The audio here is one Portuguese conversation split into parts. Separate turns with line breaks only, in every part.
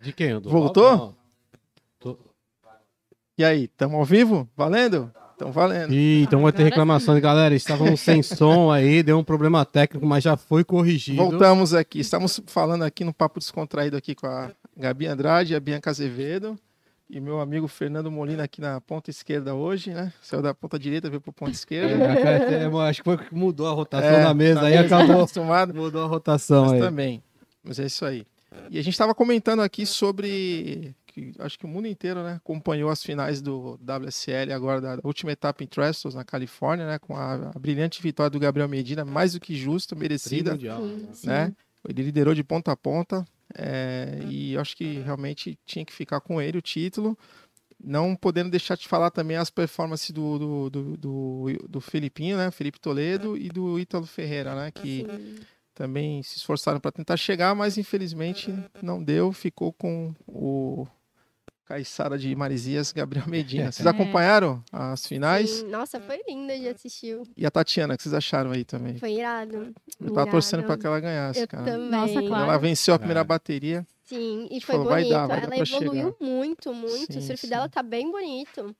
De quem? Do
Voltou?
Valdo? Tô-
E aí, tamo ao vivo? Valendo? Tão valendo.
Ih, então vai ter
Agora é
reclamação de galera. Estavam sem som aí, deu um problema técnico, mas já foi corrigido.
Voltamos aqui. Estamos falando aqui no Papo Descontraído aqui com a Gabi Andrade, a Bianca Azevedo e meu amigo Fernando Molina aqui na ponta esquerda hoje, né? Saiu da ponta direita, veio pro ponta esquerda.
É, Acho que foi que mudou a rotação
É,
da mesa,
tá
aí
mesmo,
acabou.
Acostumado.
Mudou a rotação
Mas
aí.
também. Mas é isso aí. E a gente estava comentando aqui sobre. Que, acho que o mundo inteiro né, acompanhou as finais do WSL, agora da última etapa em Trestles, na Califórnia, né, com a, a brilhante vitória do Gabriel Medina, mais do que justa, merecida.
Mundial.
Né? Ele liderou de ponta a ponta é, e eu acho que realmente tinha que ficar com ele o título. Não podendo deixar de falar também as performances do, do, do, do, do Felipinho, né? Felipe Toledo e do Ítalo Ferreira, né? Que também se esforçaram para tentar chegar, mas infelizmente não deu. Ficou com o Caissara de Marizias, Gabriel Medina. Vocês
É.
acompanharam as finais?
Sim, Nossa, foi linda de assistir.
E a Tatiana, o que vocês acharam aí também?
Foi irado.
Eu tava torcendo para
irado.
que ela ganhasse,
Eu
cara.
também.
Nossa, é claro.
Ela venceu a primeira
Cara.
bateria.
Sim, e
gente
foi
falou, vai
bonito.
dar, vai dar
Ela
pra
evoluiu muito, muito.
Sim,
o surf
sim.
dela tá bem bonito.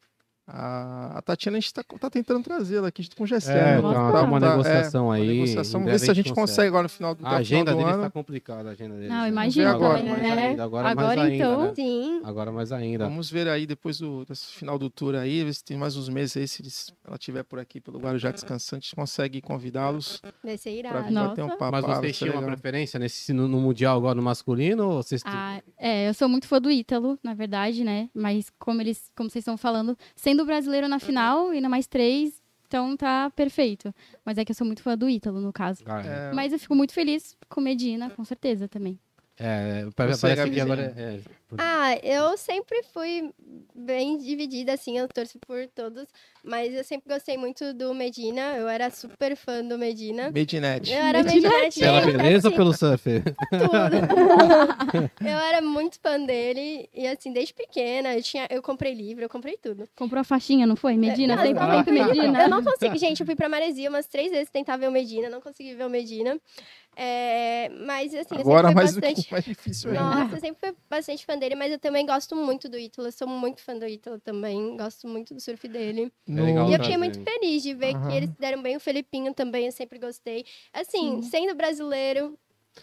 A, a Tatiana, a gente tá, tá tentando trazê-la aqui junto com o Gessé.
É,
né?
tá, tá
Tá-
uma
tá-
negociação
é,
aí.
uma negociação.
em
Vamos
breve
ver se a gente consegue, agora no final do,
A agenda
final do
dele tá
ano.
está complicada, a agenda dele.
Não,
né?
imagina
Agora,
também,
mais
né?
ainda, agora,
Agora,
mais ainda,
então.
né?
Sim,
Agora mais ainda.
Vamos ver aí depois do desse final do tour aí, ver se tem mais uns meses aí, se eles- ela estiver por aqui pelo Guarujá descansante, a gente consegue convidá-los
vai ser
para
irado.
vir bater um
Nossa.
papo.
Mas
Ah, vai
vocês
ser
tinham uma
legal.
preferência nesse, no, no Mundial agora no masculino? Ou vocês
Ah, é, eu sou muito fã do Ítalo, na verdade, né? Mas como eles, como vocês estão falando, sendo brasileiro na final e na mais três, então tá perfeito. Mas é que eu sou muito fã do Ítalo, no caso.
Ah, é.
É,
Mas eu fico muito feliz com Medina, com certeza também.
É, pa- parece
Você,
que
Gabizinha.
agora é,
Ah, eu sempre fui bem dividida, assim, eu torço por todos, mas eu sempre gostei muito do Medina, eu era super fã do
É,
Medina.
Medinete.
Eu era Medinete,
pela beleza ou
assim,
pelo surf?
tudo. eu era muito fã dele, e assim, desde pequena, eu, tinha, eu comprei livro, eu comprei tudo.
Comprou a faixinha, não foi? Medina,
É, Não,
100% Medina.
Eu não consegui, gente, eu fui pra Maresia umas três vezes tentar ver o Medina, não consegui ver o Medina. É, mas assim,
Agora
eu sempre fui
mais do
bastante.
que um mais difícil ainda.
Nossa, eu sempre fui bastante fã dele, mas eu também gosto muito do Ítalo. Eu sou muito fã do Ítalo também. Gosto muito do surf dele.
No-
É legal,
e eu
trazer.
fiquei muito feliz de ver
Aham.
que eles deram bem o Felipinho também, eu sempre gostei. Assim, sendo brasileiro,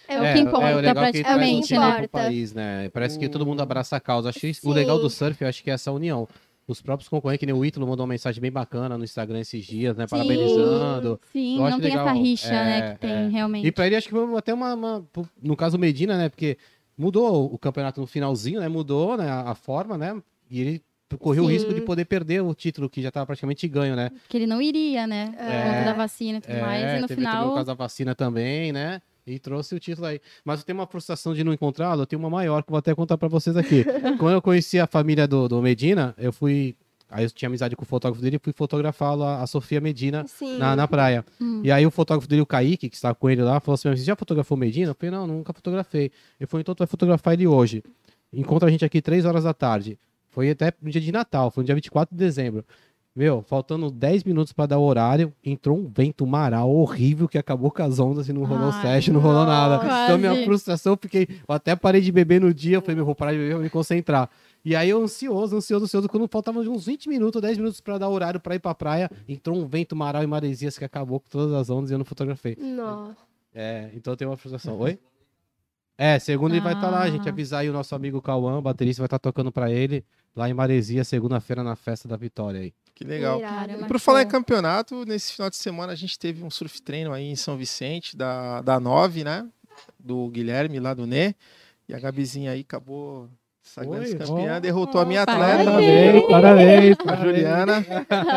é o
É,
que
importa,
o legal é que traz
praticamente,
um
né?
pro país, né? Parece que todo mundo abraça a causa. Achei isso- o
Sim.
legal do surf, eu acho que é essa união. Os próprios concorrentes, que nem o Ítalo mandou uma mensagem bem bacana no Instagram esses dias, né? Parabenizando.
Sim,
Eu acho
não tem
legal.
essa
É,
rixa, né, que tem,
é.
realmente.
E pra ele, acho que foi até uma, uma- No caso, o Medina, né? Porque mudou o campeonato no finalzinho, né? Mudou né, a a forma, né? E ele correu o
Sim.
risco de poder perder o título, que já estava praticamente ganho, né?
Que ele não iria, né? Por conta da vacina e tudo mais. E no
É. teve também o
final.
caso da vacina também, né? E trouxe o título aí. Mas eu tenho uma frustração de não encontrá-lo, eu tenho uma maior que eu vou até contar pra vocês aqui. Quando eu conheci a família do, do Medina, eu fui. Aí eu tinha amizade com o fotógrafo dele e fui fotografá-lo, a, a Sofia Medina,
sim.
na, na praia.
Hum.
E aí o fotógrafo dele, o Kaique, que estava com ele lá, falou assim: "Mas Você já fotografou o Medina? Eu falei, não, nunca fotografei. Ele falou, então tu vai fotografar ele hoje. Encontra a gente aqui três horas da tarde. Foi até no dia de Natal, foi no dia 24 de dezembro. Meu, faltando 10 minutos para dar o horário, entrou um vento maral horrível que acabou com as ondas e não rolou
Ai,
session, não rolou nada.
nossa.
Então minha
Quase.
frustração, eu fiquei, eu até parei de beber no dia, eu falei, meu, vou parar de beber, vou me concentrar. E aí eu ansioso, ansioso, ansioso, quando faltavam uns 20 minutos, 10 minutos para dar o horário para ir pra praia, entrou um vento maral e maresias que acabou com todas as ondas e eu não fotografei.
Nossa.
É, então tem uma frustração. Oi? É, segunda ele vai estar lá,
Ah.
gente. Avisar aí o nosso amigo Cauã, baterista, vai estar tocando pra ele lá em Maresia, segunda-feira, na festa da vitória aí.
Que legal.
irado.
Caramba.
Por falar em campeonato, nesse final de semana a gente teve um surf treino aí em São Vicente, da, da 9, né? Do Guilherme lá do Nê. E a Gabizinha aí acabou sagrando
Oi,
campeã,
ó.
derrotou a minha
Parabéns.
atleta,
parabéns,
a Juliana.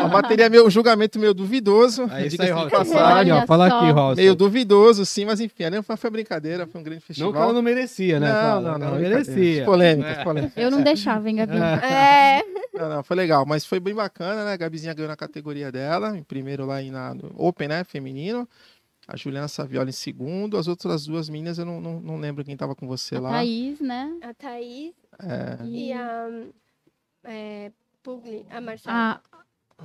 A bateria meio, um julgamento meio duvidoso.
É isso
diga-se
aí,
de
Robson.
passagem.
Olha,
Olha
Fala
só.
aqui, Robson.
Meio duvidoso, sim, mas enfim, ali foi uma brincadeira, foi um grande
Não
festival.
que ela não merecia, né?
não,
Fala,
não,
ela
não,
merecia.
Polêmicas, polêmicas.
Eu não deixava, hein, Gabi?
É,
Não, não, foi legal, mas foi bem bacana, né? A Gabizinha ganhou na categoria dela, em primeiro lá em na, no Open, né? Feminino. A Juliana Saviola em segundo. As outras duas meninas, eu não, não, não lembro quem tava com você
A
lá.
Thaís, né?
a Thaís
É,
e a é, Pugli, a Marcela.
A,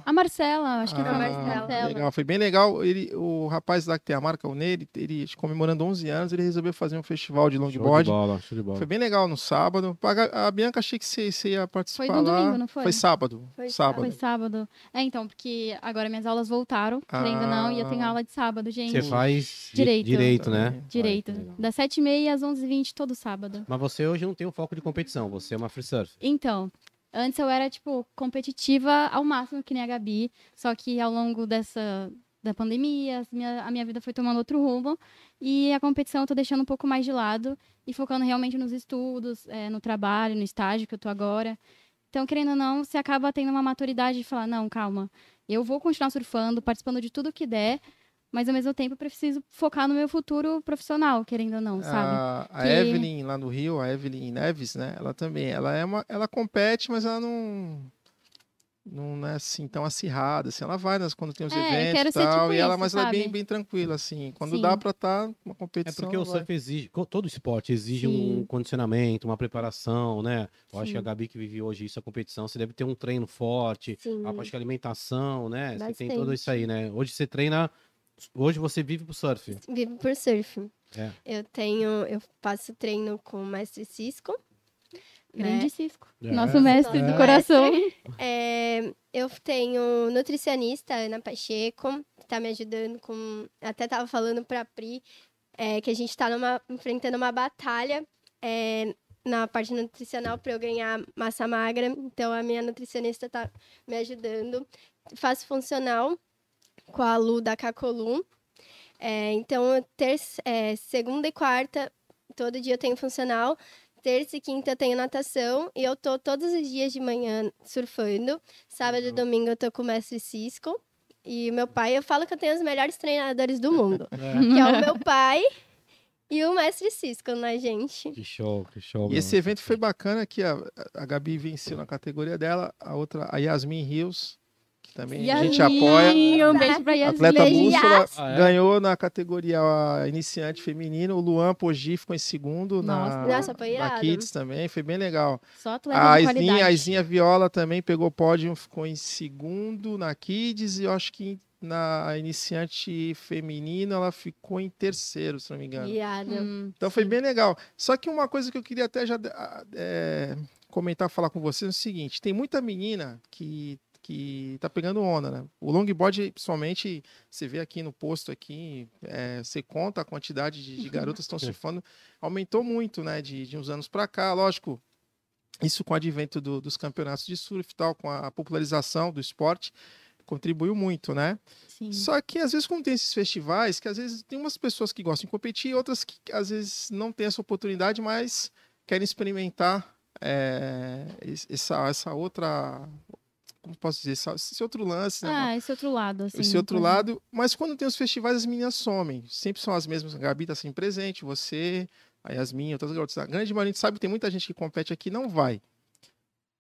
A Marcela,
Ah,
acho que
da
foi.
Marcela.
Ah, Legal, foi bem legal. Ele, o rapaz lá que tem a marca, o Ney, ele, ele comemorando 11 anos, ele resolveu fazer um festival de
Show
longboard.
de bola, show de bola.
Foi bem legal no sábado. A Ga- A Bianca achei que você você ia participar
Foi no
lá.
domingo, não foi?
sábado.
Foi
sábado.
Foi Ah, sábado. É, então, porque agora minhas aulas voltaram,
Ah.
querendo ou não, e eu tenho aula de sábado, gente.
Você faz di-
Direito.
direito né?
Direito.
Ai, que legal.
das 7h30 às 11h20, todo sábado.
Mas você hoje não tem um foco de competição, você é uma free surf.
Então, antes eu era, tipo, competitiva ao máximo, que nem a Gabi. Só que ao longo dessa da pandemia, as minha- a minha vida foi tomando outro rumo. E a competição eu tô deixando um pouco mais de lado e focando realmente nos estudos, eh, no trabalho, no estágio que eu tô agora. Então, querendo ou não, você acaba tendo uma maturidade de falar, não, calma, eu vou continuar surfando, participando de tudo que der, mas ao mesmo tempo eu preciso focar no meu futuro profissional, querendo ou não,
Ah.
sabe?
A, a
Que-
Evelyn lá no Rio, a Evelyn Neves, né? Ela também, ela é uma, ela compete, mas ela não não é assim tão acirrada, assim, ela vai nas quando tem os
É, eu quero
eventos e
ser tipo
tal, e ela,
isso,
mas ela é bem,
sabe?
bem tranquila assim, quando
Sim.
dá pra estar uma
É
competição.
porque o
ela vai.
surf exige, co- todo esporte exige
Sim.
um condicionamento, uma preparação, né? Eu acho que a
Sim.
Gabi que vive hoje isso, a competição, você deve ter um treino forte,
Sim.
a parte de alimentação, né? Você tem
Bastante.
tudo isso aí, né? Hoje você treina, hoje você vive pro surf.
Vivo por surf.
É.
Eu tenho, eu faço treino com o mestre Cisco. né?
Grande Cisco.
É.
Nosso mestre
É.
do coração.
É, eu tenho nutricionista Ana Pacheco, que tá me ajudando com. Até tava falando pra Pri é, que a gente tá numa- enfrentando uma batalha é, na parte nutricional pra eu ganhar massa magra. Então a minha nutricionista tá me ajudando. Faço funcional com a Lu da Cacolum. É, então, terça, é, segunda e quarta, todo dia eu tenho funcional. Terça e quinta eu tenho natação e eu tô todos os dias de manhã surfando. Sábado e
Legal.
domingo eu tô com o mestre Cisco. E meu pai, eu falo que eu tenho os melhores treinadores do mundo. que é o meu pai e o mestre Cisco, né, gente?
Que show, que show.
E
meu.
esse evento foi bacana que a, a Gabi venceu na categoria dela, a outra, a Yasmin Rios, que também a gente
Yasmin,
apoia.
Um beijo pra Yasmin.
Atleta
Yasmin.
Bússola
Ah, é?
ganhou na categoria iniciante feminino. O Luan Poggi ficou em segundo na,
Nossa.
Nossa, foi
na
irado.
Kids também. Foi bem legal.
Só atleta
A
de
Isninha, a
qualidade.
Isninha Viola também pegou pódio, ficou em segundo na Kids. E eu acho que na iniciante feminino ela ficou em terceiro, se não me engano.
Irado.
Hum,
Então foi bem legal. Só que uma coisa que eu queria até já ah, é, comentar, falar com vocês é o seguinte: tem muita menina que que tá pegando onda, né? O longboard, principalmente, você vê aqui no posto aqui, é, você conta a quantidade de, de garotas que estão surfando, aumentou muito, né? De, de uns anos para cá, lógico. Isso com o advento do- dos campeonatos de surf e tal, com a popularização do esporte, contribuiu muito, né?
sim.
Só que às vezes, quando tem esses festivais, que às vezes tem umas pessoas que gostam de competir, outras que às vezes não têm essa oportunidade, mas querem experimentar é, es- essa, essa outra. Como posso dizer? Essa- Esse outro lance, né?
Ah, esse outro lado, assim.
esse outro
por
lado. Mas quando tem os festivais, as meninas somem. Sempre são as mesmas. A Gabi tá sempre presente, você, a Yasmin, outras garotas. A grande maioria a gente sabe que tem muita gente que compete aqui e não vai.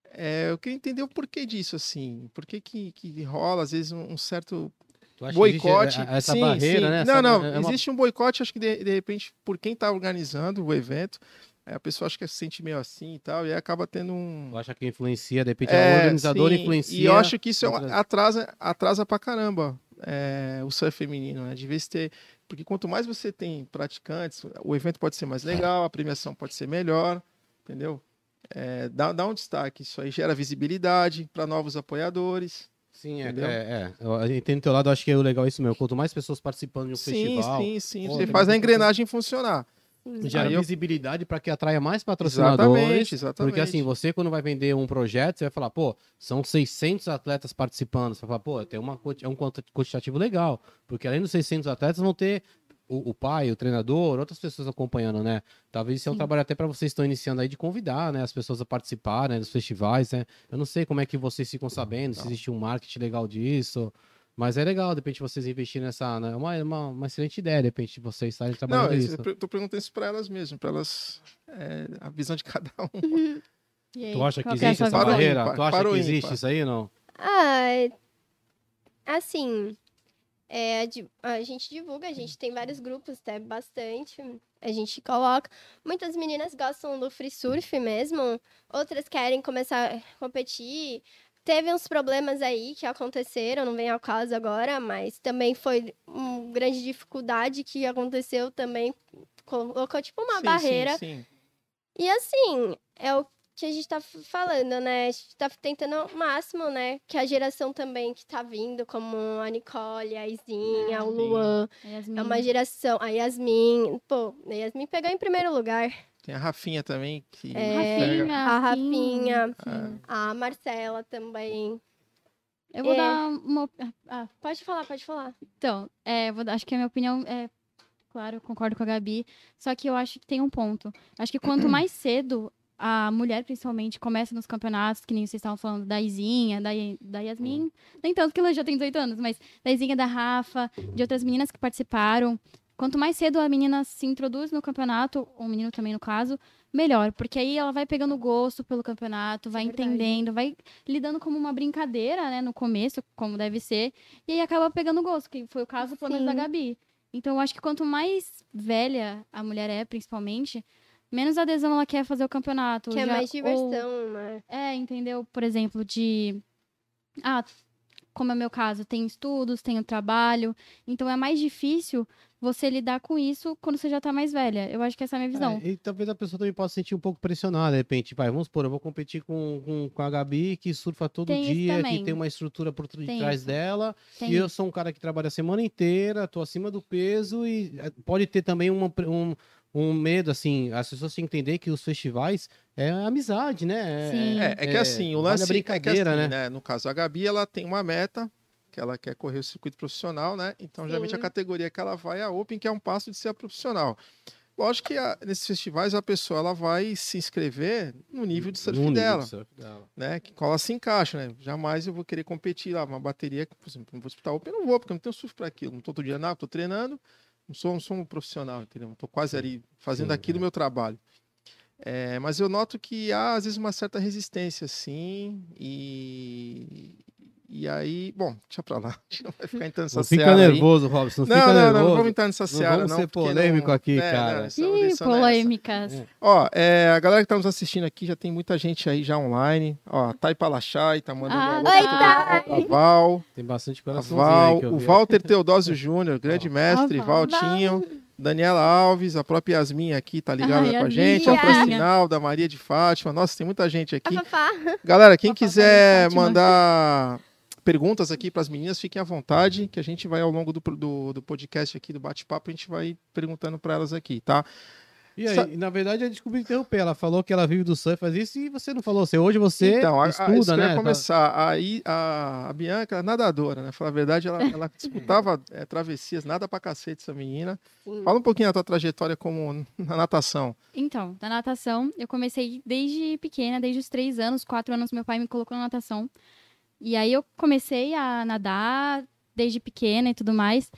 É, eu queria entender o porquê disso, assim. Por que, que, que rola, às vezes, um- um certo
Tu acha que
boicote.
existe Essa
sim,
barreira,
sim.
né?
Não,
Essa-
não.
é uma-
Existe um boicote, acho que de, de repente, por quem está organizando o evento, é, a pessoa acho que se sente meio assim e tal, e aí acaba tendo um.
Tu acha que influencia, de repente, o
É,
organizador
sim,
influencia.
E eu acho que isso é um-
outras-
atrasa, atrasa pra caramba é, o surf feminino, né? Devia se ter. Porque quanto mais você tem praticantes, o evento pode ser mais
É.
legal, a premiação pode ser melhor, entendeu? É, dá, dá um destaque, isso aí gera visibilidade para novos apoiadores.
Sim, é,
Entendeu?
é, é. Eu eu entendo do teu lado, eu acho que é o legal é isso mesmo. Quanto mais pessoas participando de um
Sim,
festival,
sim, sim.
Pô,
Você
tem
faz a
muita coisa.
engrenagem funcionar.
gera
Aí eu-
visibilidade para que atraia mais patrocinadores.
Exatamente, exatamente.
Porque assim, você quando vai vender um projeto, você vai falar, pô, são 600 atletas participando. Você vai falar, pô, tem uma, quanti- é um quanti- quantitativo legal. Porque além dos 600 atletas, vão ter o, o pai, o treinador, outras pessoas acompanhando, né? Talvez isso é um
Sim.
trabalho até para vocês que estão iniciando aí de convidar, né? As pessoas a participar, né? Dos festivais, né? Eu não sei como é que vocês ficam sabendo, se
Não.
existe um marketing legal disso. Mas é legal, de repente, vocês investirem nessa. Né? É Uma, é uma, uma excelente ideia, de repente, vocês estarem trabalhando
Não, eu-
Tá isso.
eu tô perguntando isso para elas mesmo, para elas é, a visão de cada um.
E aí,
Tu acha que
qual é a
existe
sua
essa
Para o
visão?
barreira?
ímpar,
tu acha
para o
que existe
ímpar.
isso aí não?
Ah, é- assim, é, a di- a gente divulga, a gente tem vários grupos, até bastante. A gente coloca. Muitas meninas gostam do free surf mesmo, outras querem começar a competir. Teve uns problemas aí que aconteceram, não vem ao caso agora, mas também foi uma grande dificuldade que aconteceu também. Colocou tipo uma
Sim, sim,
barreira
sim.
e assim, é o que a gente tá f- falando, né? A gente tá tentando ao máximo, né? Que a geração também que tá vindo, como a Nicole, a Izinha, o
Sim.
Luan,
Yasmin.
é uma geração. A Yasmin, pô, a Yasmin pegou em primeiro lugar.
Tem a Rafinha também, que
É,
pega-
A
Ah,
Rafinha,
Rafinha.
a Marcela também.
Eu vou
É.
dar uma. op- Ah,
Pode falar, pode falar.
Então, é, vou dar- acho que a minha opinião é. Claro, eu concordo com a Gabi. Só que eu acho que tem um ponto. Acho que quanto mais cedo a mulher, principalmente, começa nos campeonatos, que nem vocês estavam falando da Izinha, da, Ye- da Yasmin. Nem tanto que ela já tem 18 anos, mas da Izinha, da Rafa, de outras meninas que participaram. Quanto mais cedo a menina se introduz no campeonato, ou o menino também no caso, melhor. Porque aí ela vai pegando gosto pelo campeonato, vai
é verdade.
entendendo, vai lidando como uma brincadeira, né, no começo, como deve ser. E aí acaba pegando gosto, que foi o caso, pelo menos, da
Sim.
Gabi. Então, eu acho que quanto mais velha a mulher é, principalmente, menos adesão ela quer fazer o campeonato.
Que é
Então Já-
mais
ou-
diversão, né?
é, entendeu? Por exemplo, de. Ah, como é o meu caso, tem estudos, tem o trabalho. Então é mais difícil você lidar com isso quando você já tá mais velha. Eu acho que essa é a minha visão.
É, e talvez a pessoa também possa se sentir um pouco pressionada, de repente. Vai, vamos supor, eu vou competir com, com, com a Gabi, que surfa todo
Tem isso
dia, que
também.
tem uma estrutura por tr-
Tem
trás
isso.
dela.
Tem-
E eu sou um cara que trabalha a semana inteira, tô acima do peso e eh, pode ter também uma pre- um, um medo, assim, as pessoas têm que entender que os festivais é amizade, né? É-
Sim.
É, é que assim, o
vale a
lance é que
brincadeira,
assim,
né?
No caso, a Gabi, ela tem uma meta, que ela quer correr o circuito profissional, né? Então, geralmente, a
Sim.
categoria que ela vai é a Open, que é um passo de ser a profissional. Lógico que a- nesses festivais a pessoa ela vai se inscrever no nível de surf
No nível é de
dela,
surf dela.
né? Que qual ela se encaixa, né? Jamais eu vou querer competir lá, uma bateria, por exemplo, não vou disputar Open, eu não vou, porque eu não tenho surf para aquilo. Não tô todo dia na água, tô treinando, não sou, não sou um profissional, entendeu? Tô quase ali fazendo
Sim,
aquilo
é.
o meu trabalho. É, mas eu noto que há às vezes uma certa resistência, sim, e e aí, bom, deixa pra lá, a gente não vai ficar entrando nessa
Não fica
seara aí.
nervoso, Robson, não,
Não,
fica
não, não,
nervoso.
não vamos entrar nessa seara,
vamos
não.
ser
porque não-
polêmico aqui,
é,
cara.
não, essa
Ih,
né?
audição não é essa.
polêmicas.
É.
Ó, é, a galera que tá nos assistindo aqui, já tem muita gente aí já online. Ó, a Thay Palachai tá mandando
Ah,
alô.
Thay.
aqui, a- a Val,
Tem bastante
a
coraçãozinho aí
Val,
que eu
o
vi.
Walter Teodósio Júnior, grande
Ó.
mestre,
Ó, Val.
Valtinho, Daniela Alves, a própria Yasmin aqui tá ligada
Ai,
com a
Yasmin.
gente, a
Yasmin.
Francinal, da Maria de Fátima. Nossa, tem muita gente
A
aqui.
Fafá.
Galera, quem
Papá,
quiser
Maria de Fátima.
mandar perguntas aqui pras meninas, fiquem à vontade, que a gente vai ao longo do, pro- do, do podcast aqui, do bate-papo, a gente vai perguntando pra elas aqui, tá?
E aí,
Sa-
na verdade, eu descobri interromper. Ela falou que ela vive do surf, faz isso, e você não falou. Você, hoje você
então, a, a, isso
estuda,
que eu ia
né?
começar. Aí, a, a Bianca, nadadora, né? Falar a verdade, ela, ela disputava eh, travessias, nada pra cacete essa menina.
Sim.
Fala um pouquinho da tua trajetória como na natação.
Então, da natação, eu comecei desde pequena, desde os três anos, quatro anos, meu pai me colocou na natação. E aí eu comecei a nadar desde pequena e tudo mais.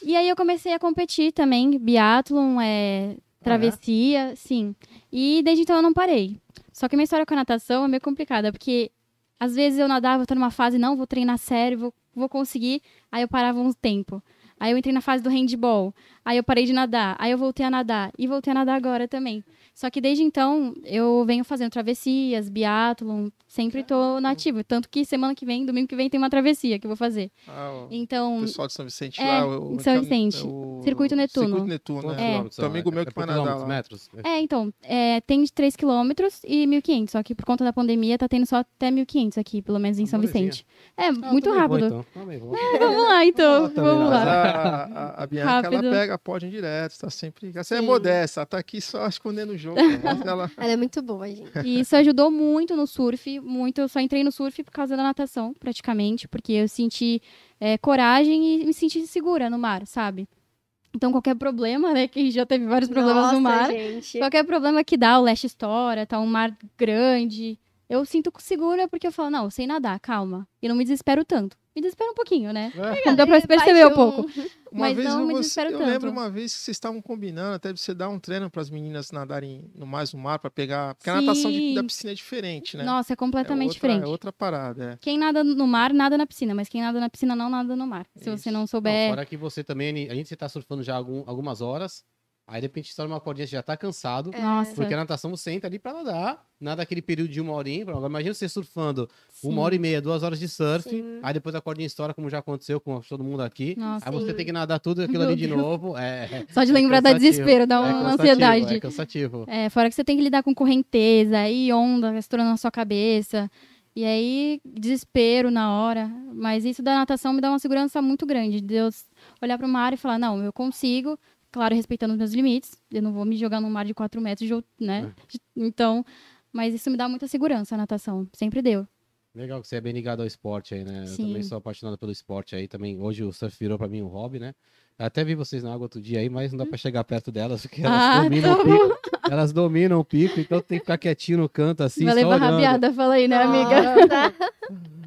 E aí eu comecei a competir também, biathlon, é, travessia, sim. E desde então eu não parei. Só que minha história com a natação é meio complicada, porque às vezes eu nadava, eu tô numa fase, não, vou treinar sério, vou, vou conseguir. Aí eu parava um tempo. Aí eu entrei na fase do handball. Aí eu parei de nadar, aí eu voltei a nadar e voltei a nadar agora também. Só que desde então eu venho fazendo travessias, biathlon, sempre tô nativa, tanto que semana que vem, domingo que vem tem uma travessia que eu vou fazer.
Ah, o
Então,
pessoal de São Vicente
é,
lá. O, é
em São Vicente.
o-
Circuito Netuno.
Circuito Netuno,
Quantos
né?
quilômetros
Tem um
são?
amigo meu que
por
vai nadar
quilômetros, né?
lá. né?
metros?
é, então, é, tem de 3 km e 1.500, só que por conta da pandemia tá tendo só até 1.500 aqui, pelo menos em São
Molezinha.
Vicente. É,
Ah, também
muito
vou,
rápido.
então. Também vou.
Vamos lá, então,
Vamos lá, também né?
vamos
Mas
lá.
dá.
a, a- a Bianca,
Rápido.
ela pega pódio direto, tá sempre... Você é
Sim.
modesta, ela tá aqui só escondendo o jogo. né? Mas ela...
Ela é muito boa, gente.
E isso ajudou muito no surf, muito. Eu só entrei no surf por causa da natação, praticamente, porque eu senti é, coragem e me senti segura no mar, sabe? Então qualquer problema, né, que já teve vários problemas
Nossa,
no mar,
gente.
qualquer problema que dá, o leste estoura, tá um mar grande, eu sinto segura porque eu falo, não, eu sei nadar, calma, e não me desespero tanto. Me desespero um pouquinho, né?
É.
Não dá pra
Galera,
perceber um
paixão.
pouco.
Uma
Mas
vez
não
eu,
me
você-
desespero
eu
tanto.
lembro uma vez que vocês estavam combinando até de você dar um treino para as meninas nadarem no mais no mar para pegar, porque a natação de-
Sim.
da piscina é diferente, né?
Nossa, é
É
completamente
outra-
diferente.
É outra parada, é.
Quem nada no mar, nada na piscina, mas quem nada na piscina não nada no mar. Se você
Isso.
não
Não,
souber
tá fora que você também, a gente está surfando já algum- algumas horas. Aí de repente você tá numa cordinha, você já tá cansado.
Nossa.
Porque a natação você entra ali pra nadar, nada aquele período de uma horinha. Pra... Agora imagina você surfando
sim.
uma hora e meia, duas horas de surf,
Sim.
aí depois a cordinha estoura, como já aconteceu com todo mundo aqui.
Nossa.
Aí você tem que nadar tudo aquilo
Meu
ali de
Deus.
novo. É,
Só de
é
lembrar dá
cansativo,
desespero, dá
é
uma
cansativo,
ansiedade.
É cansativo.
É, fora que você tem que lidar com correnteza e onda estourando na sua cabeça. E aí, desespero na hora. Mas isso da natação me dá uma segurança muito grande. De eu olhar para o mar e falar, não, eu consigo. Claro, respeitando os meus limites. Eu não vou me jogar num mar de 4 metros, de alt- né?
É.
Então, mas isso me dá muita segurança, a natação. Sempre deu.
Legal que você é bem ligado ao esporte aí, né? Eu
Sim.
também sou apaixonado pelo esporte aí também. Hoje o surf virou pra mim um hobby, né? Eu Até vi vocês na água outro dia aí, mas não dá pra chegar perto delas, porque elas,
Ah,
dominam,
tá
o pico, elas dominam o pico, então tem que ficar quietinho no canto assim,
Vai
só
levar
olhando.
rabiada, fala aí, né, amiga?
Nossa.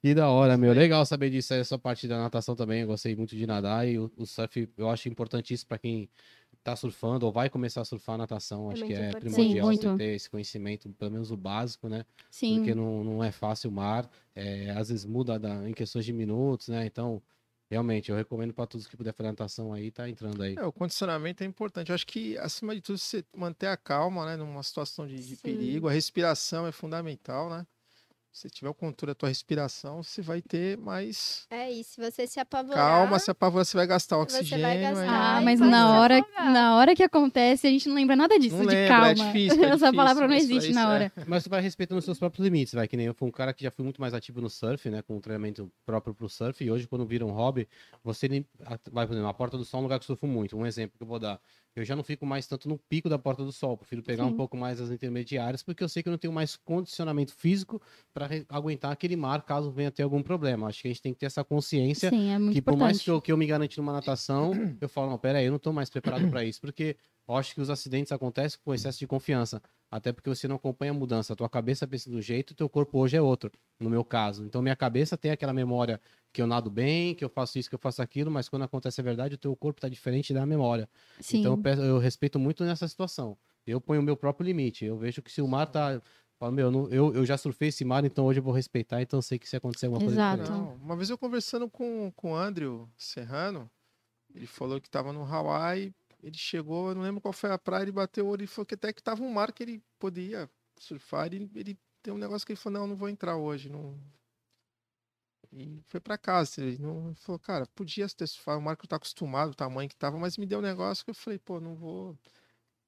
Que da hora, meu. Legal saber disso, essa parte da natação também. Eu gostei muito de nadar e o, o surf eu acho importantíssimo para quem tá surfando ou vai começar a surfar natação.
É
acho que
muito
é
importante. Sim,
primordial você
muito.
ter esse conhecimento, pelo menos o básico, né?
Sim.
Porque não, não é fácil o mar, é, às vezes muda da- em questões de minutos, né? Então, realmente, eu recomendo para todos que puder fazer natação aí, tá entrando aí.
É, o condicionamento é importante. Eu acho que, acima de tudo, você manter a calma, né? Numa situação de, de
Sim.
perigo. A respiração é fundamental, né? Se você tiver o controle da tua respiração, você vai ter mais
É isso, você se apavorar. é
calma, se apavorar, você vai gastar
Você vai
oxigênio.
gastar.
aí- é
Ah,
Ai,
mas
pode
na
se
hora,
afogar.
na hora que acontece, a gente não lembra nada disso,
Não
de
lembra, é
calma.
difícil, é
Essa
difícil,
palavra não
isso-
existe
isso
na
é.
hora.
Mas você vai respeitando os seus próprios limites, vai. Que nem eu fui um cara que já fui muito mais ativo no surf, né? Com um treinamento próprio pro surf. E hoje, quando vira um hobby, você lim- a- vai, por exemplo, a Porta do Sol é um lugar que eu surfo muito. Um exemplo que eu vou dar. Eu já não fico mais tanto no pico da Porta do Sol. Prefiro pegar um
Sim.
pouco mais as intermediárias, porque eu sei que eu não tenho mais condicionamento físico para aguentar aquele mar caso venha ter algum problema. Acho que a gente tem que ter essa consciência
Sim, é muito
que por mais
importante.
que eu, que eu me garante numa natação, eu falo, não, peraí, eu não tô mais preparado para isso, porque eu acho que os acidentes acontecem com excesso de confiança. Até porque você não acompanha a mudança. A tua cabeça pensa de um jeito, o teu corpo hoje é outro, no meu caso. Então minha cabeça tem aquela memória que eu nado bem, que eu faço isso, que eu faço aquilo, mas quando acontece a verdade, o teu corpo tá diferente da memória.
Sim.
Então eu, peço- eu respeito muito nessa situação. Eu ponho o meu próprio limite. Eu vejo que se o mar tá. Falo, meu, eu não- eu, eu já surfei esse mar, então hoje eu vou respeitar, então eu sei que se acontecer alguma coisa.
Exato.
diferente.
Não, uma vez eu conversando com, com o Andrew Serrano, ele falou que estava no Hawaii, ele chegou, eu não lembro qual foi a praia, ele bateu o olho e falou que até que tava um mar que ele podia surfar, ele, ele tem um negócio que ele falou, não, eu não vou entrar hoje, não... E foi para casa, ele não ele falou, cara, podia ter surfado, o mar que eu tá acostumado, o tamanho que tava, mas me deu um negócio que eu falei, pô, não vou...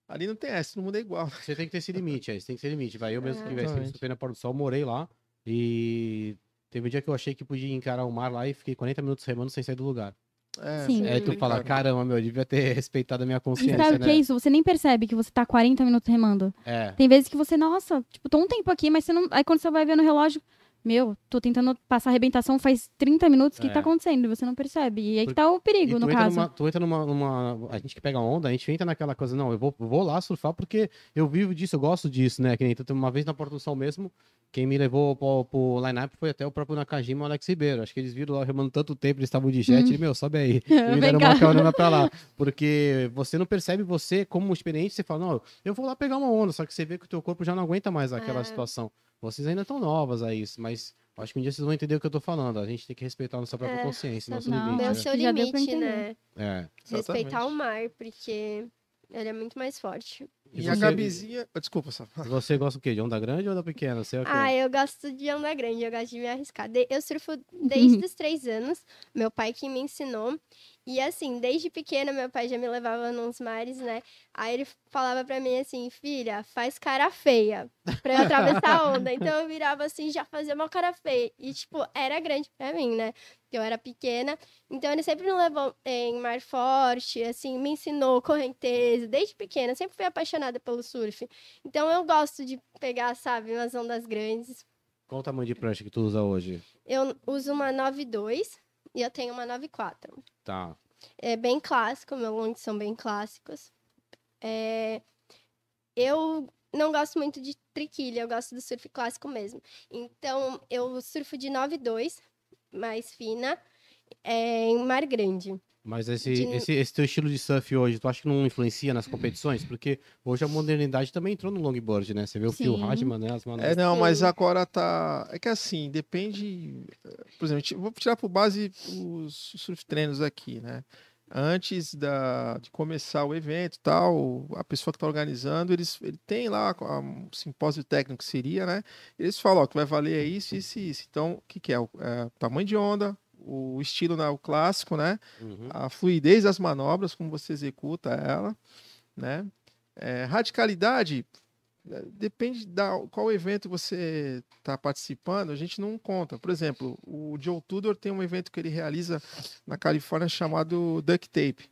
Ali não tem essa, todo mundo é igual.
Você tem que ter esse limite, aí. Você tem que ter limite. Vai, eu mesmo que tivesse
Exatamente.
surfei na Porta do Sol, morei lá. E teve um dia que eu achei que podia encarar o mar lá e fiquei 40 minutos remando sem sair do lugar.
É,
Sim.
é
Aí tu fala,
complicado.
caramba, meu, eu devia ter respeitado a minha
E
consciência,
sabe o
né?
que é isso? Você nem percebe que você tá 40 minutos remando.
É.
Tem vezes que você, nossa, tipo, tô um tempo aqui, mas você não. Aí quando você vai ver no relógio, meu, tô tentando passar arrebentação faz 30 minutos, o que
É.
tá acontecendo? E Você não percebe. E aí
Porque-
que tá o
E
perigo,
tu
no
entra,
caso.
numa, tu entra numa, numa- A gente que pega onda, a gente entra naquela coisa, não, eu vou, vou lá surfar porque eu vivo disso, eu gosto disso, né? Que nem, então, uma vez na Porta do Sol mesmo, quem me levou pro, pro line-up foi até o próprio Nakajima e o Alex Ribeiro. Acho que eles viram lá remando tanto tempo, eles estavam de jet,
Hum.
ele, meu, sobe aí. E me
Vem
deram
cá.
uma carona pra tá lá. Porque você não percebe, você, como experiente, você fala, não, eu vou lá pegar uma onda, só que você vê que o teu corpo já não aguenta mais aquela
É.
situação. Vocês ainda estão novas a isso, mas acho que um dia vocês vão entender o que eu tô falando. A gente tem que respeitar a nossa própria
É,
consciência, nosso
não,
limite.
Deu
né?
o
acho
seu
que já deu pra
limite,
entender.
né?
É.
Exatamente.
Respeitar o mar, porque ele é muito mais forte.
E
E a
você-
Gabizinha... Oh, Desculpa, Safa.
Você gosta o quê? De onda grande ou da pequena? Você é o quê?
Ah, eu gosto de onda grande, eu gosto de me arriscar. De- Eu surfo desde os três anos, meu pai que me ensinou. E assim, desde pequena, meu pai já me levava nos mares, né? Aí ele falava pra mim assim, filha, faz cara feia pra eu atravessar a onda. Então eu virava assim, já fazia uma cara feia. E tipo, era grande pra mim, né? Porque eu era pequena. Então ele sempre me levou eh, em mar forte, assim, me ensinou correnteza. Desde pequena, eu sempre fui apaixonada pelo surf. Então eu gosto de pegar, sabe, umas ondas grandes.
Qual o tamanho de prancha que tu usa hoje?
Eu uso uma 9.2 e eu tenho uma 9.4.
Tá.
É bem clássico, meus longs são bem clássicos. É, Eu não gosto muito de triquilha, eu gosto do surf clássico mesmo. Então eu surfo de 9.2, mais fina, é, em mar grande.
Mas esse,
De-
esse, esse teu estilo de surf hoje, tu acha que não influencia nas competições? Porque hoje a modernidade também entrou no longboard, né? Você vê o Phil
Sim.
Hardman, né? As manobras.
É, não, mas
Sim.
agora tá. É que assim, depende. eh, Por exemplo, ti- vou tirar por base os surf treinos aqui, né? antes da, de começar o evento tal, a pessoa que está organizando, eles ele tem lá a- um simpósio técnico que seria, né? Eles falam, ó, que vai valer é isso, isso e isso. Então, o que, que é? O é, tamanho de onda, o estilo na, o clássico, né?
Uhum.
a fluidez das manobras, como você executa ela, né? É, radicalidade eh, depende da qual evento você está participando, a gente não conta. Por exemplo, o Joe Tudor tem um evento que ele realiza na Califórnia chamado Duct Tape,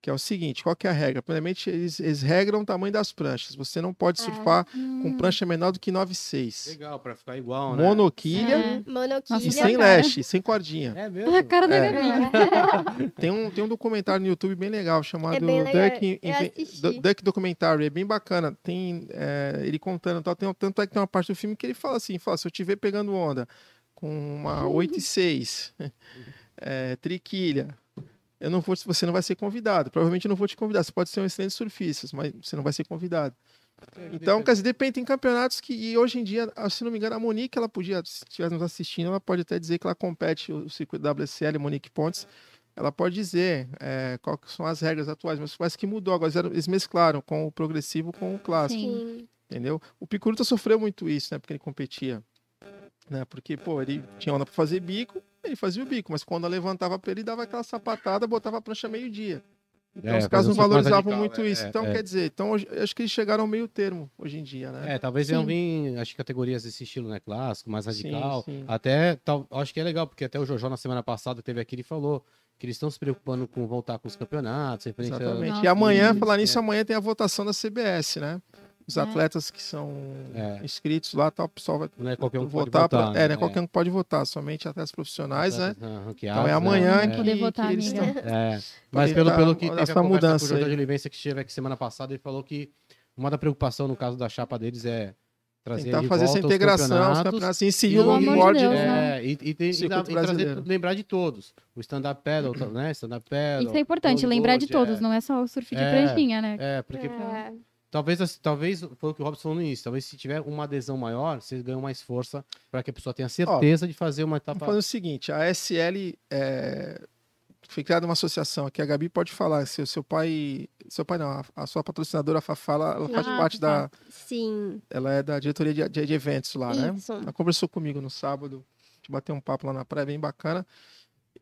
que é o seguinte, qual que é a regra? Primeiramente, eles, eles regram o tamanho das pranchas. Você não pode
É.
surfar com
Hum,
prancha menor do que 9,6.
Legal, pra ficar igual, né?
Monoquilha
É.
Ah, Monoquilha.
Nossa,
e
isso
sem
cara.
lash, sem cordinha.
É
A
mesmo?
Ah, cara da
É.
Gabi.
Tem um, tem um documentário no YouTube bem legal chamado
É bem legal,
Duck,
eu
Inve-
assisti.
Du- Duck Documentary. É bem bacana. Tem é, ele contando e tal. Tem, um- tanto é que tem uma parte do filme que ele fala assim: fala, se eu tiver pegando onda com uma
Uhum.
8 e 6, é, triquilha. Eu não vou, você não vai ser convidado. Provavelmente eu não vou te convidar. Você pode ser um excelente surfista, mas você não vai ser convidado. Então, quer dizer, depende, tem campeonatos que, e hoje em dia, ah, se não me engano, a Monique, ela podia, se estiver nos assistindo, ela pode até dizer que ela compete o circuito WSL, Monique Pontes, ela pode dizer é, qual que são as regras atuais, mas parece que mudou, agora eles- eles mesclaram com o progressivo com o
É.
clássico,
Sim.
Sim.
entendeu? O Picuruta sofreu muito isso, né, porque ele competia, né, porque, pô, ele tinha onda pra fazer bico, ele fazia o bico, mas quando ela levantava pra ele, dava aquela sapatada, botava a prancha meio-dia. Então,
É,
os
fazer
caras
um
não
surf mais
valorizavam
radical,
muito
é,
isso.
é,
então,
é.
quer dizer, então, hoje- eu acho que eles chegaram ao meio termo hoje em dia, né?
É, talvez venham
Sim.
vir, acho que categorias desse estilo, né? Clássico, mais
Sim,
radical.
sim.
Até, tal, acho que é legal, porque até o Jojó, na semana passada, teve aqui, ele falou que eles estão se preocupando com voltar com os campeonatos, referência...
Exatamente.
Nossa,
e amanhã,
isso,
falar nisso,
uh, é.
amanhã tem a votação da CBS, né? Os
É.
atletas que são
É.
inscritos lá, tal, o pessoal vai
Não é qualquer um que pode
votar. pra-
votar,
É, né? Qualquer um que pode votar, somente atletas profissionais, né? Então
Então
é amanhã
Vamos
que,
poder
que
votar, né?
eles
amiga.
estão.
É, mas pelo,
Pra tentar
pelo que teve
essa
a mudança com
mudança
o Jordan
aí.
de Olivença que esteve aqui semana passada, ele falou que uma da preocupação no caso da chapa deles é trazer
Tentar
de
tá fazer essa
volta os
integração, os
campeonatos,
campeonatos, inserir
e
o
o-
longboard. né?
Pelo amor de Deus, né?
é, e, e, tem- e,
Circuito
dá- e trazer,
brasileiro.
lembrar de todos. O stand-up paddle, tá- né? Stand-up paddle.
Isso é importante,
longboard,
lembrar de todos,
é.
não é só o surf de
É.
pranchinha, né?
É, porque
É.
talvez, as- talvez foi o que o Robson falou no início. Talvez se tiver uma adesão maior, vocês ganham mais força para que a pessoa tenha certeza de fazer uma
Vamos
etapa.
fazer o seguinte, a SL é, foi criada uma associação que a Gabi pode falar, se o seu pai, seu pai não, a, a sua patrocinadora a Fafá, ela, ela faz
Ah,
parte
tá.
da,
Sim.
ela é da diretoria de, de- de eventos lá, né?
Isso.
Ela conversou comigo no sábado, a gente bateu um papo lá na praia, bem bacana.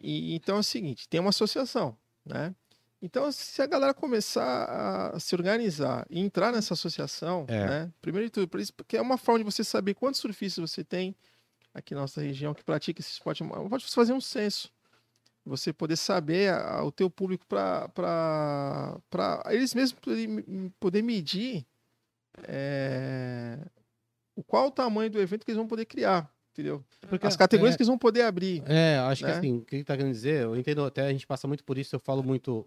E então é o seguinte, tem uma associação, né? Então, se a galera começar a se organizar e entrar nessa associação,
É.
né? Primeiro de tudo, por isso- porque é uma forma de você saber quantos surfistas você tem aqui na nossa região que pratica esse esporte. Pode fazer um censo. Você poder saber a- a- o teu público para eles mesmos poderem m- poder medir é, o qual o tamanho do evento que eles vão poder criar, entendeu?
Porque
As categorias
é,
que eles vão poder abrir.
É, acho que
né?
assim, o que ele tá querendo dizer, eu entendo até, a gente passa muito por isso, eu falo muito,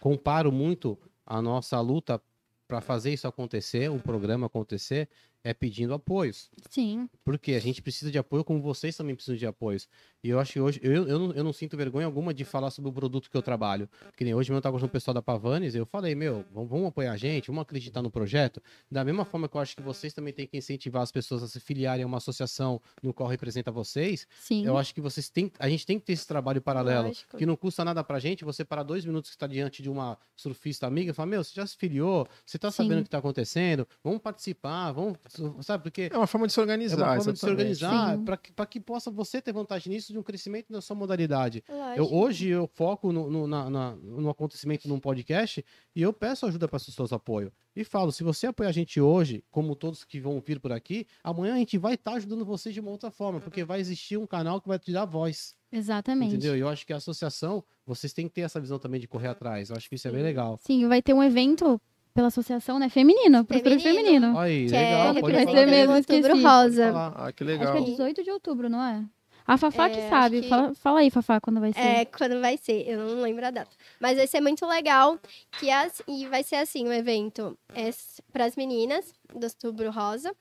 comparo muito a nossa luta para fazer isso acontecer, o programa acontecer, é pedindo apoios.
Sim.
Porque a gente precisa de apoio, como vocês também precisam de apoios. E eu acho que hoje, eu, eu, não, eu não sinto vergonha alguma de falar sobre o produto que eu trabalho. Que nem hoje mesmo eu tava com o pessoal da Pavanes, eu falei, meu, vamos, vamos apoiar a gente, vamos acreditar no projeto. Da mesma forma que eu acho que vocês também têm que incentivar as pessoas a se filiarem a uma associação no qual representa vocês,
Sim.
eu acho que vocês têm, a gente tem que ter esse trabalho paralelo,
Lógico.
que não custa nada pra gente, você parar dois minutos que está diante de uma surfista amiga e falar, meu, você já se filiou, você tá sabendo
Sim.
o que tá acontecendo, vamos participar, vamos, sabe, porque
É uma forma de se
é
organizar.
uma forma de se
exatamente.
organizar
Sim.
para que, pra que possa você ter vantagem nisso de um crescimento na sua modalidade. Eu,
Lógico.
hoje eu foco no, no, na- na- no acontecimento num podcast e eu peço ajuda para as pessoas apoio. E falo, se você apoiar a gente hoje, como todos que vão vir por aqui, amanhã a gente vai estar ajudando vocês de uma outra forma, porque vai existir um canal que vai te dar voz.
Exatamente.
Entendeu? E eu acho que a associação, vocês têm que ter essa visão também de correr atrás. Eu acho que isso é bem legal.
Sim, vai ter um evento pela associação, né? Feminino, pro surf
Feminino.
feminino.
Olha aí,
Que
legal.
é
pode
vai
falar.
ser mesmo,
representando
esqueci.
outubro
Pode
rosa.
falar.
Ah, que
Acho que é
legal.
18 de outubro, não é? A Fafá
É,
que
acho
sabe.
que-
Fala, fala aí, Fafá, quando vai ser.
É, quando vai ser, eu não lembro a data. Mas vai ser muito legal. Que as, e vai ser assim: o evento é para as meninas do Outubro Rosa.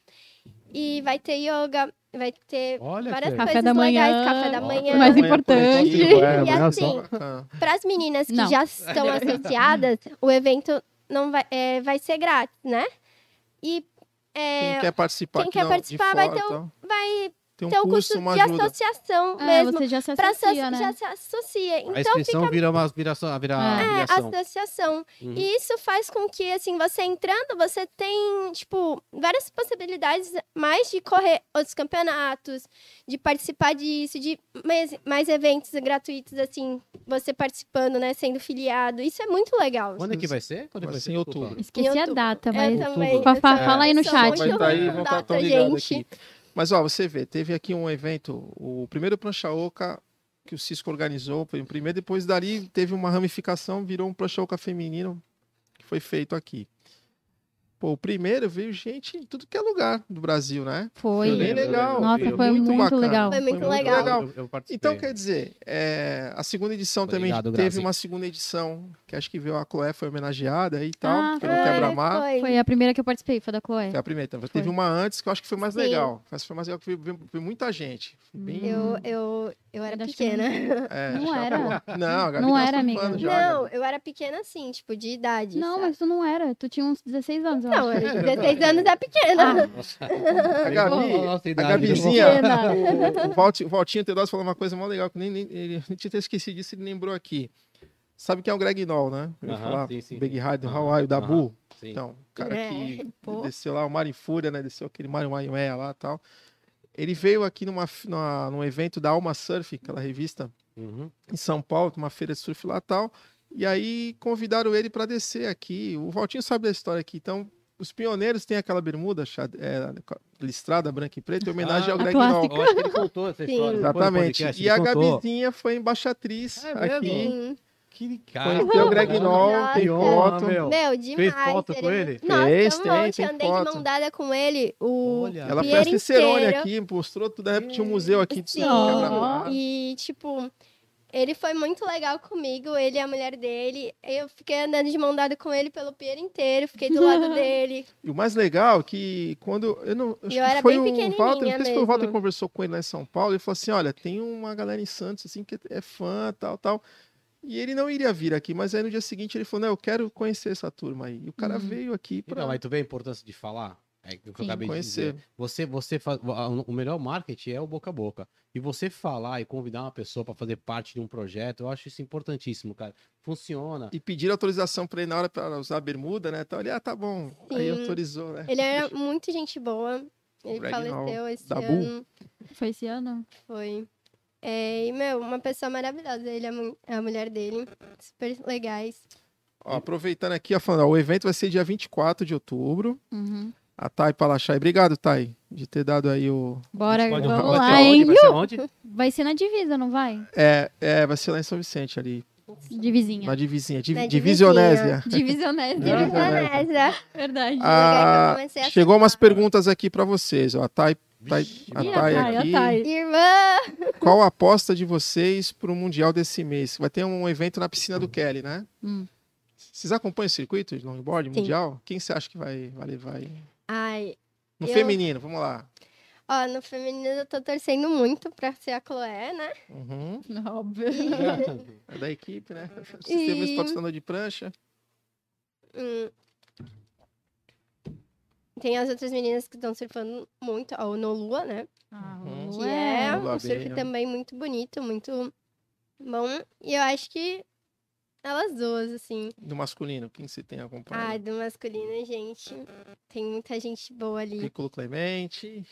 E vai ter yoga, vai ter
Olha
várias
que-
coisas
Café da manhã.
legais, café da
Ó,
manhã.
Mais
Amanhã é
importante.
coletivo, é,
E
amanhã
assim,
só- bacana.
Para as meninas que
Não.
já estão associadas, o evento não vai, é, vai ser grátis, né? E é,
Quem quer participar,
quem
que
quer
não- de
participar vai
fora,
ter um-
tal.
vai
Tem tem um
Tem um
curso,
curso
uma
de
ajuda.
associação
É,
mesmo.
você já se
Pra
associa,
associa,
né?
já se associa.
a
Então
inscrição vira uma aspiração. Vira
É.
É,
aspiração.
associação.
Uhum.
E isso faz com que, assim, você entrando, você tem, tipo, várias possibilidades mais de correr outros campeonatos, de participar disso, de mais, mais eventos gratuitos, assim, você participando, né, sendo filiado. Isso é muito legal.
Quando é que vai ser? Quando é que
Vai
vai ser?
ser em
Desculpa.
outubro.
Esqueci a
outubro.
data,
É,
mas...
tá
também.
Fafá,
eu também
fala aí no
sou
chat.
muito
Vai estar aí, vão estar
data,
tão ligado
tá gente.
aqui. Mas ó, você vê, teve aqui um evento, o primeiro Prancha Oca que o Cisco organizou, foi o primeiro, depois dali teve uma ramificação, virou um Prancha Oca feminino que foi feito aqui. Pô, o primeiro veio gente em tudo que é lugar do Brasil, né?
Foi.
Eu
bem
lembro, eu
legal.
lembro.
Nossa,
Foi
foi
muito
muito,
bacana.
legal.
Foi muito legal.
Eu- Eu, eu participei.
Então, quer dizer, é, a segunda edição
Obrigado,
também teve
Grazi.
uma segunda edição, que acho que veio a Chloé, foi homenageada e tal,
Ah,
pelo
foi.
quebra-mar.
foi.
Foi a primeira que eu participei, foi da Chloe.
Foi a primeira. Então,
Foi.
teve uma antes que eu acho que foi mais
Sim.
legal. Essa foi mais legal que veio- veio, veio muita gente. Foi Bem,
Eu, eu, eu era
Ainda acho que
pequena.
é,
não
acho que
era.
acabou. Não, a Gabi
Não
tava
era, amiga.
surfando já,
Não,
Gabi.
eu era pequena, assim, tipo, de idade.
Não,
sabe?
mas tu não era. Tu tinha uns 16 anos,
Não,
eu acho.
eu- 16 anos é
Ah.
pequena.
A Gabi, a Gabizinha, o, o Valti- o Valtinho Teodoro falou uma coisa mó legal, que nem, nem- ele eu tinha até esquecido disso, ele lembrou aqui. Sabe quem é o Greg Noll, né? Eu ia
Aham,
falar,
sim, sim.
o Big Ride, o
Aham,
Hawaii, o Dabu.
aham.
Então, o cara
É,
que
pô.
desceu lá, o Mar em Fúria, né? Desceu aquele Mario Maiué lá e tal. Ele veio aqui numa, numa, num evento da Alma Surf, aquela revista em São Paulo, uma feira de surf lá e tal. E aí convidaram ele para descer aqui. O Valtinho sabe da história aqui. Então, os pioneiros têm aquela bermuda xad- é, listrada, branca e preta, em homenagem
Ah,
ao
a
Greg Noll.
Eu acho que ele contou essa
Sim.
história. depois do
Exatamente.
podcast,
E
ele
a
contou.
Gabizinha foi embaixatriz
É mesmo? Ah,
aqui.
Sim.
Que cara.
Conheceu o Greg Noll,
Nossa.
tem foto.
meu.
Meu, demais.
foto com ele?
Nossa,
Fez,
um
tem,
monte.
tem
Andei
foto.
de mão dada com ele. O...
Olha.
Ela foi a
Pinheiro
Cicerone
inteiro.
aqui, tá mostrou tudo. De repente, tinha um museu aqui de
Sim.
Quebra-mar.
E, tipo, ele foi muito legal comigo, ele e a mulher dele. Eu fiquei andando de mão dada com ele pelo pier inteiro, fiquei do lado dele.
E o mais legal é que quando. Eu não. Acho
E
que
eu era
foi
bem
o
pequenininha
Walter, não sei se foi o Walter que
mesmo.
conversou com ele lá em São Paulo. Ele falou assim: olha, tem uma galera em Santos assim que é fã, tal, tal. E ele não iria vir aqui, mas aí no dia seguinte ele falou: não, eu quero conhecer essa turma aí. E o cara
Uhum.
veio aqui
Não,
pra
Então, mas tu vê a importância de falar? É o que eu
Sim.
acabei de
conhecer.
dizer. né? Você, você faz, o melhor marketing é o boca a boca. E você falar e convidar uma pessoa para fazer parte de um projeto, eu acho isso importantíssimo, cara. Funciona.
E pedir autorização pra ele na hora pra usar a bermuda, né? Então ele, ah, tá bom. Aí
Sim.
autorizou, né?
Ele era muito gente boa. Ele
Greg
faleceu esse
Dabu.
ano.
Foi esse ano?
Foi. É, e, meu, uma pessoa maravilhosa. Ele é a mu- a mulher dele. Super legais.
Ó, aproveitando aqui, ó, falando, ó, o evento vai ser dia 24 de outubro.
Uhum.
A Thay Palachai. Obrigado, Thay, de ter dado aí o.
Bora,
Pode-
vamos
vai ser
lá,
aonde?
hein?
Vai ser aonde?
Vai ser na divisa, não vai?
É, é, vai ser lá em São Vicente, ali, na
Divisinha.
divisinha. Div
Na
divisionésia.
Divisionésia,
Não.
Indonésia.
verdade.
é, né? Ah,
Eu comecei a
chegou umas
chorar.
perguntas aqui pra vocês. Ó, tá? a Thay, Thay- a tá
Ih,
Thay
Thay, a
aqui.
Thay.
Irmã!
Qual a aposta de vocês pro Mundial desse mês? Vai ter um evento na piscina do Kelly, né?
Hum.
Vocês acompanham o circuito de longboard
Sim.
mundial? Quem você acha que vai, vai levar aí?
Ai,
No
Eu-
feminino, vamos lá.
ó, no feminino eu tô torcendo muito pra ser a Chloé, né?
Uhum.
Óbvio.
Ah,
É da equipe, né? Vocês têm esse
E-
patrocinador de prancha.
Hum. Tem as outras meninas que estão surfando muito, ó, o Nolua, né?
Ah,
Uhum.
Que
ué.
é
Nolua
um surf
bem, ó.
também muito bonito, muito bom. E eu acho que elas duas, assim.
Do masculino, quem você tem
Ah,
acompanhado?
do masculino, gente. Tem muita gente boa ali.
Piccolo Clemente,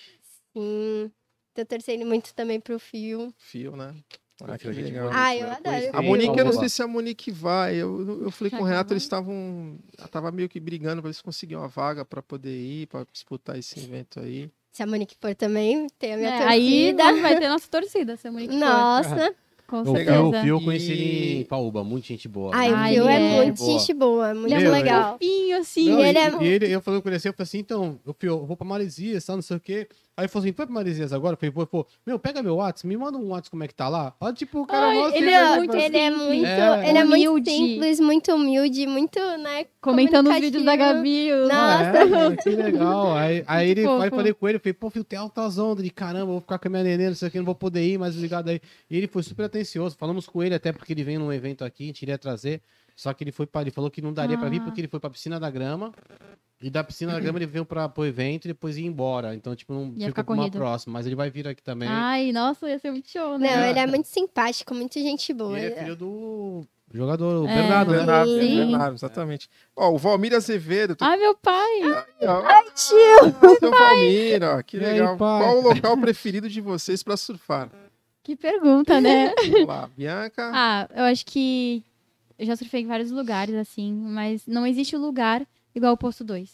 Sim. Tô torcendo muito também pro Fio.
Fio, né?
Ah,
Ah, que
a gente
legal.
vai-
Ah, eu
vai
adoro.
conhecer.
A
Sim,
Monique, eu não
Vamos lá.
sei se a Monique vai. Eu, eu falei
Será
com o
que ela
Renato,
vai?
eles estavam. Ela tava meio que brigando para eles conseguirem uma vaga para poder ir, para disputar esse evento aí.
Se a Monique for também, tem a minha
É,
torcida.
aí não vai ter nossa torcida, se a Monique for.
Nossa.
Com
O
certeza.
Fio, o Fio eu conheci
E-
ele em Paúba, muito gente boa.
Ai, o
Ai,
Fio é
ele é
muito
boa.
gente boa, muito
Meu,
legal.
Fofinho, assim.
Não,
E
e,
ele é
e ele- eu falei com ele assim, eu falei assim, então, eu, fui, eu vou pra Maresias, tá, não sei o quê. Aí ele falou assim, vai pra Maresias agora? Eu falei, pô, pô, meu, pega meu WhatsApp, me manda um WhatsApp como é que tá lá. Olha, tipo, o cara
Ai,
mó assim,
ele
né,
é
tipo,
muito-
ele é
simples.
muito,
É.
ele é muito
Humilde.
simples, muito humilde, muito, né?
Comentando os vídeos da
comunicativo.
Gabi.
Nossa. é, que legal. Aí, aí
Muito
ele, aí eu
fofo.
falei com ele, eu falei, pô, filho, tem altas ondas de caramba, vou ficar com a minha neném, não sei o que, não vou poder ir, mas ligado aí. E ele foi super atencioso, falamos com ele até porque ele vem num evento aqui, a gente iria trazer, só que ele foi para ele falou que não daria pra vir
Ah.
porque ele foi pra piscina da grama, E da piscina da grama ele veio pra, pro evento e depois ia embora. Então, tipo, não
Ia
ficou
ficar
pra uma
corrido. Ah,
próxima. Mas ele vai vir aqui também.
Ai, nossa, ia ser muito show, né?
Não, ele é muito simpático, muito gente
E
boa.
ele é filho do jogador, o
É.
Bernardo, né?
Bernardo,
Sim.
Bernardo, exatamente. Ó, o Valmir Azevedo. Tá
Ai, Ah, meu pai!
aqui, ó. Ai, tio! Seu Valmir, ó, que
E aí,
legal.
pai?
Qual o local preferido de vocês pra surfar?
Que pergunta, né?
Vamos lá, Bianca.
ah, eu acho que eu já surfei em vários lugares, assim, mas não existe lugar igual o posto 2.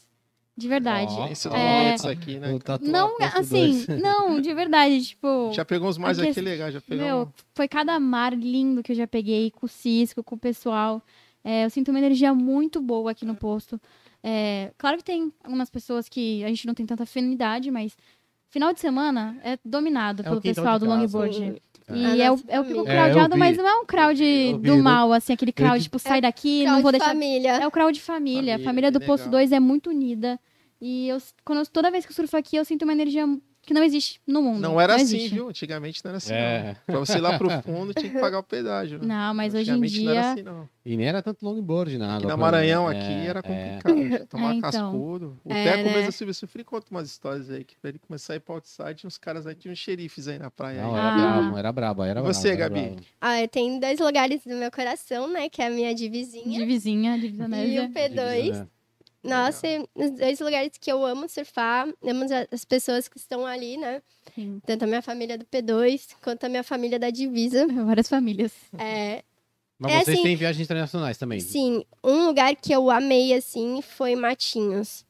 De verdade.
Ó,
Esses
é,
momentos aqui, né?
O tatuado
Não,
posto
assim,
dois.
não, de verdade, tipo.
Já pegou uns mais
Aqui,
aqui, legal. Já pegou. um?
Meu, foi cada mar lindo que eu já peguei com o Cisco, com o pessoal. É, eu sinto uma energia muito boa aqui no posto. É, claro que tem algumas pessoas que a gente não tem tanta afinidade, mas final de semana é dominado
É o
pelo
quintal
pessoal
de
do
casa.
longboard.
É.
E é
A
o,
nossa
é o pico
família.
É, eu
crowdado,
vi.
mas não é um crowd
Eu vi,
do
não-
mal, assim, aquele crowd,
que-
tipo, sai daqui,
É, Crowd
não vou deixar.
família.
É o crowd família.
Família,
A família do
que
Posto
legal.
2 é muito unida. E eu, quando eu- toda vez que eu surfo aqui, eu sinto uma energia que não existe no mundo.
Não era assim,
existe.
viu? Antigamente não era assim.
É.
Não. Pra você ir lá pro fundo tinha que pagar o pedágio. Né?
Não, mas hoje em
Antigamente não era
dia.
assim, não.
E nem era tanto longboard na
Aqui
água.
na
pelo
Maranhão,
menos.
aqui
É,
era
é.
complicado. tinha que Tomar
É, então.
cascudo. O
É,
Teco
né?
mesmo, Silvio Silfri, conta umas histórias aí. Que pra ele começar a ir pra outside, tinha uns caras aí, tinha uns xerifes aí na praia.
Não,
aí.
era
Ah.
brabo, era brabo, era
E você,
brabo, era
Gabi?
brabo.
Ah, eu tenho dois lugares do meu coração, né? Que é a minha divisinha
De vizinha, de
e o
visionésia.
P2.
Divisão, né?
Nossa, e os dois lugares que eu amo surfar, amo as- as pessoas que estão ali, né?
Sim.
Tanto a minha família do P2 quanto a minha família da divisa.
Várias famílias.
É,
Mas
É
vocês
assim-
têm viagens internacionais também.
sim, um lugar que eu amei assim foi Matinhos.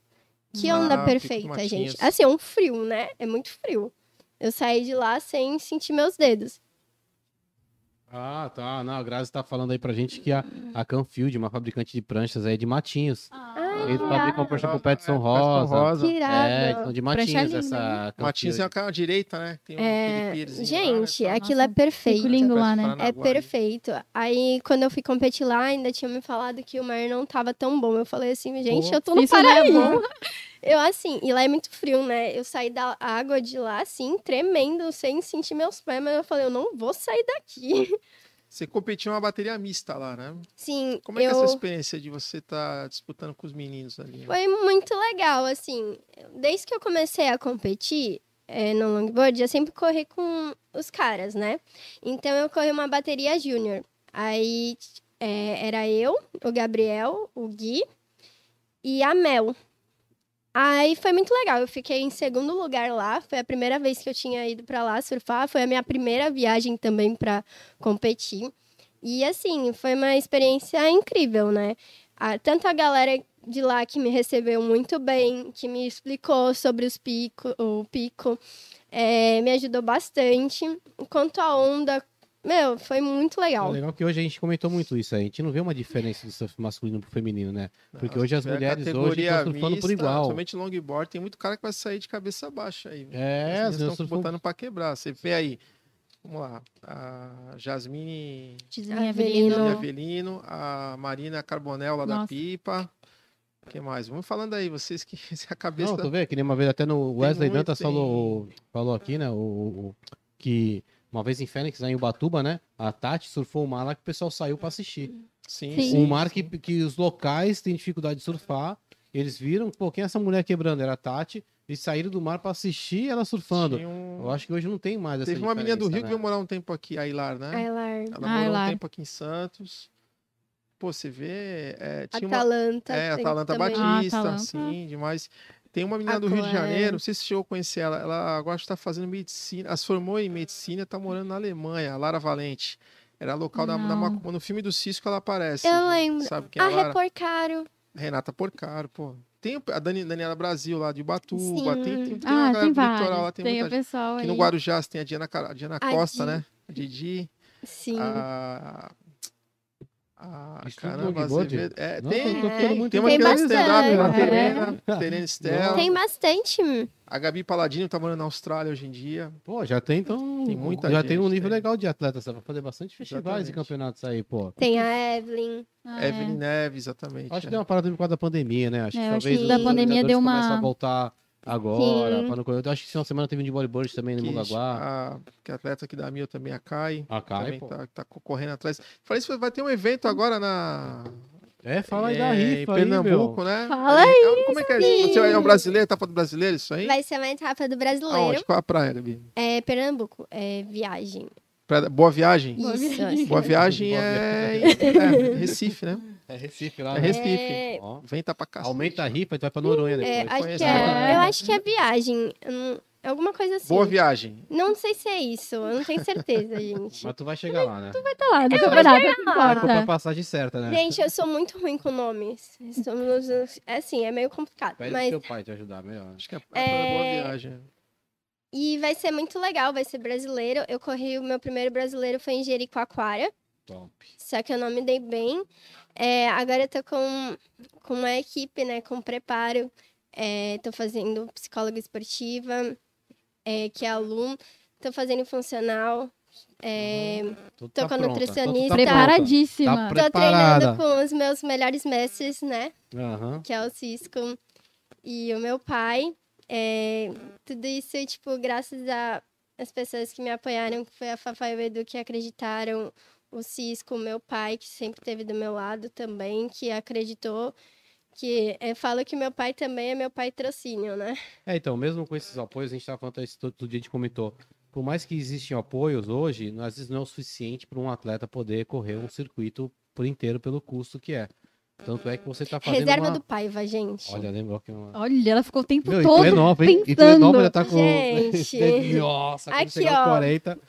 Que
Ah,
onda
que
perfeita,
Matinhos.
gente. Assim, é um frio, né? É muito frio. Eu saí de lá sem sentir meus dedos.
Ah, tá. Não, a Grazi tá falando aí pra gente que a, a Canfield, uma fabricante de pranchas aí de matinhos.
Ah,
Eles fabricam prancha com
É,
Petson
Petson
Rosa.
Rosa.
Que irado.
É, eles são de
Prancha
matinhos
linda,
essa.
Matinhos é
Canfield.
uma cara direita, né? Tem um
É,
pirzinho lá,
gente,
né?
aquilo é
Nossa,
perfeito.
Fico lindo lá, né?
É perfeito. Aí, quando eu fui competir lá, ainda tinha me falado que o mar não tava tão bom. Eu falei assim, gente,
Pô,
eu tô no
isso não é
Paraíba.
bom.
Eu, assim, e lá é muito frio, né? Eu saí da água de lá, assim, tremendo, sem sentir meus pés, mas eu falei, eu não vou sair daqui.
Você competiu uma bateria mista lá, né?
Sim,
Como é que é
eu...
essa experiência de você estar disputando com os meninos ali? né?
Foi muito legal, assim. Desde que eu comecei a competir eh, no longboard, eu sempre corri com os caras, né? Então eu corri uma bateria júnior. Aí t- eh, era eu, o Gabriel, o Gui e a Mel. Aí foi muito legal. Eu fiquei em segundo lugar lá. Foi a primeira vez que eu tinha ido pra lá surfar. Foi a minha primeira viagem também pra competir. E assim, foi uma experiência incrível, né? Ah, tanto a galera de lá que me recebeu muito bem, que me explicou sobre os pico, o pico, eh, me ajudou bastante. Quanto à onda, meu, foi muito
É
legal.
legal que hoje a gente comentou muito isso aí. A gente não vê uma diferença do surf masculino pro feminino, né? Porque
Nossa,
hoje as
tiver
mulheres hoje
É categoria
estão surfando por
mista,
igual.
Somente longboard, tem muito cara que vai sair de cabeça baixa aí.
É,
as
as
meninas
meninas
estão
surfam-
botando pra quebrar. Você vê aí. Vamos lá. A Jasmine
Tizinha,
Avelino.
e
Avelino.
Avelino, a Marina Carbonel lá da
Nossa.
Pipa. O que mais? Vamos falando aí, vocês que a cabeça
Não,
da
tu vê, que nem uma vez até no Wesley
muito,
Dantas
tem-
falou, falou aqui, né? O, o- que uma vez em Fênix, lá em Ubatuba, né? A Tati surfou o mar lá que o pessoal saiu pra assistir.
Sim,
Sim.
Um mar que, que os locais têm dificuldade de surfar. Eles viram, pô, quem é essa mulher quebrando? Era a Tati. E saíram do mar pra assistir ela surfando.
Tinha um-
Eu acho que hoje não tem mais essa
Teve uma menina do Rio
diferença,
que
né?
veio morar um tempo aqui, a Ilar, né?
Ai, Lar.
Ela
Ah,
morou um
Ilar.
tempo aqui em Santos. Pô, você vê. é, tinha uma...
Atalanta.
É,
Tá tem
Atalanta
também.
Batista.
Batista,
Ah, Atalanta.
sim, demais. Tem uma menina
A
do Rio de
Chloé.
Janeiro, não sei se você chegou a conhecer ela, ela agora está fazendo medicina, ela se formou em medicina, está morando na Alemanha, a Lara Valente. Era local da, da
Não.
Macumba. No filme do Cisco ela aparece.
Eu lembro.
Sabe quem é
A
a Lara?
Reporcaro.
Renata Porcaro, pô. Tem a Dani, Daniela Brasil lá de Ubatuba, tem, tem, tem uma
Ah,
galera
tem
do litoral lá,
vários.
tem,
Tem,
muita
o
gente.
pessoal
Aqui
aí.
no Guarujá você tem a Diana, Car- a Diana
A
Costa,
Di.
né? A Didi,
Sim.
Ah, a... a
Isso tudo
caramba,
longboard?
Azevedo. É,
Nossa,
tem,
eu né? tô ficando muito
tem uma
Tem
criança
interessante.
bastante.
stand-up lá,
É.
Terena,
né?
Terena Stella.
Tem bastante. hum.
A Gabi Paladino tá morando na Austrália hoje em dia.
Pô, já tem então.
Tem muita
já
gente,
tem um nível
tem.
legal de atletas. Dá pra fazer bastante festivais
Exatamente.
e campeonatos aí, pô.
Tem a Evelyn.
Ah, é.
Evelyn Neves, exatamente.
Acho que
é.
deu uma parada por causa da pandemia, né? Acho que
É, eu acho
talvez
que
os
da
pandemia
organizadores
deu uma-
comecem a voltar agora.
Sim.
pra não correr. Eu acho que essa semana teve um de bodyboard também no
Que
Mugaguá.
a- que atleta aqui da minha também, a Kai.
A Kai,
também
pô.
tá, tá correndo atrás. Falei isso, vai ter um evento agora na.
É, fala aí da
É,
rifa
Em
aí, meu.
Pernambuco, né?
Fala
aí. Como é que é isso? Você é um
Gabi.
brasileiro, etapa do brasileiro, isso aí?
Vai ser uma etapa do brasileiro.
Aonde? Qual a praia, Gabi?
É Pernambuco, é viagem.
Praia da- Boa Viagem?
Boa
Isso. assim.
viagem.
Boa Viagem
Boa
é... em- é Recife, né?
É Recife lá.
É
né?
Recife.
É,
Ó,
Venta pra cá.
aumenta a rifa e tu vai pra Noronha depois.
é, acho
conhece
que
ela.
né?
é, eu acho que é viagem. eu não- Alguma coisa assim.
Boa Viagem.
Não sei se é isso, eu não tenho certeza, gente.
Mas tu vai chegar lá, né? Tu vai
Tá lá, não compra nada, Tá não
vai comprar a
importa.
passagem certa, né?
Gente, eu sou muito ruim com nomes. Somos, é assim, é meio complicado.
Pede pro
Mas,
teu pai te ajudar melhor. né?
Acho que é,
É.
Boa Viagem.
e vai ser muito legal, vai ser brasileiro. Eu corri, o meu primeiro brasileiro foi em Jericoacoara,
Top.
só que eu não me dei bem. É, agora eu tô com, com uma equipe, né, com preparo. É, tô fazendo psicóloga esportiva, é, que é aluno. Tô fazendo funcional. É,
Tu
Tô
tá
com a
pronta,
nutricionista.
então tu tá pronta.
Preparadíssima.
Tá
tô
Preparada.
treinando com os meus melhores mestres, né?
Aham.
que é o Cisco, e o meu pai. É, tudo isso, tipo, graças a- às pessoas que me apoiaram, que foi a Fafá e o Edu, que acreditaram, o Cisco, o meu pai, que sempre esteve do meu lado também, que acreditou, que eu falo que meu pai também é meu pai trocínio, né?
É, então, mesmo com esses apoios, a gente tava falando isso todo, todo dia, a gente comentou. Por mais que existem apoios hoje, às vezes não é o suficiente para um atleta poder correr um circuito por inteiro pelo custo que é. Tanto é que você tá fazendo
Reserva
uma...
do Paiva, gente.
Olha, lembrou que... é Uma...
Olha, ela ficou o tempo
Meu, e tu
todo
é nova, hein? E tu é
pensando.
nova, já tá com...
Gente.
Nossa, quando
Aqui,
chegar aos
ó.
40,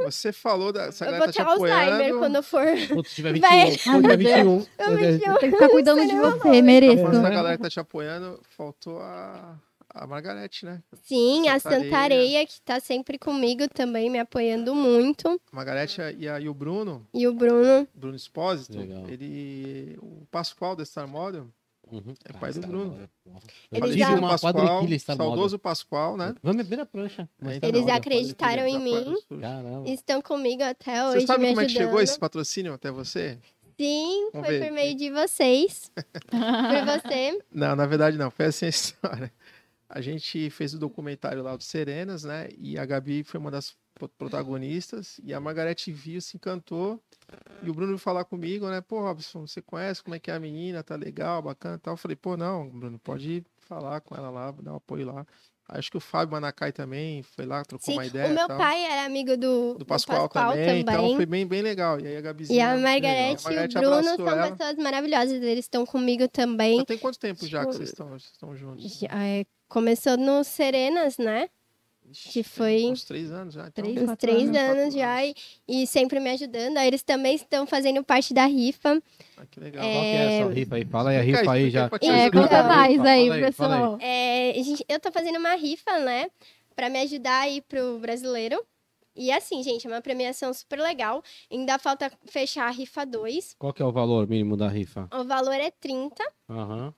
Você falou da... Essa
Eu
galera tá
vou
te
ter Alzheimer
apoiando.
quando eu for.
quando tu tiver 21,
Vai.
quando tiver 21...
Eu
quando-
meti um-
Tem que estar cuidando de você,
Tá falando
mereço.
da galera que tá te apoiando. Faltou a, a Margarete, né?
Sim, a
Santa
Santa
Areia.
Areia, que tá sempre comigo também, me apoiando muito.
A Margarete e, a- e o Bruno,
E o Bruno.
Bruno Espósito,
Legal.
ele... O Pascoal da Star Model,
Uhum.
É
Ah,
pai do
Star
Bruno.
Model, porra.
Eles
Eu
já-
é
tive uma
Pascoal,
quadriquilha Star tá Model.
saudoso Pascoal, né?
Vamos beber a prancha. uma
tá,
Star
Eles
Model.
acreditaram em mim.
Caramba.
Estão comigo até hoje.
Você sabe
me
como é que
ajudando.
chegou esse patrocínio até você?
Sim,
Vamos
foi
ver.
por meio de vocês. por você.
Não, na verdade não, foi assim a história. A gente fez o documentário lá do Serenas, né? E a Gabi foi uma das po- protagonistas. E a Margarete viu, se encantou. E o Bruno veio falar comigo, né? Pô, Robson, você conhece como é que é a menina? Tá legal, bacana e tal. Eu falei, pô, não, Bruno, pode falar com ela lá, dar um apoio lá. Acho que o Fábio Manacai também foi lá, trocou
Sim,
uma ideia.
o meu
tal.
pai era amigo do,
do Pascoal, também, Então foi bem, bem legal. E aí a Gabizinha.
e a
legal.
Margarete
A
e o
Margarete
Bruno
abraçou
são
ela.
pessoas maravilhosas. Eles estão comigo também.
Já tem quanto tempo já que
Tipo,
vocês estão, vocês estão juntos?
Já, é, começou no Serenas, né?
Ixi, tem
foi-
Uns três anos já. Então.
Três,
Uns
Quatro
três
anos.
anos
Quatro
já. E, e sempre me ajudando. Aí Eles também estão fazendo parte da rifa.
Ah, que legal.
Qual que é essa rifa aí? Fala aí a
Explica
rifa aí
explica
já.
pra tia
É,
Isabela.
conta
Fala
mais
fala
aí,
aí, fala
pessoal.
É, a gente- eu tô fazendo uma rifa, né? Pra me ajudar aí pro brasileiro. E assim, gente, é uma premiação super legal. Ainda falta fechar a rifa 2.
Qual que é o valor mínimo da rifa?
O valor é 30.
Aham.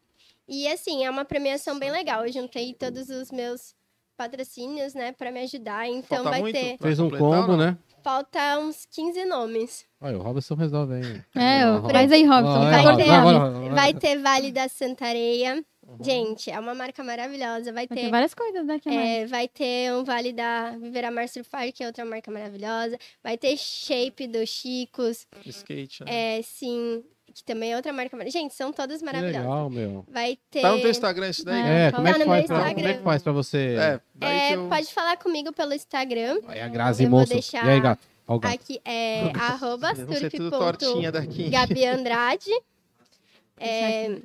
E assim, é uma premiação bem legal. Eu juntei todos os meus patrocínios, né, Pra me ajudar. Então
Falta
vai
Tá muito?
ter.
Vai
Fez um
completar,
combo,
não?
né?
Falta uns 15 nomes.
Olha, o Robson resolve aí.
É,
Ó,
ó, traz aí, Robson.
Ó,
vai
Robson,
ter-
14
bora,
anos.
bora, bora.
Vai ter Vale da Santa Areia.
Ah. Uhum.
Gente, é uma marca maravilhosa. Vai
Vai ter
ter.
várias coisas, né? que é mais.
É, vai ter um Vale da Viver Mar Surfar, que é outra marca maravilhosa. Vai ter Shape do Chicos,
Skate, né?
é, sim, que também é outra marca maravilhosa. Gente, são todas
Que
maravilhosas.
legal, meu.
Vai ter.
Tá no teu Instagram isso daí?
É,
É,
fala
como é,
lá
que
tá no
faz pra,
meu
como é
Instagram.
que faz pra você?
É, daí
É,
que eu...
Pode falar comigo pelo Instagram.
Aí a Grazi
Eu vou
Monstro.
deixar
E aí, gato? Ó, o gato.
Aqui é arroba
Eu não sei tudo tortinha daqui.
Gabi Andrade. É,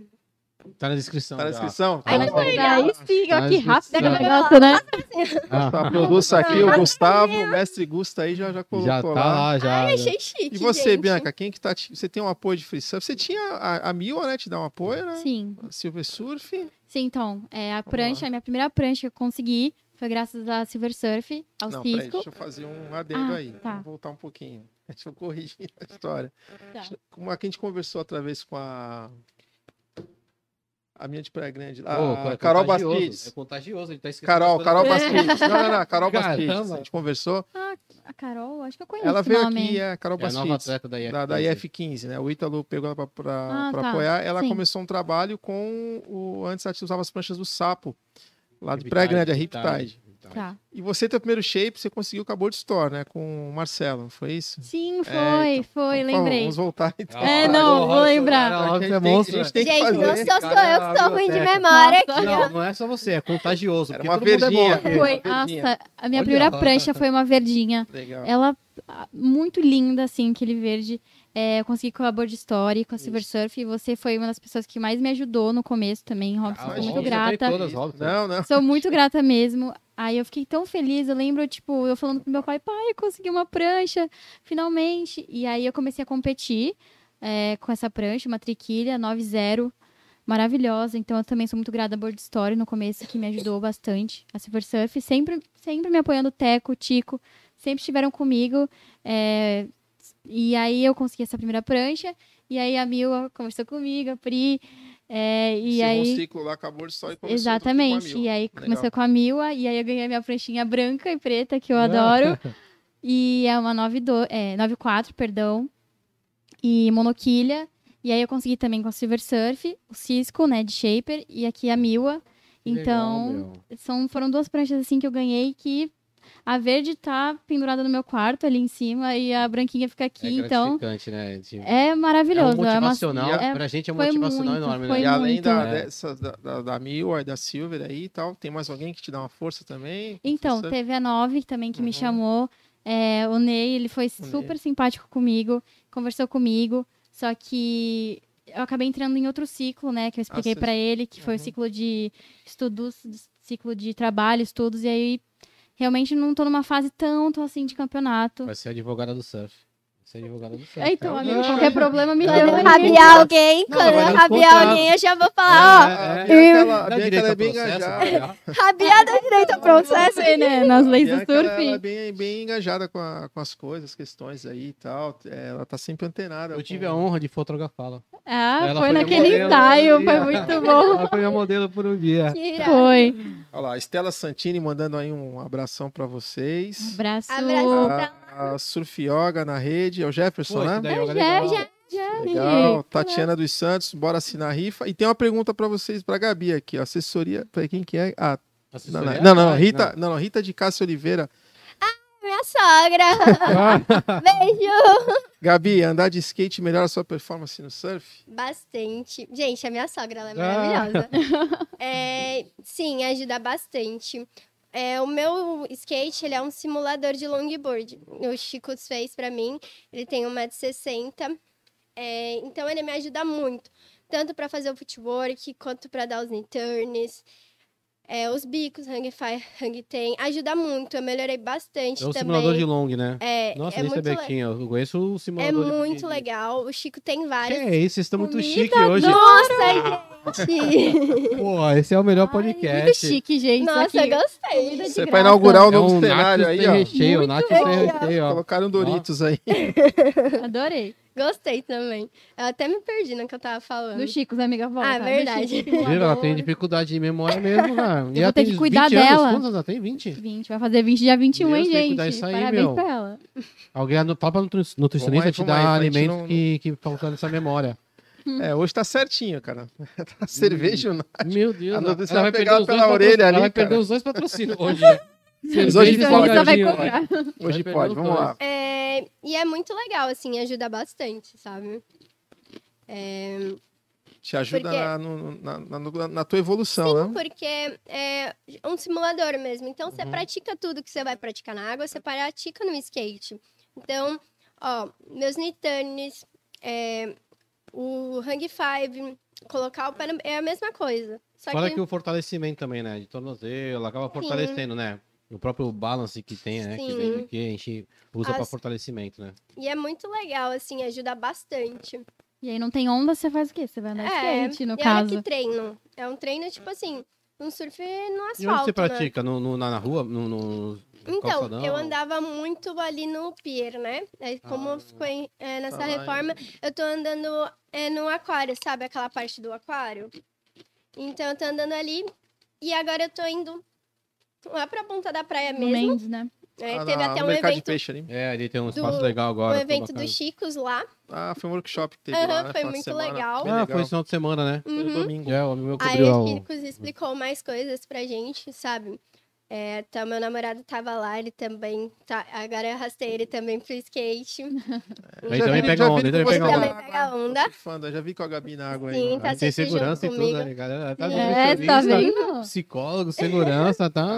Tá na descrição.
Tá na
já.
descrição?
Ai, que legal.
Aí sim, ó,
Mas
que
isso-
rápido é que
Ah.
o negócio, né?
Ah,
Tá, produz aqui
é.
o Gustavo, o mestre Gusta aí já, já colocou
já tá lá, já.
ai, achei chique.
E você,
gente.
Bianca, quem que tá. te- Você tem um apoio de free surf? Você tinha a, a Mila, né? Te dá um apoio, né?
Sim.
Silver Surf.
Sim, então, é, a prancha, a minha primeira prancha que eu consegui foi graças a Silver Surf, ao
não, peraí,
Cisco.
deixa eu fazer um adendo
Ah,
aí.
tá.
Vamos voltar um pouquinho. Deixa eu corrigir a história.
Tá.
Como é que a gente conversou outra vez com a. A minha de Praia Grande. lá,
Pô,
A
é
Carol
contagioso,
Bastides.
É contagioso, ele tá esquecendo.
Carol,
as
Carol
coisas.
Bastides. Não, não, não. Carol Bastides.
Caramba.
A gente conversou.
A Carol, acho que eu conheço
Ela veio
o nome.
aqui, é a Carol
É a nova
Bastides.
atleta da IF.
da, da IF15, né? O Ítalo pegou ela para
Ah, tá.
apoiar. Ela
Sim.
começou um trabalho com o. Antes ela usava as pranchas do sapo, lá de
Riptide,
Praia Grande, a
Riptide.
Riptide.
Tá.
E você, teu primeiro shape, você conseguiu com a Board Store, né? Com o Marcelo, foi isso?
Sim, foi,
então,
foi,
Então, por favor,
lembrei.
Vamos voltar então.
É, não, vou lembrar.
Não, você
Porque a
é
gente tem-
monstro.
a gente
né?
tem que
Gente,
fazer.
não sou só
Cara,
eu
na
que sou ruim de
biblioteca.
memória aqui.
Não, não é só você, é contagioso.
Era
porque
uma
todo mundo é bom.
verdinha.
aqui.
Foi,
uma verdinha.
nossa, a minha
Olha.
primeira prancha foi uma verdinha.
Legal.
Ela, ah, muito linda, assim, aquele verde. É, eu consegui com a Board Story, com a Silver Surf, e você foi uma das pessoas que mais me ajudou no começo também, Robson.
Ah,
sou muito
Robson,
grata.
tem todas, né? Robson.
Não, não.
Sou muito grata mesmo. Aí eu fiquei tão feliz, eu lembro, tipo, eu falando pro meu pai, pai, eu consegui uma prancha, finalmente. E aí eu comecei a competir é, com essa prancha, uma triquilha 9-0, maravilhosa. Então eu também sou muito grata à Board Story no começo, que me ajudou bastante. A Silver Surf, sempre, sempre me apoiando, o Teco, o Tico, sempre estiveram comigo. é, e aí eu consegui essa primeira prancha, e aí a Mil conversou comigo, a Pri. é, e
Encerrou
aí...
um ciclo lá, acabou de só e começou
Exatamente. E
E
aí
Legal.
começou com a Mila, e aí eu ganhei minha pranchinha branca e preta, que eu
Ah.
adoro. E é uma 92, é, 94, perdão. E monoquilha. E aí eu consegui também com a Silver Surf, o Cisco, né, de Shaper, e aqui a Mila.
Que legal,
Então,
meu.
são, foram duas pranchas assim que eu ganhei que a verde tá pendurada no meu quarto ali em cima e a branquinha fica
É
aqui, então
gratificante, né? de-
é
um
maravilhoso, é uma
motivacional.
é-
pra gente é um
foi
motivacional
muito,
enorme,
foi
né?
além da,
muito.
dessa, da, da, da Mil, da Silver aí e tal, tem mais alguém que te dá uma força também?
Então,
Você-
teve a 9 também que
é Uhum.
me chamou. É, o Ney, ele foi
Ney.
super simpático comigo, conversou comigo, só que eu acabei entrando em outro ciclo, né, que eu expliquei
sim.
pra ele, que foi o
Uhum.
ciclo de estudos, ciclo de trabalho, estudos, e aí realmente não tô numa fase tanto assim de campeonato.
Vai ser advogada do surf. Vai ser advogada do surf.
É, então,
é o
amigo,
Ney.
qualquer problema me
Não,
Quando
chama
eu
mas-
aí.
rabiar alguém,
Não,
quando
mas
eu
no
rabiar
contrato.
alguém, eu já vou falar,
É,
A Ah, Bianca, ela, a
Dá
Bianca,
direito
ela
a
é bem
processo,
engajada.
tá?
ó, rabiar dá direito ao processo.
Você, né, nas leis do
Bianca, ela, ela é
surf.
bem, bem engajada com, a, com as coisas, questões aí e tal. É, Ela tá sempre antenada.
Eu
com-
tive a honra de fotografá-la.
Ah,
Ela
foi
foi
naquele
modelo,
ensaio,
né?
foi muito bom.
Ela foi minha modelo por um dia.
Que irado.
Foi.
Olha lá, a Estela Santini mandando aí um abração pra
Um
vocês.
abraço.
Abraço.
A Surf Yoga na rede, é o Jefferson,
Pô,
né?
esse daí é
É,
legal.
já, né?
Legal, Tatiana dos Santos, bora assinar a rifa. E tem uma pergunta pra vocês, pra Gabi aqui, ó. Assessoria, pra quem que é? Ah, não, não,
Assessoria? Ah,
não, não, Rita, não, não, Rita de Cássio Oliveira.
Minha sogra.
Ah,
Beijo.
Gabi, andar de skate melhora a sua performance no surf?
Bastante. Gente, a minha sogra, ela é
Ah.
maravilhosa. É, sim, ajuda bastante. É, o meu skate, ele é um simulador de longboard. O Chico fez pra mim. Ele tem 1,60m. É, então, ele me ajuda muito. Tanto pra fazer o footwork, quanto pra dar os returns. É, os bicos, hang fire, hang ten. Ajuda muito. Eu melhorei bastante
é o
também.
simulador de long, né?
É,
Nossa,
é
nem
muito
sabia
le-
que tinha. Eu conheço o
É
simulador. de-
muito
de-
legal. O Chico tem
Que
vários.
é isso? Vocês estão muito
Comida,
chique hoje.
Nossa, gente!
Pô, esse é o melhor
Ai, muito
podcast.
chique, gente.
Nossa,
Isso aqui-
eu gostei.
comida de
Você vai
graça.
inaugurar o
é
novo
um
cenário
Nachos
aí,
sem
ó.
recheio, o
Muito
Nath sem
legal.
recheio, ó.
Colocaram Doritos aí.
Adorei.
Gostei também. Eu até me perdi no que eu tava falando.
Do Chico, da amiga volta.
Ah,
tá? Do
verdade.
Chico,
Viu? Ela
simulador.
tem dificuldade de memória mesmo, né?
Eu vou ter que cuidar
Anos.
dela.
Quantos anos ela tem? 20?
20, vai fazer 20 dia 21,
Deus,
hein,
tem que cuidar
gente?
disso aí,
Parabéns
meu.
pra ela.
Alguém, anu- fala pra nutri-
Vamos
nutricionista
aí,
te
vamos
dar
aí, pra gente
alimento
não-
que, que falta nessa memória.
É, hoje tá certinho, cara.
Hum.
Tá cerveja, não.
Meu Deus.
A
ela-
nutricionista
ela
vai
vai
pegar
perder os
pela
dois
orelha
patrocínios.
ali,
Ela vai
cara.
perder os dois patrocínios hoje. né? Cerveja
hoje
e
pode.
Então,
salgadinho,
só vai
né?
comprar.
Hoje
perder
pode,
os
vamos
dois.
lá.
É, e é muito legal, assim, ajuda bastante, sabe?
Te ajuda
Porque-
na, no- na, na- no- na tua evolução, né?
Porque é um simulador mesmo. Então, você pratica tudo que você vai praticar na água, você pratica no skate. Então, ó, meus returns, é, o hang five, colocar o pé no... É a mesma coisa. Só
Fora
que...
que o fortalecimento também, né? De tornozelo, acaba fortalecendo, né? O próprio balance que tem, né? Que,
Sim.
vem, que a gente usa pra
As-
fortalecimento, né?
E é muito legal, assim, ajuda bastante.
E aí não tem onda, você faz o quê? Você vai andar de skate, é no
É, e
caso.
olha que treino. É um treino, tipo assim, um surf no asfalto,
E onde você
né?
pratica? No, no- na, na rua? No, no- no
Então,
calçadão?
eu andava muito ali no pier, né? Aí, como
Ah.
ficou em- é, nessa
Tá lá em-
reforma, eu tô andando é, no aquário, sabe? Aquela parte do aquário. Então, eu tô andando ali. E agora eu tô indo lá pra ponta da praia
No
tá mesmo.
Mendes, né?
né?
Ah,
Teve
na-
até
no
um
mercado de
evento,
peixe ali.
É, ele tem um
do-
espaço legal
um
agora. ficou
evento
bacana.
do Chicos lá.
Ah, foi um workshop que teve
Aham,
lá, né?
foi
Final de
muito
semana.
legal.
Bem
Ah, foi esse final de semana, né?
Foi no
Uhum.
domingo.
É, o meu
Aí
cobriu.
o
o-
Chicos explicou mais coisas pra gente, sabe? É, então, meu namorado tava lá, ele também. Tá, agora eu arrastei ele também pro skate.
Aí também pega onda, aí também pega um-
onda.
onda.
Também pega onda.
né? já vi com a Gabi na água
Sim,
aí. né?
tá
Aí tem
sempre junto
segurança e tudo,
comigo.
né, galera? Tá
É, tá
nutricionista,
vendo?
Psicólogo, segurança, tá?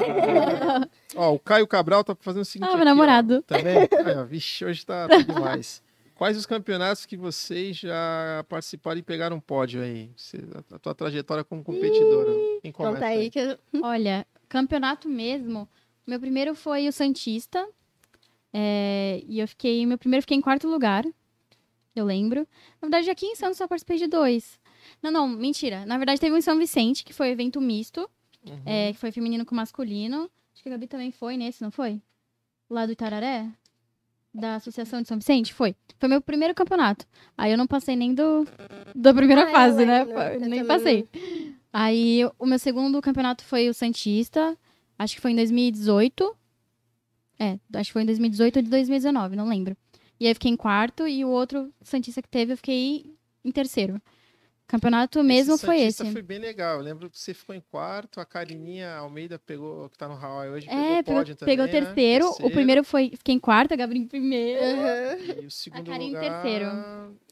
Ó, o Caio Cabral tá fazendo o seguinte.
Ah, meu
aqui, ó.
namorado.
Também? Aí, ó, vixe, hoje tá, tá demais. Quais os campeonatos que vocês já participaram e pegaram um pódio aí? Você- a, a tua trajetória como competidora. Quem começa?
Conta aí que eu
Olha, campeonato mesmo. Meu primeiro foi o Santista. é, e eu fiquei. Meu primeiro eu fiquei em quarto lugar. Eu lembro. Na verdade, aqui em Santos só participei de dois. Não, não, mentira. Na verdade, teve um em São Vicente, que foi evento misto,
Uhum.
é, que foi feminino com masculino. Acho que a Gabi também foi nesse, não foi? Lá do Itararé? Da Associação de São Vicente? Foi. Foi meu primeiro campeonato. Aí eu não passei nem do da primeira
Ah, eu
fase, né?
lembro. Eu
nem
também
passei. Aí o meu segundo campeonato foi o Santista. Acho que foi em 2018. É, acho que foi em 2018 ou de 2019, não lembro. E aí eu fiquei em quarto e o outro Santista que teve eu fiquei em terceiro. Campeonato mesmo
Esse
foi
Santista
esse.
Foi bem legal. Eu lembro que você ficou em quarto, a Karininha Almeida pegou, que tá no Hawaii hoje,
É,
pegou o
pegou,
pódio também.
pegou
né?
terceiro. O primeiro foi. Fiquei em quarto, a Gabriel em primeiro.
É.
Aham.
E o segundo
Karine em
lugar,
terceiro.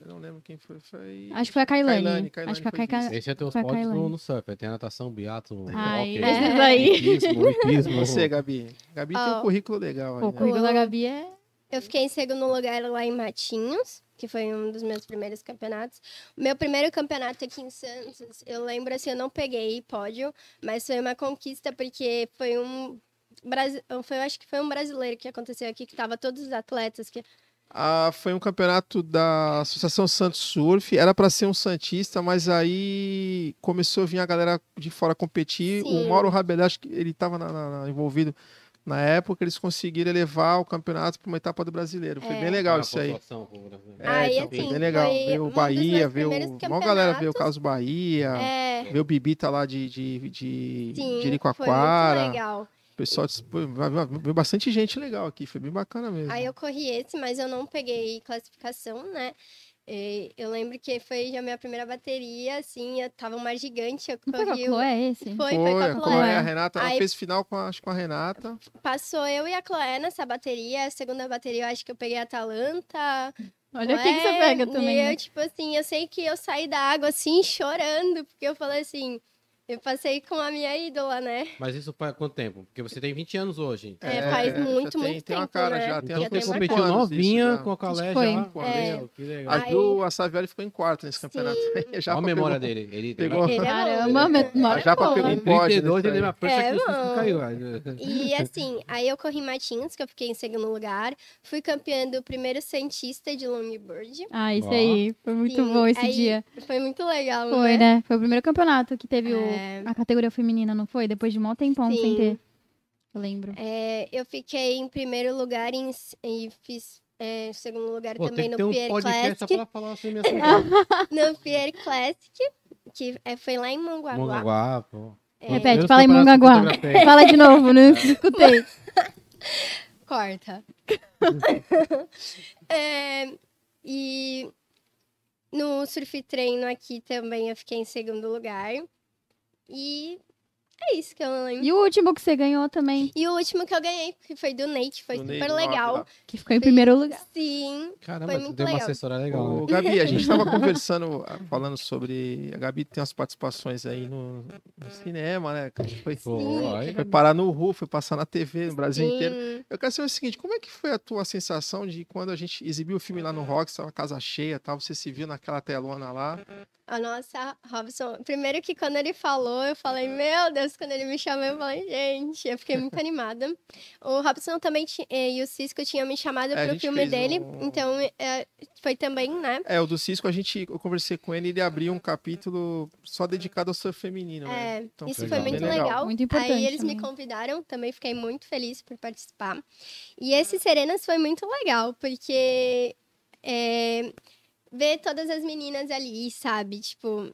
Eu não lembro quem foi. Foi.
Acho que foi a Kailane.
Kailane, Kailane
Acho que foi
foi
a Kailane.
Esse é teus
Foi a
pódios no,
Kailane.
no surf. aí Tem a natação, biato,
Ai,
hockey,
né?
esses aí.
hipismo, hipismo.
Você, Gabi. Gabi tem
Ah,
um
Ó.
currículo legal aí.
Pô, O
né?
currículo da Gabi é
Eu fiquei em segundo lugar lá em Matinhos, que foi um dos meus primeiros campeonatos. O meu primeiro campeonato aqui em Santos, eu lembro assim, eu não peguei pódio, mas foi uma conquista porque foi um brasi- foi, eu acho que foi um brasileiro que aconteceu aqui que tava todos os atletas que
Ah, foi um campeonato da Associação Santos Surf. Era para ser um Santista, mas aí começou a vir a galera de fora competir. O
Sim.
Mauro Rabelé, acho que ele estava envolvido na época. Eles conseguiram elevar o campeonato para uma etapa do brasileiro. Foi
É.
bem
Ah,
legal isso aí. É,
Aí,
então,
assim,
bem legal.
foi
Veio
um
o
dos
Bahia,
meus
veio.
primeiros
A maior galera veio o
campeonatos.
Caso Bahia,
é,
veio o Bibita lá de, de, de,
sim,
de
foi muito
Iricoacoara.
legal.
O pessoal disse, pô, veio bastante gente legal aqui. Foi bem bacana mesmo.
Aí eu corri esse, mas eu não peguei classificação, né? E eu lembro que foi já minha primeira bateria, assim, eu tava uma gigante, eu
Não foi
corri.
com a Chloé esse?
Foi,
Foi, é,
foi
a
com a
Chloé,
Chloé.
a Renata, ela
Aí-
fez final com a, acho que com a Renata.
Passou eu e a Chloé nessa bateria. A segunda bateria eu acho que eu peguei a Atalanta.
Olha quem que você
Chloé,
pega também.
E
né?
eu, tipo assim, eu sei que eu saí da água assim, chorando, porque eu falei assim, eu passei com a minha ídola, né?
Mas isso faz quanto tempo? Porque você tem 20 anos hoje.
É, faz
já
muito,
tem,
muito
tem uma
tempo,
cara
né?
já. Tem
Então
já
você
tem
cinco
competiu
anos isso
novinha
já.
com a Calé
foi.
já.
É.
Meu, que legal.
A
Aí-
Ju, a Savioli ficou em quarto nesse campeonato. aí. A
Olha
Japa
a memória
pegou-
dele. Ele
Pegou.
Ele é bom,
Caramba, meu
A Japa pegou um pódio.
32,
nesse
ele lembra
aí.
a percha
É,
que o susto
mano.
caiu. lá.
E assim, aí eu corri Matinhos, que eu fiquei em segundo lugar. Fui campeã do primeiro cientista de longboard.
Ah, isso
Ó.
aí. Foi muito
Sim,
bom esse
aí
dia.
Foi muito legal,
Foi,
né?
né? Foi o primeiro campeonato que teve o-
É.
a categoria feminina, não foi? Depois de um maior tempão sem
Sim.
ter. Eu lembro.
É, eu fiquei em primeiro lugar em- e fiz é, segundo lugar
Pô,
também
tem que
no
ter um
Pier
podcast só
Classic.
pra falar sobre minha cidade.
no Pier Classic, que é, foi lá em Manguaguá.
Mongaguá, pô.
É,
Repete,
Meus
fala em
campeonatos
Mongaguá.
que eu fotografei.
Fala de novo, né? não escutei.
corta. É, e no surf treino aqui também eu fiquei em segundo lugar. E é isso que eu lembro.
E o último que você ganhou também,
E o último que eu ganhei, que foi do Nate, foi
Do
super
Ney,
legal.
nossa.
que ficou em primeiro lugar.
Sim,
Caramba,
Foi
tu
muito
deu uma
legal.
assessora legal. né?
Ô, Gabi, a gente estava conversando, ah, falando sobre. A Gabi tem umas participações aí no, no cinema, né? cara? Foi,
Pô, aí.
foi parar no RU, foi passar na TV no Brasil
sim.
inteiro. Eu quero saber o seguinte, como é que foi a tua sensação de quando a gente exibiu o filme lá no Rock, estava casa cheia, tal, você se viu naquela telona lá?
A nossa, Robson, primeiro que quando ele falou, eu
Uhum.
falei, meu Deus, quando ele me chamou, eu falei, gente, eu fiquei muito animada. O Robson também ti- eh, e o Cisco tinham me chamado
É, a
para pro
gente
filme
fez
dele,
um-
então eh, foi também, né?
É, o do Cisco, a gente, eu conversei com ele, ele abriu um capítulo só dedicado ao surf feminino, né?
É,
Então,
Isso
legal.
foi muito
bem
legal.
Muito importante
Aí eles me
também.
convidaram, também fiquei muito feliz por participar. E esse Serenas foi muito legal, porque é, ver todas as meninas ali, sabe? Tipo,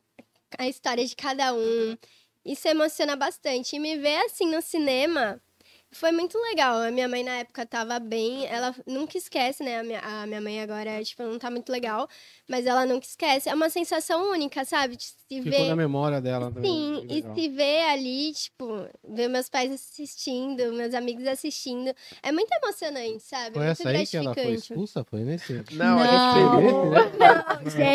a história de cada um. Isso emociona bastante. E me ver assim no cinema Foi muito legal. A minha mãe na época tava bem. Ela nunca esquece, né? A minha, a minha mãe agora, tipo, não tá muito legal. Mas ela nunca esquece. É uma sensação única, sabe? De se
Ficou na
ver.
memória dela também.
Sim,
que
e
legal.
se ver ali, tipo, ver meus pais assistindo, meus amigos assistindo. É muito emocionante, sabe?
Foi
é muito
essa aí que ela foi
gratificante.
expulsa? Foi nesse?
Não, a gente
Não.
teve,
é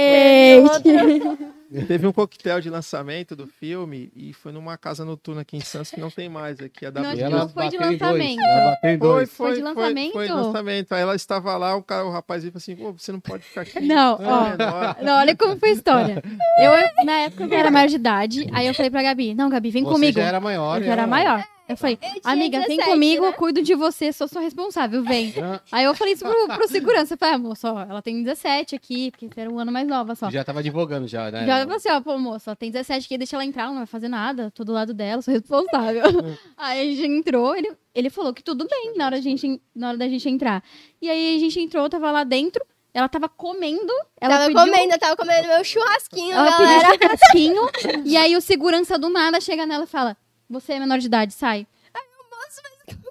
Gente!
teve um coquetel de lançamento do filme e foi numa casa noturna aqui em Santos que não tem mais aqui, a
Não,
E
W.
Acho que
ela
não foi de
bateu em dois,
lançamento.
Ela bateu em
Foi,
dois.
foi,
Foi de
Foi, foi de
lançamento?
lançamento. Aí ela estava lá, o, cara, o rapaz veio e falou assim: "Pô, você não pode ficar aqui.
Não,
Você
ó.
é menor."
Não, olha como foi a história. Eu, na época que eu era maior de idade, aí eu falei pra Gabi, não, Gabi, vem
Você
comigo.
já era maior. né?
eu
e
já era
ela-
maior. Eu falei,
Eu É, tinha
amiga, vem
17,
comigo,
né?
eu cuido de você, sou sua responsável, vem.
Já-
Aí eu falei isso pro, pro segurança, eu falei, ah, moço, ó, ela tem 17 aqui, porque era um ano mais nova só.
Já tava advogando já, né?
Já falou assim, ó, pô, moça, tem 17 aqui, deixa ela entrar, ela não vai fazer nada, tô do lado dela, sou responsável. aí a gente entrou, ele, ele falou que tudo bem na hora, a gente, na hora da gente entrar. E aí a gente entrou, tava lá dentro, ela tava comendo, ela
tava
pediu,
comendo, eu tava comendo meu churrasquinho,
ela
galera.
pediu um churrasquinho, e aí o segurança do nada chega nela e fala, você é menor de idade, sai.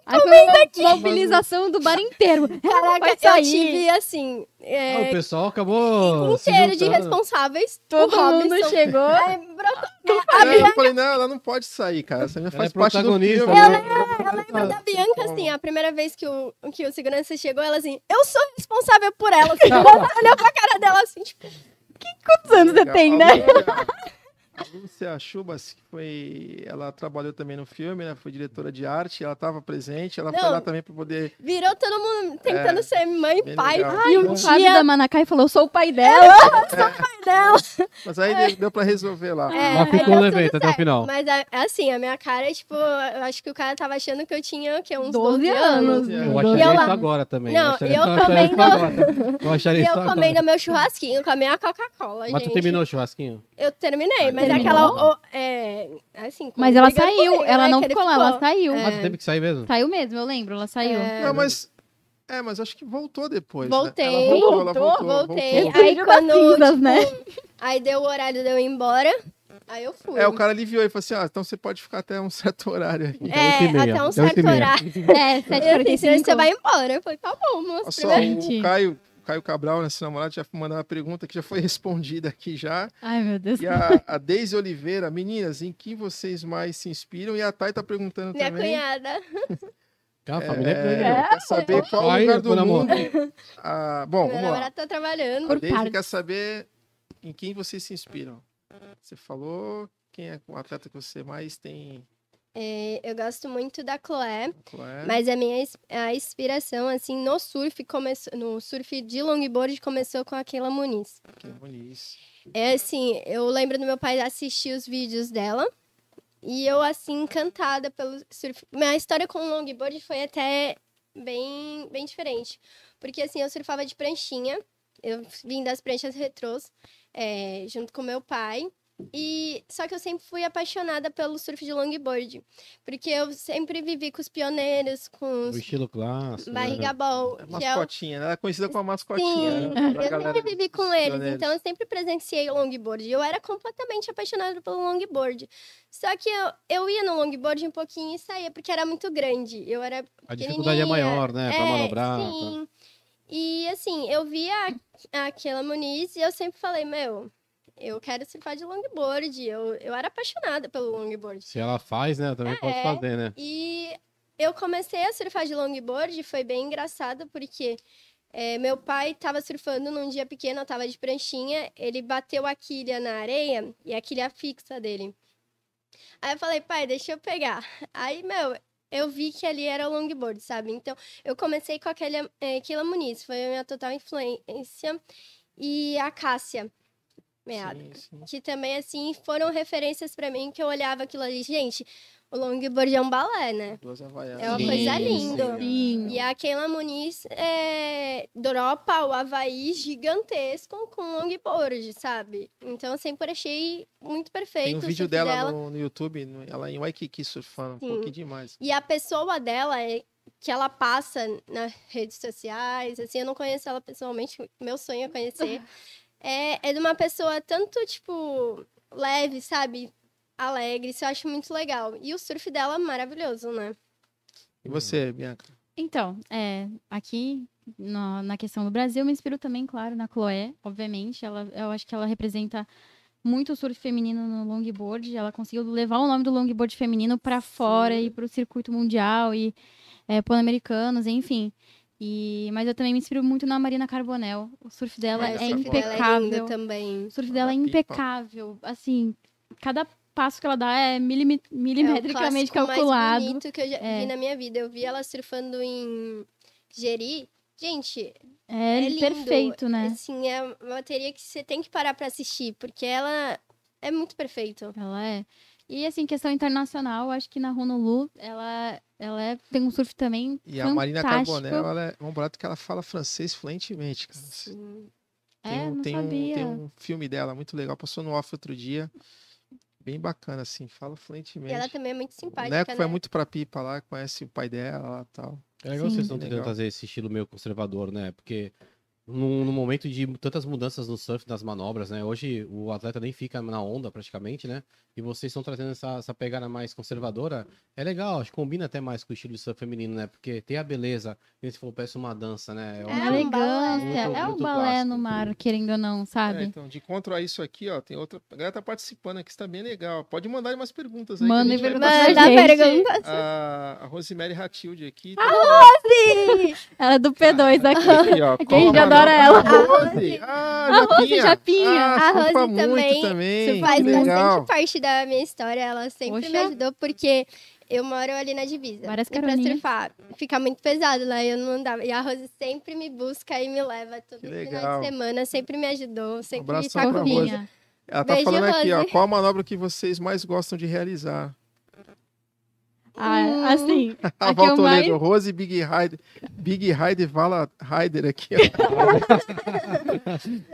Aí foi uma mobilização do bar inteiro.
Caraca,
Vai
eu
sair.
tive assim. é,
Ah, o pessoal acabou.
um
se
cheiro de
juntando.
responsáveis.
Todo
o
mundo
Robson.
chegou.
Aí, bro-
Aí eu falei, não, ela não pode sair, cara. Essa menina
Ela é
faz parte do filme.
protagonista, né?
é,
eu lembro da Bianca, assim, a primeira vez que o, que o segurança chegou, ela assim, eu sou responsável por ela.
Tá,
Assim, ela olhou pra cara dela assim, tipo,
Quantos anos você
A
tem, né?
Lúcia- é A Lúcia Chubas, que foi. Ela trabalhou também no filme, né? Foi diretora de arte, ela estava presente, ela foi
Não.
lá também para poder.
virou todo mundo tentando
É,
ser mãe,
bem
pai.
legal.
E um
O Fábio
dia
da Manacai falou, eu sou o pai dela.
pai dela.
Mas aí
É.
deu- deu para resolver lá.
É,
Mas
aí
ficou
deu
levento
tudo
até o
certo.
final.
Mas a- assim, a minha cara, tipo, eu acho que o cara tava achando que eu tinha o quê? Uns 12,
12
anos.
anos.
Eu
Eu
Doze
acharia
E eu
isso
lá-
agora também.
Não,
acharia-
eu
acharia isso
também não-
agora. Eu acharia
E
isso
eu
agora.
comendo meu churrasquinho, com a minha Coca-Cola,
Mas
gente.
tu terminou o churrasquinho?
Eu terminei, mas
Terminou?
aquela. o- é, assim,
Mas ela
brigando
saiu,
comigo,
ela
né,
não
que ele
ficou lá, ela saiu.
Ah, tu teve que sair mesmo?
Saiu mesmo, eu lembro, ela saiu.
É.
Não, mas. É, mas acho que voltou depois. né?
Voltei.
Ela voltou, ela voltou,
Voltei.
voltou.
Aí
Saiu das
quando,
cinzas, né?
Aí deu o horário de eu ir embora. Aí eu fui.
É, o cara aliviou e falou assim: ah, então você pode ficar até um certo horário aí.
Até oito e
É,
meia.
até um
Até oito
certo
e meia.
horário.
É,
Eu disse,
7h45.
Você vai embora. Eu falei, tá bom, moço.
Olha Só,
primeiro-
Gente.
o Caio, Caio Cabral, nosso namorado, já mandou uma pergunta que já foi respondida aqui já.
Ai, meu Deus.
E
É
a, a Deise Oliveira, meninas, em que vocês mais se inspiram? E a Thay tá
Então
perguntando
Minha
também.
cunhada.
Cara, a
É,
família é grande. né?
quer saber qual
Vai,
lugar do
dona
mundo.
Mônica.
Ah, bom,
Meu
vamos lá.
namorado tá trabalhando.
A
Por
Deise
partes.
quer saber em quem vocês se inspiram. Você falou quem é o atleta que você mais tem.
É, eu gosto muito da Chloé.
Qual é?
Mas a minha ins- a inspiração, assim, no surf, começou, no surf de longboard, começou com a Keila Muniz.
Que bonito.
É assim, eu lembro do meu pai assistir os vídeos dela. E eu, assim, encantada pelo surf. Minha história com o longboard foi até bem, bem diferente. Porque, assim, eu surfava de pranchinha. Eu vim das pranchas retrôs, é, junto com meu pai. E só que eu sempre fui apaixonada pelo surf de longboard. Porque eu sempre vivi com os pioneiros, com
O
os
estilo clássico. né?
É. barriga ball.
É
que é o-
mascotinha, né? Ela é conhecida como a mascotinha.
Sim,
né? Pra
eu
galera né?
sempre vivi
dos
com eles,
pioneiros.
então eu sempre presenciei o longboard. Eu era completamente apaixonada pelo longboard. Só que eu, eu ia no longboard um pouquinho e saía, porque era muito grande. Eu era
A dificuldade é
pequenininha.
maior, né? Pra manobrar. tá.
Sim. E assim, eu via a- aquela Muniz e eu sempre falei, meu, eu quero surfar de longboard. Eu, eu era apaixonada pelo longboard.
Se ela faz, né? Eu também posso
É.
fazer, né?
E eu comecei a surfar de longboard, foi bem engraçado, porque eh, meu pai estava surfando num dia pequeno, eu estava de pranchinha, ele bateu a quilha na areia e a quilha fixa dele. Aí eu falei, pai, deixa eu pegar. Aí, meu, eu vi que ali era o longboard, sabe? Então, eu comecei com aquele eh, Keila Muniz, foi a minha total influência, e a Cássia, meada
Sim, sim.
que também, assim, foram referências pra mim que eu olhava aquilo ali. Gente, o longboard é um balé, né?
Duas havaianas.
É uma
Sim,
coisa linda.
Sim.
E a Keila Muniz é, dropa o Havaí gigantesco com longboard, sabe? Então, eu sempre achei muito perfeito
Tem um
o
vídeo
surf
dela, No, no YouTube, no- ela é em Waikiki surfando, um
assim, Sim.
pouquinho demais.
E a pessoa dela é que ela passa nas redes sociais, assim, eu não conheço ela pessoalmente, meu sonho é conhecer. É, é de uma pessoa tanto, tipo, leve, sabe? Alegre, isso eu acho muito legal. E o surf dela é maravilhoso, né?
E você, Bianca?
Então, é, aqui na- na questão do Brasil, eu me inspiro também, claro, na Chloé, obviamente. Ela, eu acho que ela representa muito o surf feminino no longboard. Ela conseguiu levar o nome do longboard feminino para fora e para o circuito mundial e é, pan-americanos, enfim. E, mas eu também me inspiro muito na Marina Carbonel. O surf dela
Ah, essa
é
foto.
Ela é linda
impecável.
também.
O surf dela é
Manda pipa.
impecável. Assim, cada passo que ela dá é milime-
É o
milimetricamente
clássico mais
calculado.
bonito que eu já
É.
vi na minha vida. Eu vi ela surfando em Jeri. Gente,
É,
É lindo.
perfeito, né?
assim, é uma bateria que você tem que parar pra assistir, porque ela é muito perfeito.
Ela é. E assim, questão internacional, acho que na Honolulu, ela, ela é- tem um surf também
E a Marina
fantástico.
Carbonel, ela é um barato que ela fala francês fluentemente, cara.
Sim.
É,
um,
não
tem, um,
sabia.
tem um filme dela muito legal, passou no off outro dia. Bem bacana, assim, fala
E ela
fluentemente.
também é muito
O
simpática,
Neco
né?
vai muito pra pipa lá, conhece o pai dela lá e tal.
É legal que vocês estão
Sim.
tentando
Legal.
trazer esse estilo meio conservador, né? Porque num, num momento de tantas mudanças no surf, nas manobras, né? Hoje o atleta nem fica na onda praticamente, né? E vocês estão trazendo essa, essa pegada mais conservadora. É legal, acho que combina até mais com o estilo de surf feminino, né? Porque tem a beleza, como você falou, parece uma dança, né?
É
É
um balé.
elegância,
Muito-
é um
muito
balé
clássico.
no mar, querendo ou não,
Ah,
É,
sabe?
então, de contra a isso aqui, ó, tem outra. A galera tá participando aqui, isso tá bem legal. Pode mandar aí umas perguntas aí. que a
Mandem
gente vai-
perguntas.
Manda é
Gente.
pergunta.
A, a Rosemary Ratilde aqui. tá-
Ah, assim?
Ela é do P2 aqui.
Aqui, ó,
que
qual
a gente
a manobra?
adora
ela.
A Rose. Ah,
A Rose
Japinha.
Japinha.
Ah,
A Rose
surfa muito
também.
também.
Faz
que legal.
bastante parte da minha história. Ela sempre me
Poxa.
ajudou, porque eu moro ali na divisa.
Várias
e pra
caroninhas.
surfar, fica muito pesado lá, eu não andava. E a Rose sempre me busca e me leva todo
Que
final
legal.
de semana, sempre me ajudou, sempre tá me
abração pra
sacou.
Rose.
Fofinha.
Ela tá
Beijo,
falando aqui, ó.
Rose.
Qual a manobra que vocês mais gostam de realizar?
Ah, assim,
Ah,
a que eu
Valtoledo,
mais...
Rose Big Rider. Big Rider Vala Rider aqui, ó.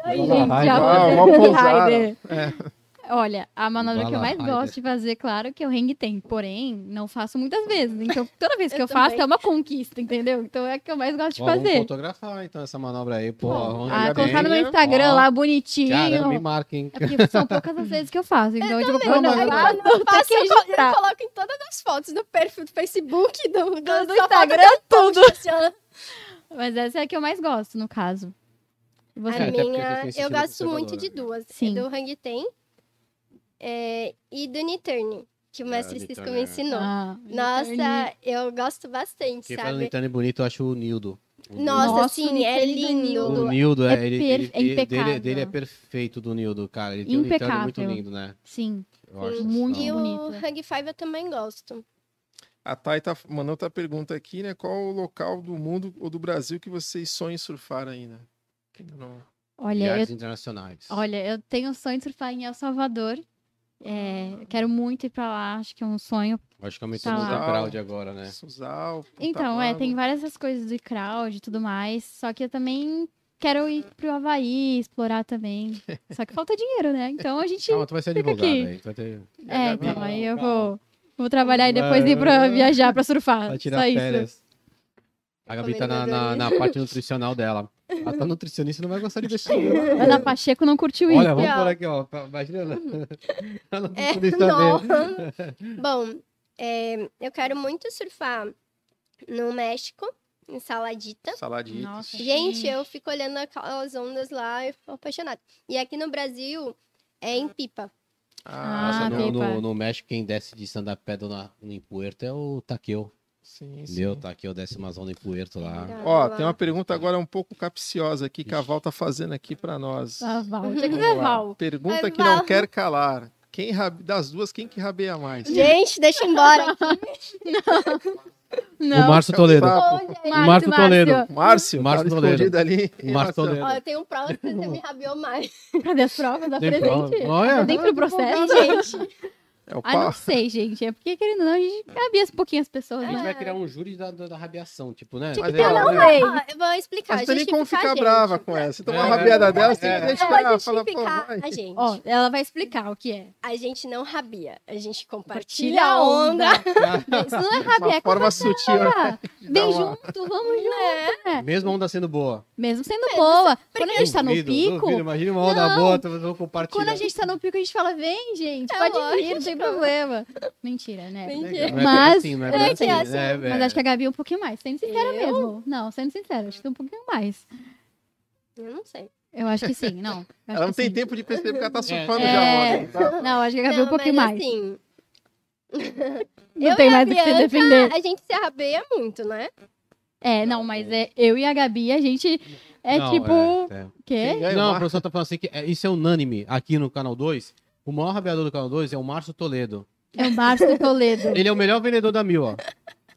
Ai,
Vamos
gente,
lá,
já
vai,
vou
vamos
fazer
pousar.
rider.
É.
Olha, a manobra
Vai
que eu
lá,
mais
rider.
gosto de fazer, claro que é o hang ten, porém, não faço muitas vezes. Então, toda vez que eu,
Eu
faço
também.
é uma conquista, entendeu? Então é a que eu mais gosto de
Ó, vamos
fazer.
fotografar então essa manobra aí, pô.
Bom,
onde
ah,
já
bem.
colocar no meu
tem?
Instagram
Ó,
lá, bonitinho.
Caramba, me marca, hein?
É porque são poucas as vezes que eu faço. Então, eu tipo, quando eu
Aí
faço,
quando eu faço,
que
eu, colo- eu
ajustar.
coloco em todas as fotos, do perfil do Facebook, do, do,
do
só falta
Instagram, tudo.
ter Cristiano.
Mas essa é a que eu mais gosto, no caso. E
A
você?
até porque vocês
minha,
têm esse
eu
estilo
gosto
conservador,
muito
né?
de duas. é
Sim.
Do Hang Ten é, e do Niturne, que o mestre
Niturne,
Cisco
é.
me ensinou.
Ah, Interni-
Nossa, eu gosto bastante,
Quem faz um
sabe?
Nintendo bonito, eu acho o Nildo. O Nildo.
Nossa,
Nossa,
sim, é
Nintendo e
lindo.
O Nildo,
é
é, ele, ele,
per- é
ele- dele,
impecável.
dele é perfeito do Nildo, cara. Ele tem um Nintendo muito
Impecável.
lindo, né?
Sim.
Eu acho
Muito
isso,
E
não.
bonito. né?
o Hang Five eu também gosto.
A Thay tá mandando outra pergunta aqui, né? Qual o local do mundo ou do Brasil que vocês sonham em surfar ainda? Ainda não.
Olha, eu
Viagens internacionais.
Olha, eu tenho o sonho de surfar em El Salvador. É, eu quero muito ir pra lá, acho que é um sonho.
Acho que aumentou
Tá
muito
lá.
a crowd agora, né?
Suzal. Punta
Então, é,
Bamba.
tem várias essas coisas do crowd e tudo mais. Só que eu também quero ir pro Havaí, explorar também. Só que falta dinheiro, né? Então a gente.
Calma, tu vai ser
Fica
advogado
aqui.
aí. Tu vai, ter...
É,
Gabi?
então, aí eu
Calma.
vou, vou trabalhar e depois ir pra viajar, pra surfar.
vai tirar
Ah, Só isso.
férias. A Gabi tá na,
Comendo
na, na
amendoim.
parte nutricional dela. Ela tá nutricionista não vai gostar de deixar.
Ana Pacheco não curtiu
Olha,
isso.
vamos
ó.
por aqui, ó. Tá- Imagina ela. Ela não
É,
precisa nem
não.
saber.
Bom, é, eu quero muito surfar no México, em Saladita.
Saladitas.
Nossa.
Gente, eu fico olhando aquelas ondas lá e fico apaixonada. E aqui no Brasil é em pipa.
Ah,
Nossa,
Ah,
no,
tem
no-
par.
no México, quem desce de stand-up pedal na, em Puerto é o Taqueu.
sim, sim.
Meu, Taqueu desce uma zona em Puerto lá.
Ó, tem uma pergunta agora um pouco capciosa aqui que a Val tá fazendo aqui pra nós.
Ah, Val, tinha que
Vamos
ser
lá.
Val.
Pergunta
Ai,
que não
Val.
quer calar. Quem rabe- Das duas, quem que rabeia mais?
Gente, deixa eu ir embora.
É O
Não,
Márcio Toledo. Márcio Toledo.
um Márcio,
Márcio
tá
Toledo.
escondido ali.
Márcio
Nossa,
Toledo.
Ó, eu tenho um prova que você me rabiou mais.
Cadê as provas?
Tem prova.
Apresente.
Olha,
Dentro do processo.
Gente,
É o
Ah, não
pau.
sei, gente. É porque, querendo ou não, a gente cabia um pouquinho as pessoas,
A gente
né?
vai criar um júri da, da, da rabiação, tipo, né?
Mas
é,
ter,
não,
né?
sei.
ó, eu vou explicar.
Mas não tem nem como
justificar
ficar
a gente.
brava com ela. Você toma uma
É,
rabiada
é,
dela, você tem
é.
que
Eu vou
deixar. Fala, pô,
justificar
vai.
a gente.
Ó, ela vai explicar o que é.
A gente não rabia, a gente
Partilha
compartilha
a
a onda.
Isso não é rabiar,
Uma
é
forma
compartilhar.
sutil. né? Dá
Vem
uma-
junto, vamos junto.
Mesmo a onda sendo boa.
Mesmo sendo boa. é. Quando a gente tá no
Duvido,
pico,
duvido. Imagina uma onda
Não.
boa, eu vou compartilhar.
quando a gente tá no pico, a gente fala, vem, gente,
É
pode
lógico. tem
vir, problema. Mentira, né?
Não
Mentira.
é bem
Mas-
assim, não é
é
bem
que
assim,
é assim,
né?
Mas acho que a Gabi é um pouquinho mais. Sendo sincera
Eu?
mesmo. Não, sendo sincera, acho que um pouquinho mais.
Eu não sei.
Eu acho que sim, não. Acho
Ela não
que
tem
sim.
tempo de perceber porque ela tá surfando
É.
já, tá? mano.
Não, acho que a Gabi é um
Não,
pouquinho
mas,
mais.
assim,
não
eu
tem
e a
mais o que se
Bianca,
defender.
A gente se arrabeia muito, né?
É, não, mas é eu e a Gabi, a gente é
Não,
tipo.
é.
Quê?
Não, o professor tá falando assim que é- isso é unânime aqui no Canal 2. O maior rabiador do Canal 2 é o Márcio Toledo.
É o Márcio Toledo.
Ele é o melhor vendedor da Mil, ó.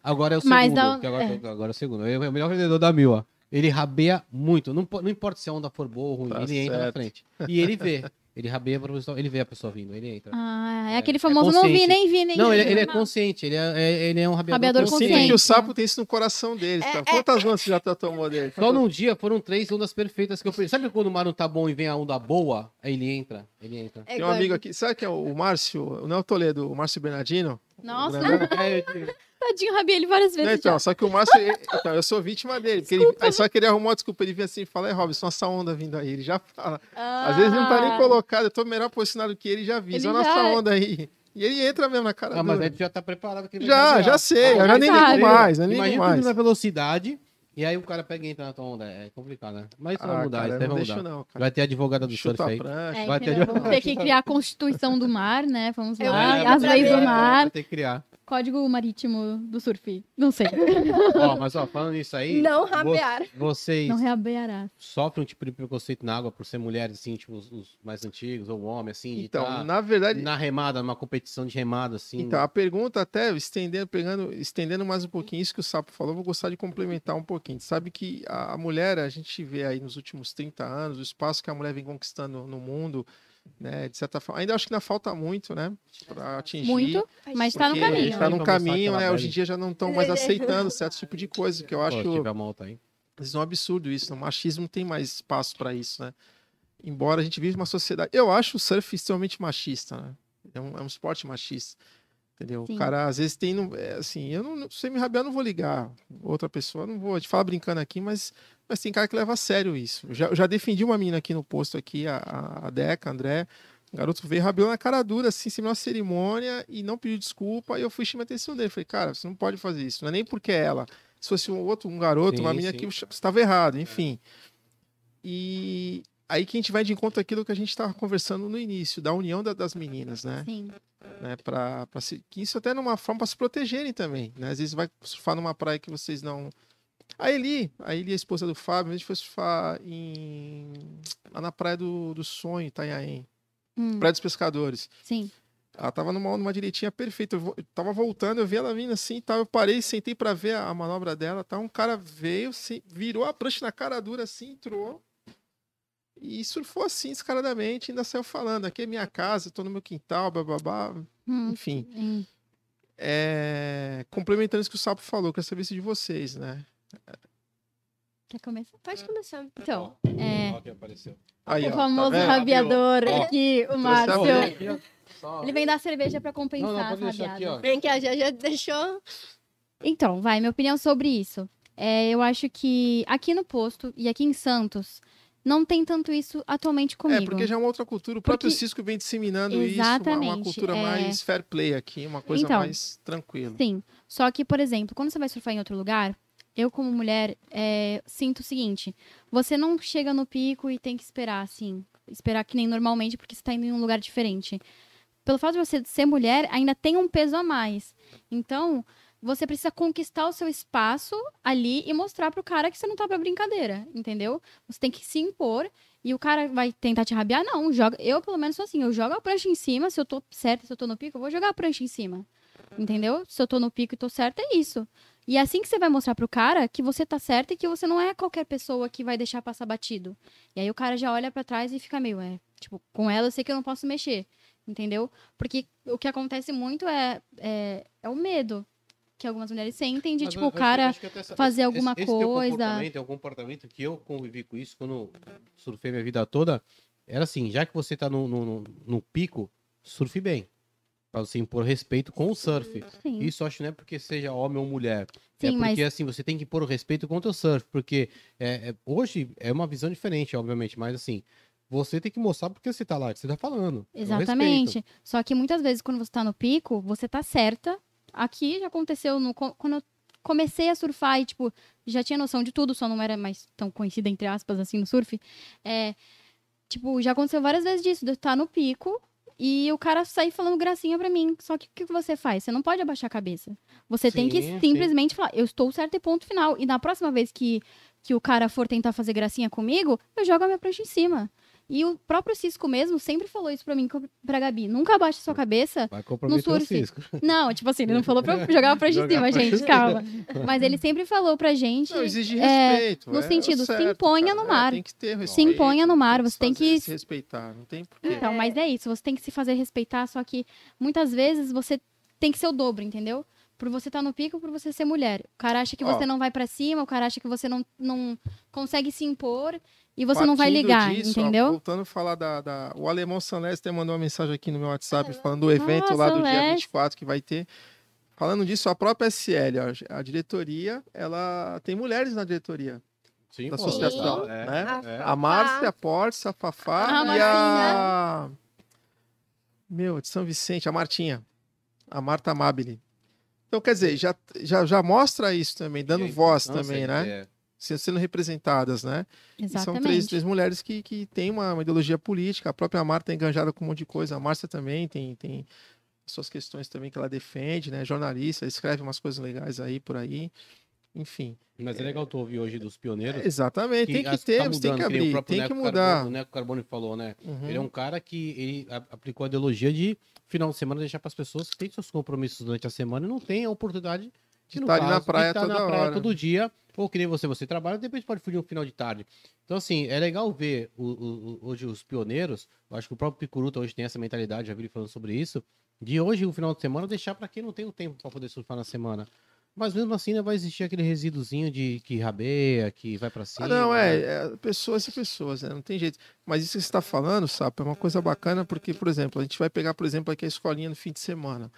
Agora é o segundo.
Mas dá um-
que agora,
é.
agora é o segundo. Ele é o melhor vendedor da Mil, ó. Ele rabeia muito. Não, po- não importa se a onda for boa ou ruim,
Tá
ele entra na
certo.
frente. E ele vê. Ele rabeia pra pessoa, ele vê a pessoa vindo, ele entra.
Ah, é
É,
aquele
é
famoso não vi,
consciente.
nem vi, nem
não,
vi.
ele, ele é consciente, ele é, é- ele é um rabiador,
Rabiador
Eu
consciente.
sinto
consciente.
que o sapo tem isso no coração deles,
É,
cara.
é.
Quantas ondas você já tomou dele?
Só num dia foram três ondas perfeitas que eu perdi. Sabe quando o mar não tá bom e vem a onda boa? Aí ele entra, ele entra.
É
Tem um
igual-
amigo aqui, sabe que é o Márcio, não é o Toledo, o Márcio Bernardino?
Nossa,
Não,
É, eu-
tadinho, rabia ele várias vezes.
Não, então, só que o Márcio, ele- então, eu sou vítima dele. Porque ele, aí só que ele arrumou a desculpa, ele vinha assim e fala, é Robson, essa onda vindo aí. Ele já fala.
já.
Às vezes ele não tá nem
Ah.
colocado, eu tô melhor posicionado que ele, já avisa,
Ele
olha
já- é.
essa onda aí. E ele entra mesmo na cara
Ah, mas aí
dura.
tu já tá preparado. que ele vai
Já,
rabiar.
já sei, eu já
mas
nem
sabe.
ligo mais, eu nem ligo
Imagina tudo
mais.
na velocidade e aí o cara pega e entra na tua onda. É complicado, né? Mas isso vai
Ah,
mudar,
cara,
isso
eu
daí
não
vai
deixo
mudar.
não, cara.
Vai ter advogada do surf
Chuta a
aí.
prancha.
É,
Vai
que
ter-
não, vamos ter que criar a Constituição do Mar, né? Vamos
É,
Eu
lá.
acho
As
que
leis
pra
do
mim-
mar,
Vai ter que criar.
Código Marítimo do Surf. Não sei.
ó, mas ó, falando isso aí,
Não rabear.
vo- vocês
Não é reabeará.
sofrem um tipo de preconceito na água por ser mulheres, assim, tipo os, os mais antigos, ou homem, assim, de
Então,
tá
na verdade,
na remada, numa competição de remada, assim.
Então, a pergunta até estendendo, pegando, estendendo mais um pouquinho isso que o Sapo falou, eu vou gostar de complementar um pouquinho. Sabe que a, a mulher, a gente vê aí nos últimos 30 anos, o espaço que a mulher vem conquistando no mundo, né, de certa forma, ainda acho que ainda falta muito, né, para atingir.
Muito, mas tá no
porque
caminho. É.
Está
Pra
no
mostrar
caminho,
aquela
né, hoje
pele.
em dia já não estão mais aceitando certo tipo de coisa, que eu acho...
Pô, tiver uma outra aí.
Mas é um absurdo isso. O machismo tem mais espaço para isso, né? Embora a gente vive uma sociedade. Eu acho o surf extremamente machista, né? É um, é um esporte machista. Entendeu?
Sim.
O cara, às vezes, tem. não- é, assim, eu não. Se eu me rabiar, eu não vou ligar. Outra pessoa, eu não vou. A gente fala brincando aqui, mas, mas tem cara que leva a sério isso. Eu já, eu já defendi uma menina aqui no posto, aqui, a, a- a Deca, a André. O garoto veio, rabiou na cara dura, assim, sem a menor cerimônia, e não pediu desculpa. E eu fui chamar a atenção dele. Falei, cara, você não pode fazer isso. Não é nem porque é ela. Se fosse um outro, um garoto,
Sim,
uma menina
sim.
que você estava errado, enfim. E aí que a gente vai de encontro àquilo que a gente estava conversando no início, da união da- das meninas, né?
Sim.
né pra, pra se, que isso até é uma forma para se protegerem também, né? Às vezes vai surfar numa praia que vocês não... A Eli, a Eli, a esposa do Fábio, a gente foi surfar em... lá na Praia do, do Sonho, Itanhaém,
Hum,
Praia dos Pescadores.
sim.
Ela tava numa onda, uma direitinha perfeita. Eu, vo- eu tava voltando, eu vi ela vindo assim, tá? eu parei, sentei pra ver a, a manobra dela, tá? Um cara veio, se- virou a prancha na cara dura assim, entrou. E surfou assim, descaradamente, ainda saiu falando, aqui é minha casa, tô no meu quintal, bababá,
Hum,
enfim.
hum.
É, Complementando isso que o Sapo falou, quero saber isso de vocês, né?
Quer começar?
Pode começar.
Então,
Ó,
é,
ó quem apareceu.
Aí,
o
ó,
famoso
tá vendo?
rabiador
Ó,
aqui, o
Ó,
Márcio.
aqui, ó. Só-
Ele vem dar cerveja pra compensar
Não, não, pode
a
deixar aqui,
rabiada.
ó.
Vem que a já deixou.
Então, vai, minha opinião sobre isso. É, eu acho que aqui no posto e aqui em Santos não tem tanto isso atualmente comigo.
É, porque já é uma outra cultura. O próprio
Porque-
Cisco vem disseminando isso, uma- uma,
Exatamente,
cultura
é.
mais fair play aqui, uma coisa
Então.
mais tranquila.
Sim. Só que, por exemplo, quando você vai surfar em outro lugar, eu, como mulher, é, sinto o seguinte: você não chega no pico e tem que esperar, assim. Esperar que nem normalmente, porque você tá indo em um lugar diferente. Pelo fato de você ser mulher, ainda tem um peso a mais. Então, você precisa conquistar o seu espaço ali e mostrar pro cara que você não tá pra brincadeira, entendeu? Você tem que se impor e o cara vai tentar te rabiar? Não, joga. Eu, pelo menos, sou assim: eu jogo a prancha em cima. Se eu tô certa, se eu tô no pico, eu vou jogar a prancha em cima. Entendeu? Se eu tô no pico e tô certa, é isso. E é assim que você vai mostrar pro cara que você tá certa e que você não é qualquer pessoa que vai deixar passar batido. E aí o cara já olha pra trás e fica meio, é, tipo, com ela eu sei que eu não posso mexer. Entendeu? Porque o que acontece muito é, é, é o medo que algumas mulheres sentem de,
Mas
tipo,
eu-
o
eu
cara
acho que até essa-
fazer alguma
esse teu
coisa.
comportamento é um comportamento que eu convivi com isso quando surfei minha vida toda. Era assim, já que você tá no, no, no- no pico, surfe bem. Pra você impor respeito com o surf.
Sim,
Isso eu acho que não é porque seja homem ou mulher. é
sim,
porque
mas
assim, você tem que impor o respeito com o teu surf. Porque é, é- hoje é uma visão diferente, obviamente, mas assim. Você tem que mostrar porque você tá lá, que você tá falando. É o respeito.
Exatamente. Só que muitas vezes, quando você tá no pico, você tá certa. Aqui já aconteceu no, co- quando eu comecei a surfar e, tipo, já tinha noção de tudo, só não era mais tão conhecida, entre aspas, assim, no surf. É, tipo, já aconteceu várias vezes disso, de eu estar no pico e o cara sair falando gracinha pra mim. Só que o que que você faz? Você não pode abaixar a cabeça. Você tem que
Sim, sim.
simplesmente falar, eu estou certo e ponto final. E na próxima vez que, que o cara for tentar fazer gracinha comigo, eu jogo a minha prancha em cima. E o próprio Cisco mesmo sempre falou isso pra mim, co- pra Gabi. Nunca abaixa sua cabeça.
Vai comprometer o
surf.
cisco.
Não, tipo assim, ele não falou pra eu jogar a prancha em
Jogar
cima,
a prancha em
gente,
cima.
calma. Mas ele sempre falou pra gente.
Não, exige
é,
respeito.
no
é o
sentido, se
certo,
imponha
cara.
no
É,
mar.
tem que ter respeito.
imponha no mar,
tem
você tem
fazer,
que-
Se respeitar, não tem porquê.
Então, mas é isso, você tem que se fazer respeitar, só que muitas vezes você tem que ser o dobro, entendeu? Por você estar no pico, por você ser mulher. O cara acha que
Ó.
você não vai pra cima, o cara acha que você não, não consegue se impor e você não vai
Partindo
ligar,
disso, ó,
entendeu?
voltando a falar da, da- O alemão Sanlester mandou uma mensagem aqui no meu WhatsApp falando do evento
Ah,
lá do dia
Sanlester.
24 que vai ter. Falando disso, a própria SL, ó, a diretoria, ela tem mulheres na diretoria
Sim, É.
da
pô.
associação,
Sim.
né?
Ah,
A Márcia, a Portes, a Fafá
Ah,
e a... Meu, de São Vicente, a Martinha. A Marta Mabile. Então, quer dizer, já, já, já mostra isso também, dando
E a
voz
importância
também,
que
né?
é.
Sendo- Sendo representadas, né? E São três,
Exatamente.
três mulheres que, que têm uma, uma ideologia política. A própria Marta é enganjada com um monte de coisa. A Márcia também tem, tem suas questões também que ela defende, né? Jornalista, escreve umas coisas legais aí por aí. Enfim.
Mas é legal tu ouvir hoje dos pioneiros.
Exatamente, É, tem que
acho
ter,
tá
você tem
mudando,
que
nem o
abrir,
próprio
tem que
Neco
mudar.
Carbono, né? O Carbone falou, né?
Uhum.
Ele é um cara que ele a- aplicou a ideologia de final de semana deixar para as pessoas que têm seus compromissos durante a semana e não tem a oportunidade
De
de no
tá ali na
caso, de
praia
tá
toda
na praia
hora.
todo dia, ou que nem você, você trabalha, depois pode fugir um final de tarde. Então, assim, é legal ver o- o- o- hoje os pioneiros, eu acho que o próprio Picuruta hoje tem essa mentalidade, já vi ele falando sobre isso, de hoje, o final de semana, deixar para quem não tem o tempo para poder surfar na semana. Mas mesmo assim, ainda vai existir aquele resíduozinho de que rabeia, que vai para cima.
Ah, não, é, é, pessoas e pessoas, né? Não tem jeito. Mas isso que você está falando, Sapo, é uma coisa bacana, porque, por exemplo, a gente vai pegar, por exemplo, aqui a escolinha no fim de semana.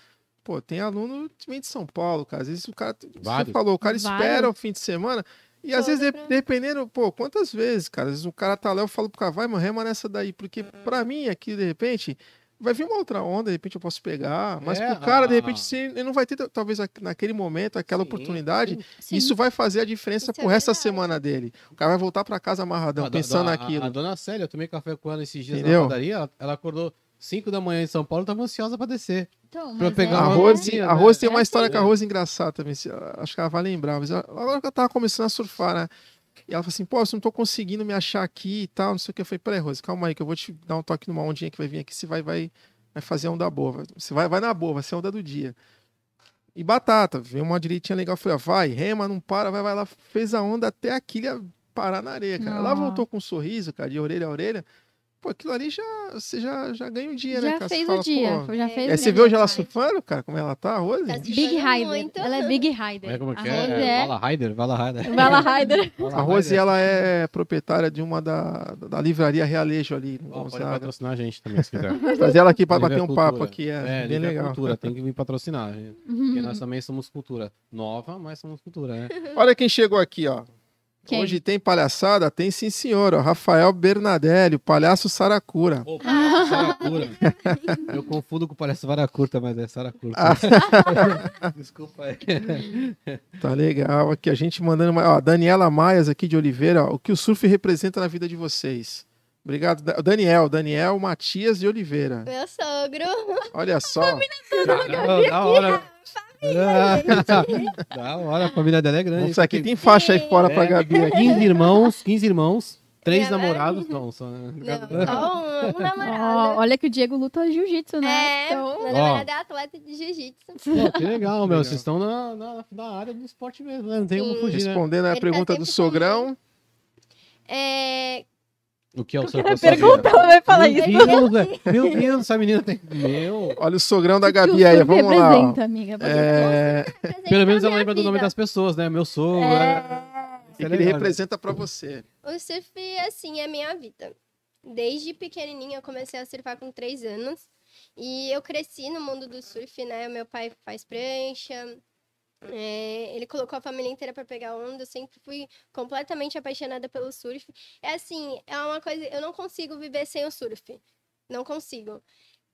Pô, tem aluno que vem de São Paulo, cara. Às vezes o cara. Você
Vários.
falou, o cara
Vários.
espera o fim de semana. E às
Todo
vezes, de-
pra-
dependendo, pô, quantas vezes, cara? Às vezes o cara tá lá, eu falo pro cara, vai, mano, rema nessa daí. Porque pra mim aqui, de repente, vai vir uma outra onda, de repente eu posso pegar. Mas
É,
pro cara, de
a-
repente, se ele não vai ter, talvez, naquele momento, aquela
Sim,
oportunidade.
Sim.
Isso vai fazer a diferença
Isso é
pro resto da
verdade.
semana dele. O cara vai voltar pra casa amarradão,
A do-
pensando
a-
naquilo.
A, a dona Célia, eu tomei café com ela esses dias
Entendeu?
na padaria, ela, ela acordou 5 da manhã em São Paulo, tava ansiosa pra descer.
Então,
pra
mas
pegar
é-
uma
Arroz,
Sim, né?
a Rose tem
É
uma história
assim,
com a
né?
Rose engraçada também. se- Acho que ela vai lembrar. Mas ela- agora que ela tava começando a surfar, né? E ela falou assim: pô, eu não tô conseguindo me achar aqui e tal, não sei o que. Eu falei: peraí, Rose, calma aí, que eu vou te dar um toque numa ondinha que vai vir aqui. Você vai, vai, vai fazer a onda boa. vai- Você vai, vai na boa, vai ser a onda do dia. E batata, veio uma direitinha legal. Eu falei: ó, vai, rema, não para, vai, vai lá. Fez a onda até a quilha parar na areia, cara. Ela
Nossa.
voltou com um sorriso, cara, de orelha a orelha. Pô, aquilo ali já, você já, já ganha um dia, né,
já
cara? Você
fez
fala,
o dia.
pô,
Já
É,
fez um
é,
o
você
dia.
vê hoje ela
Vai.
surfando, cara, como ela tá hoje?
Tá se
Big
achando
Rider.
muito.
Ela é Big
Como é,
Rider.
como é que
a Rose
é? Vala Raider, Vala Raider.
Vala Rider.
A
né?
Rose, ela é proprietária de uma da, da livraria Realejo ali no
Ó, Pode
Gonzaga.
patrocinar a gente também, se quiser.
Trazer ela aqui pra
Livre
bater
a
um
cultura.
papo aqui, é,
É,
bem
livre a
legal. Uhum.
cultura, tem que vir patrocinar. gente. Porque nós também somos cultura. Nova, mas somos cultura, né?
Olha quem chegou aqui, ó.
Quem?
Hoje tem palhaçada? Tem sim, senhor. Ó. Rafael Bernadelli, o palhaço Saracura.
Opa, Saracura. Eu confundo com parece vara curta, mas é Saracura.
Ah.
Desculpa aí.
Tá legal. Aqui a gente mandando... Uma... Ó, Daniela Maias aqui de Oliveira. ó, o que o surf representa na vida de vocês? Obrigado, Da- Daniel. Daniel Matias de Oliveira.
Meu sogro.
Olha só.
Caramba, Da hora. Da hora, a família dela é grande.
Isso aqui tem faixa aí fora pra
É,
Gabi. aqui.
15 irmãos, 15 irmãos, três
É,
namorados, não, só, né?
Não, só um, um namorado.
Ó, olha que o Diego luta jiu-jitsu, né?
É,
Então,
meu namorado é atleta de jiu-jitsu.
Pô, que legal, meu.
Legal.
Vocês estão na, na, na área do esporte mesmo, né? Não tem como
Sim.
fugir, né?
Respondendo a
Ele tá
pergunta do
sempre
sogrão.
É,
O que é o seu
pergunta, ela vai falar isso.
Meu Deus, velho. Meu Deus, essa menina tem. Meu.
Olha o sogrão da
O que o
Gabi aí,
surf
vamos lá. ó.
representa, amiga.
É,
representa
Pelo menos
a
ela
minha
lembra do nome
vida.
das pessoas, né? Meu sogro. né?
o
Isso
que
é
ele
legal, né?
representa pra você?
O surf, assim, é minha vida. Desde pequenininha eu comecei a surfar com 3 anos. E eu cresci no mundo do surf, né? Meu pai faz prancha, É, ele colocou a família inteira para pegar onda. Eu sempre fui completamente apaixonada pelo surf. É assim, é uma coisa. Eu não consigo viver sem o surf. Não consigo.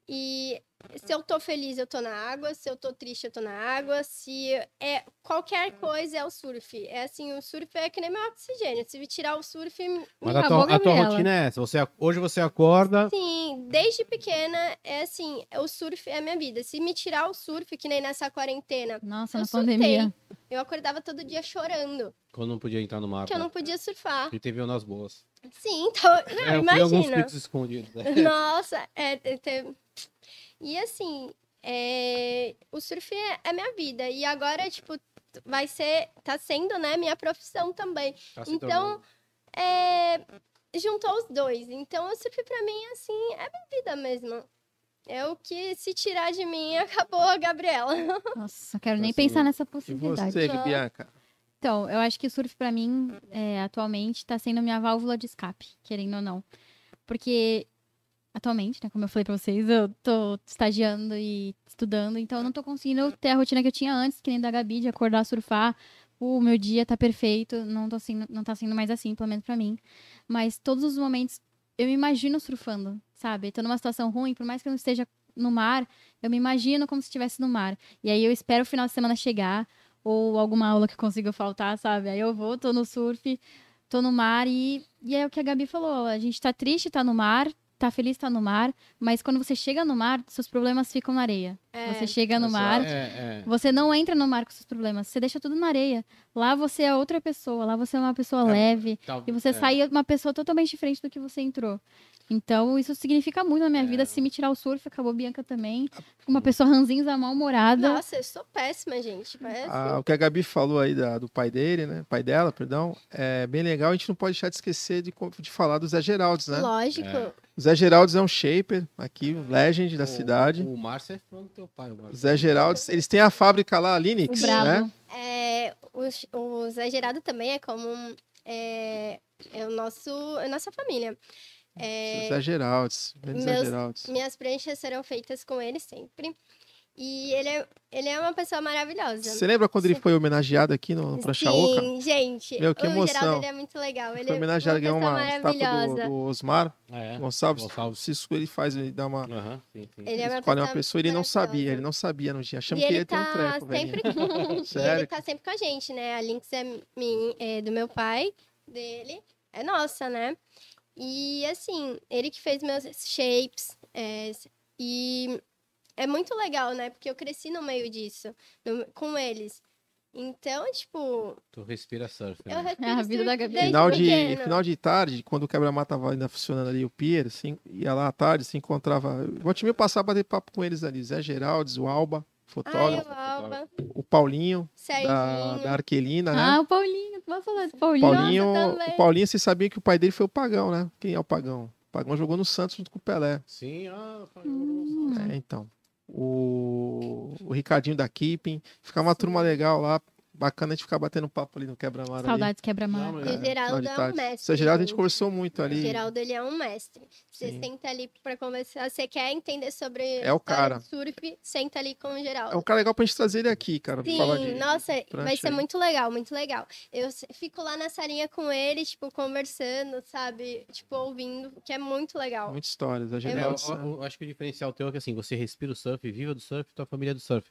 E se eu tô feliz, eu tô na água. Se eu tô triste, eu tô na água. Se é qualquer coisa, é o surf. É assim, o surf é que nem meu oxigênio. Se tirar o surf,
Mas
Hum,
a
tá bom,
tua, a tua
Gabriela.
rotina é essa. Você, ac- hoje você acorda.
Sim, desde pequena, é assim, o surf é a minha vida. Se me tirar o surf, que nem nessa quarentena,
Nossa,
Eu
na
surtei.
pandemia.
eu acordava todo dia chorando,
Quando não podia entrar no mar. né?
que eu não podia surfar.
E teve eu nas boas.
Sim, então,
É,
não,
eu fui em alguns
imagina.
picos escondidos. né?
Nossa, é, é, te- e assim, é, o surf é a minha vida. E agora, tipo, vai ser, tá sendo, né, minha profissão também.
Tá se
Então,
tornando.
é, juntou os dois. Então, o surf pra mim, assim, é minha vida mesmo. É o que se tirar de mim, acabou a Gabriela.
Nossa, não quero nem
Nossa,
pensar
né?
é
nessa
E
possibilidade.
você,
Não.
Bianca?
Então, eu acho que o surf pra mim, é, atualmente, tá sendo minha válvula de escape, querendo ou não. Porque, atualmente, né, como eu falei pra vocês, eu tô estagiando e estudando, então eu não tô conseguindo ter a rotina que eu tinha antes, que nem da Gabi, de acordar, surfar. O meu dia tá perfeito, não, tô sendo, não tá sendo mais assim, pelo menos pra mim. Mas todos os momentos, eu me imagino surfando, sabe? Tô numa situação ruim, por mais que eu não esteja no mar, eu me imagino como se estivesse no mar. E aí eu espero o final de semana chegar, ou alguma aula que consiga faltar, sabe? Aí eu vou, tô no surf, tô no mar e, e é o que a Gabi falou, a gente tá triste, tá no mar, tá feliz, tá no mar, mas quando você chega no mar, seus problemas ficam na areia.
É.
Você é chega no
Essa-
mar,
É, é.
você não entra no mar com seus problemas, você deixa tudo na areia. Lá você é outra pessoa, lá você é uma pessoa
É.
leve
Tá-
e você
é.
sai uma pessoa totalmente diferente do que você entrou. Então, isso significa muito na
É.
minha vida. Se me tirar o surf, acabou Bianca também. Uma pessoa ranzinza, mal-humorada.
Nossa, eu sou péssima, gente. Parece...
Ah, o que a Gabi falou aí da- do pai dele, né? Pai dela, perdão, é bem legal. A gente não pode deixar de esquecer de, co- de falar do Zé Geraldes, né?
Lógico.
É.
O Zé Geraldes é um shaper aqui, um legend da
O-
cidade.
O Márcio é fã do teu pai. O Márcio.
O Zé Geraldes, eles têm a fábrica lá, a Linux,
O
né?
brabo.
É, o, o Zé Geraldo também é como um, é, é o nosso, é a nossa família. É,
O Zé Geraldes, grande Zé
Meus-
Geraldes.
minhas pranchas serão feitas com ele sempre. E ele é, ele é uma pessoa maravilhosa.
Você lembra quando ele foi homenageado aqui no Prancha Oca?
Sim, gente.
Meu, que
O
emoção.
Geraldo ele é muito legal. Ele
Foi homenageado,
é
ganhou
uma pessoa
uma estátua do,
maravilhosa.
do Osmar
É.
Gonçalves.
Gonçalves.
Se isso ele faz, ele dá uma...
Aham, sim, sim.
Ele é uma
escolhe
pessoa,
uma pessoa, ele não sabia, ele
maravilhosa.
não sabia no dia. Achamos
E
que
ele
ia ter um
tá
treco, velhinho.
sempre- E
Sério?
ele tá sempre com a gente, né? A Lynx é, min- é do meu pai, dele, é nossa, né? E assim, ele que fez meus shapes. é, e é muito legal, né? Porque eu cresci no meio disso, no- com eles. Então, tipo,
Tu respira surf,
eu
né?
respiro
É a vida da
surf
Gabi.
desde
É. Final de,
pequena.
final de tarde, quando o quebra-mar tava ainda funcionando ali, o Pier, assim, ia lá à tarde, se encontrava. O time passava a bater papo com eles ali. Zé Geraldes, o Alba,
Ai,
fotógrafo,
o Alba,
o Paulinho,
Serginho.
da, da Arquelina, né?
Ah, o Paulinho, tu vai falar do Paulinho.
Paulinho,
Nossa, também.
o Paulinho, você sabia que o pai dele foi o Pagão, né? Quem é o Pagão? O Pagão jogou no Santos junto com o Pelé.
Sim, ah, pai,
Uhum.
É, então. O, o Ricardinho da Keeping. Ficava uma turma legal lá. Bacana a gente ficar batendo papo ali no quebra-mar. ali.
Saudades quebra-mar.
Não,
E o
Final de
Geraldo é um
tarde.
mestre.
Seu Geraldo a gente
gente.
conversou muito ali.
O Geraldo, ele é um mestre. Você
Sim.
senta ali pra conversar, você quer entender sobre
É o
história
cara.
de surf, senta ali com o Geraldo.
É um cara legal pra gente trazer ele aqui, cara. pra falar de-
Sim, nossa, vai
prancha
ser
aí.
muito legal, muito legal. Eu s- fico lá na salinha com ele, tipo, conversando, sabe? Tipo, ouvindo, que é muito legal.
Muitas histórias. assim. A
É,
gente
eu, eu- eu acho que o diferencial teu é que assim, você respira o surf, viva do surf, tua família é do surf.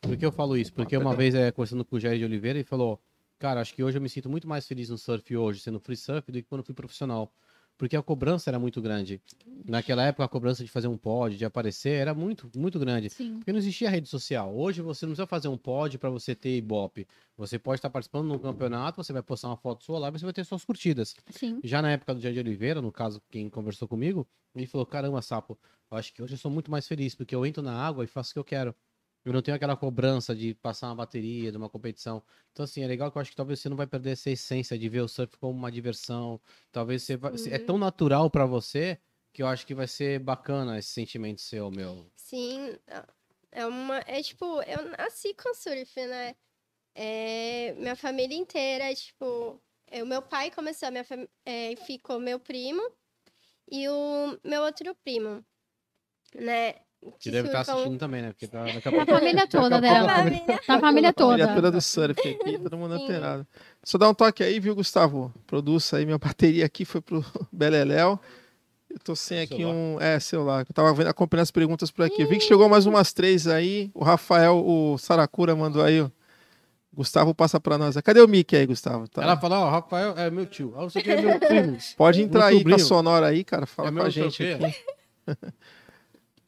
Por que eu falo isso? Porque uma vez é, conversando com o Jair de Oliveira, ele falou: Cara, acho que hoje eu me sinto muito mais feliz no surf hoje, sendo free surf, do que quando fui profissional. Porque a cobrança era muito grande. Naquela época, a cobrança de fazer um pod, de aparecer, era muito, muito grande.
Sim.
Porque não existia rede social. Hoje você não precisa fazer um pod para você ter ibope. Você pode estar participando de um campeonato, você vai postar uma foto sua lá e você vai ter suas curtidas.
Sim.
Já na época do Jair de Oliveira, no caso, quem conversou comigo, ele falou: caramba, sapo, eu acho que hoje eu sou muito mais feliz, porque eu entro na água e faço o que eu quero. Eu não tenho aquela cobrança de passar uma bateria, de uma competição. Então, assim, é legal que eu acho que talvez você não vai perder essa essência de ver o surf como uma diversão. Talvez você vai... É tão natural pra você que eu acho que vai ser bacana esse sentimento seu, meu.
Sim, é uma. É tipo, eu nasci com surf, né? É, minha família inteira, tipo. é, O meu pai começou, minha fam... é, ficou meu primo e o meu outro primo, né?
Que deve estar assistindo também, né? Porque tá, daqui a
A
pouco.
família toda
é
a
Ela-
dela.
família.
Tá a família toda.
Criatura do surf aqui, todo mundo
Sim.
alterado. Só dá um toque aí, viu, Gustavo? Produça aí, minha bateria aqui foi pro Beleléu. Eu tô sem aqui
Celular.
um. É, celular. que Eu tava vendo, acompanhando as perguntas por aqui. Eu vi que chegou mais umas três aí. O Rafael, o Saracura mandou aí. ó. Gustavo passa pra nós. Cadê o Mickey aí, Gustavo? Tá.
Ela fala, ó, Rafael é meu tio. Ah, você que é meu primo.
Pode entrar aí com a
sobrinho.
sonora aí, cara. Fala
é
com
meu
a
gente.
gente.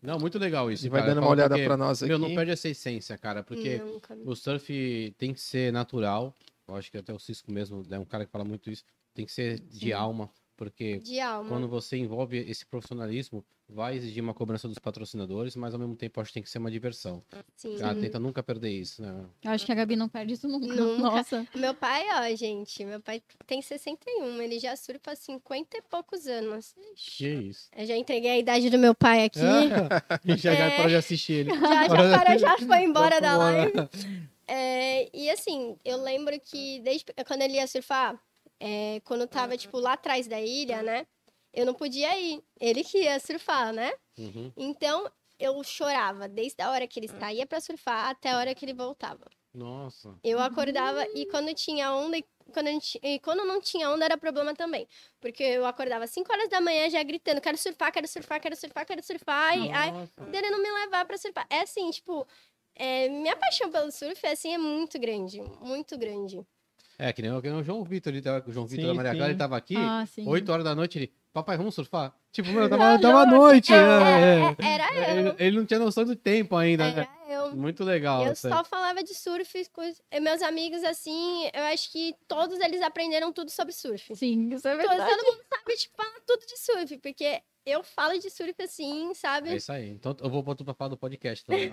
Não, muito legal isso.
E vai
cara.
dando
Eu
uma
falo
olhada
porque,
pra nós aqui.
Meu, não perde essa essência, cara, porque
Nunca.
o surf tem que ser natural. Eu acho que até o Cisco mesmo é um cara que fala muito isso. Tem que ser de alma, porque
De alma.
quando você envolve esse profissionalismo, vai exigir uma cobrança dos patrocinadores, mas ao mesmo tempo acho que tem que ser uma diversão.
Sim.
Ela tenta nunca perder isso, né?
Eu acho que a Gabi não perde isso nunca.
Nunca.
Nossa.
Meu pai, ó, gente, meu pai tem 61, ele já surfa há 50 e poucos anos.
Que isso.
Eu já entreguei a idade do meu pai aqui.
já já
É.
para de assistir ele.
Já, já, parou, já foi embora da
Bora.
live. É, e assim, eu lembro que desde pe- quando ele ia surfar, é, quando tava, tipo, lá atrás da ilha, né? Eu não podia ir. Ele que ia surfar, né?
Uhum.
Então, eu chorava desde a hora que ele saía pra surfar até a hora que ele voltava.
Nossa.
Eu acordava e quando tinha onda, e quando, não ti- e quando não tinha onda era problema também. Porque eu acordava às 5 horas da manhã já gritando, quero surfar, quero surfar, quero surfar, quero surfar. E ai,
Nossa.
dele não me levar pra surfar. É assim, tipo, é, minha paixão pelo surf assim, é muito grande, muito grande.
É, que nem, que nem o João Vitor, ele tava, o João Vitor
Sim,
da Maria Clara,
sim.
ele tava aqui,
Ah, sim.
8 horas da noite, ele, papai, vamos surfar? Tipo, mano,
Ah,
tava,
então
tava à noite.
Então, É,
né?
é, era
É,
eu,
Ele, ele não tinha noção do tempo ainda, né?
era eu.
Muito legal.
Eu
isso aí.
só falava de surf, com os- e meus amigos, assim, eu acho que todos eles aprenderam tudo sobre surf.
Sim, isso é
Todo
verdade.
todo mundo sabe, tipo, falar tudo de surf, porque eu falo de surf assim, sabe?
É isso aí. Então eu vou botar pra falar do podcast também.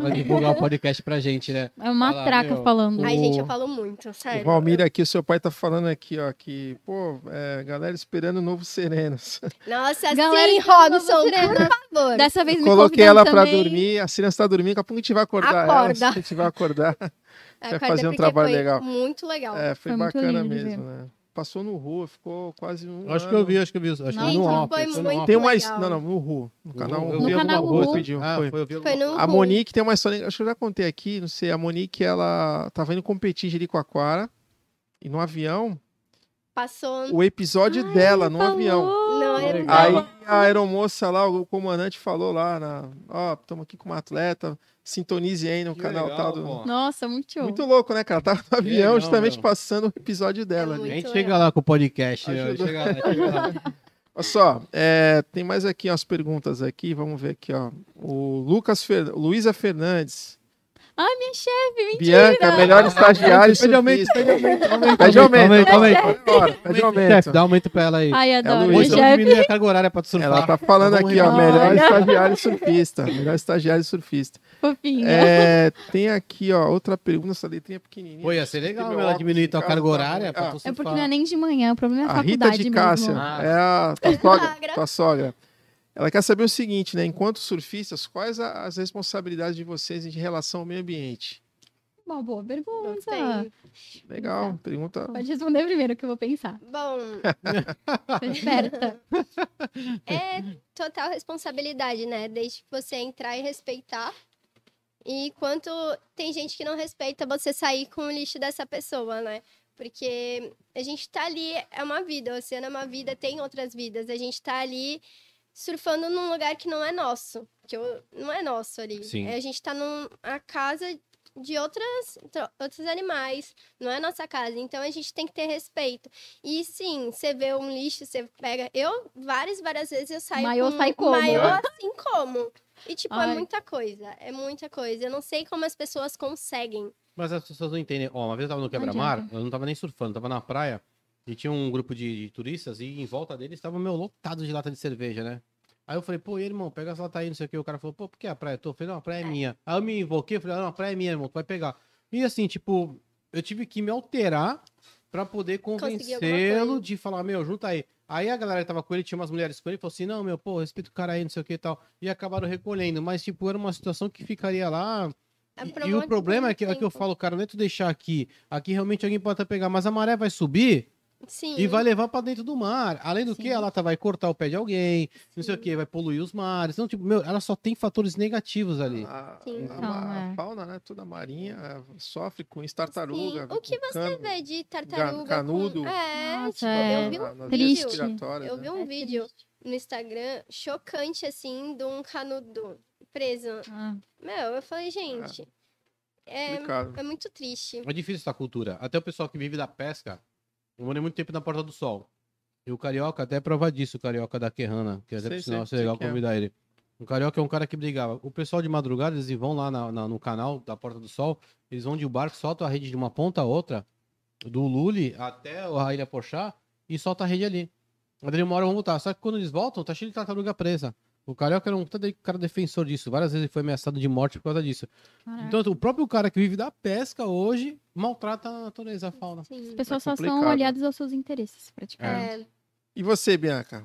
Vai divulgar o podcast pra gente, né?
É uma
Fala,
traca
meu.
falando.
Ai, gente, eu
O-
falo muito, sério.
O Valmir aqui, o seu pai tá falando aqui, ó, que, pô, é, galera esperando o novo Serenos.
Nossa, assim,
Galera,
sim,
então,
Robson,
vamos treinar.
por favor.
Dessa vez me
Coloquei
convidando
ela pra
também.
dormir, a Sirenas tá dormindo, daqui a pouco a gente vai acordar
Acorda.
ela, a gente vai acordar. vai
Acorda,
fazer um
porque
trabalho
foi
legal.
Muito legal.
É, foi,
Foi muito
bacana
lindo de ver.
mesmo, né? Passou no Rua, ficou quase um
Eu Acho que
ano.
eu vi, acho que eu vi. Acho que
Não,
no
foi
off. acho que no
muito-
off.
Tem uma... his-
Legal.
Não, não, no Rua, no canal
eu
Rua.
vi
No
alguma
canal
coisa.
Rua.
Pediu,
Ah,
foi.
foi, eu vi
Foi
alguma-
no
A
Ru.
Monique tem uma história, acho que eu já contei aqui, não sei, a Monique, ela tava indo competir em Jericoacoara, e no avião,
Passou.
o episódio dela no
Tá
avião.
Não, era
Legal.
Aí a aeromoça lá, o comandante falou lá, na, ó, estamos aqui com uma atleta, sintonize aí no
Que
canal
legal,
tal do...
pô.
Nossa, muito show.
Muito louco, né, cara? Tava no avião
legal,
justamente
meu.
passando o episódio
A
dela ali.
Muito
gente
legal.
chega lá com o podcast. né?
Ajudou.
Chega lá, chega lá.
Olha só, é, tem mais aqui ó, as perguntas aqui, vamos ver aqui, ó. O Lucas, Fer... Luísa Fernandes.
Ai, Ah, minha chefe, mentira.
Bianca, melhor estagiário
Pede aumento,
surfista.
pede aumento,
Pede aumento,
aumento,
vai
aumento.
embora, pede aumento.
Chefe, dá aumento pra ela aí.
Ai,
É a
adoro.
Luísa.
Meu
Hoje
Luiz,
eu
chefe.
diminui a carga horária pra tu surfar.
Ela tá falando
Vamos
aqui, ó,
rever.
melhor
Olha.
estagiário surfista. Melhor estagiário surfista.
Fofinha.
É, tem aqui, ó, outra pergunta, essa letrinha é pequenininha.
Pô, ia ser legal
Meu
ela
óculos
diminuir
em
tua
casa
carga
tá
horária
ruim.
pra
Ah,
tu
É
surfar.
porque não é nem de manhã, o problema é a,
A Rita
faculdade
de
mesmo.
Cássia,
Ah.
é a tua sogra,
Sogra.
tua sogra. Ela quer saber o seguinte, né? Enquanto surfistas, quais a- as responsabilidades de vocês em relação ao meio ambiente?
Uma boa pergunta.
Gostei. Então,
Legal, pergunta.
Pode responder primeiro que eu vou pensar.
Bom,
Tô esperta.
é total responsabilidade, né? Desde que você entrar e respeitar. E quanto tem gente que não respeita você sair com o lixo dessa pessoa, né? Porque a gente tá ali, é uma vida, o oceano é uma vida, tem outras vidas. A gente tá ali surfando num lugar que não é nosso, que eu- não é nosso ali.
Sim.
É, A gente tá numa casa de outras, tro- outros animais, não é nossa casa. Então a gente tem que ter respeito. E sim, você vê um lixo, você pega. Eu, várias, várias vezes eu saio.
Maiô
com...
sai como? né?
Maiô assim como. E, tipo,
Ai.
é muita coisa. É muita coisa. Eu não sei como as pessoas conseguem.
Mas as pessoas não entendem. Ó, uma vez eu tava no
adianta.
quebra-mar, eu não tava nem surfando, tava na praia e tinha um grupo de, de turistas e em volta deles estava meu lotado de lata de cerveja, né? Aí eu falei, pô, e aí, irmão, pega essa lata aí, não sei o que. O cara falou, pô, por que a praia é tua? Eu falei, não, a praia é minha. Aí eu me invoquei, eu falei, ah, não, a praia é minha, irmão, tu vai pegar. E assim, tipo, eu tive que me alterar pra poder
alguma coisa.
convencê-lo de falar, meu, junta aí. Aí a galera que tava com ele, tinha umas mulheres com ele, falou assim, não, meu, pô, respeita o cara aí, não sei o que e tal. E acabaram recolhendo, mas, tipo, era uma situação que ficaria lá
É
e-
por um
E o
monte
problema é
de
que, é que
tempo.
eu falo, cara, não é tu deixar aqui. Aqui realmente alguém pode até pegar, mas a maré vai subir.
Sim.
E vai levar pra dentro do mar. Além do
Sim.
que, a lata vai cortar o pé de alguém, não sei o que, vai poluir os mares. Então, tipo, meu, ela só tem fatores negativos ali.
A,
Sim.
a
Então,
ma-
é.
fauna, né? Toda marinha eh, sofre com isso,
Sim,
tartaruga.
o que você
vulcano,
vê de tartaruga?
canudo.
Com... É,
Nossa,
tipo,
é.
eu vi um
na- nas vias
triste.
respiratórias,
Eu
né?
vi um
É
vídeo no Instagram chocante, assim, de um canudo preso.
Ah,
Meu, eu falei, gente, é,
Complicado.
é muito triste.
É difícil essa cultura. Até o pessoal que vive da pesca, eu morei muito tempo na Porta do Sol. E o Carioca, até é prova disso, o Carioca da Querrana, que até
Sei,
por sinal
sei,
seria legal
sei quem é.
convidar ele. O Carioca é um cara que brigava. O pessoal de madrugada, eles vão lá na- na- no canal da Porta do Sol, eles vão de um barco, soltam a rede de uma ponta a outra, do Lule até a Ilha Pochá, e solta a rede ali. Mas daí uma hora vão voltar. Só que quando eles voltam, tá cheio de tartaruga presa. O Carioca era um puta de- cara defensor disso. Várias vezes ele foi ameaçado de morte por causa disso.
caraca.
Então, o próprio cara que vive da pesca hoje maltrata a natureza, a fauna.
Sim.
As pessoas só são
complicado.
olhadas aos seus interesses, praticamente.
É,
E você, Bianca?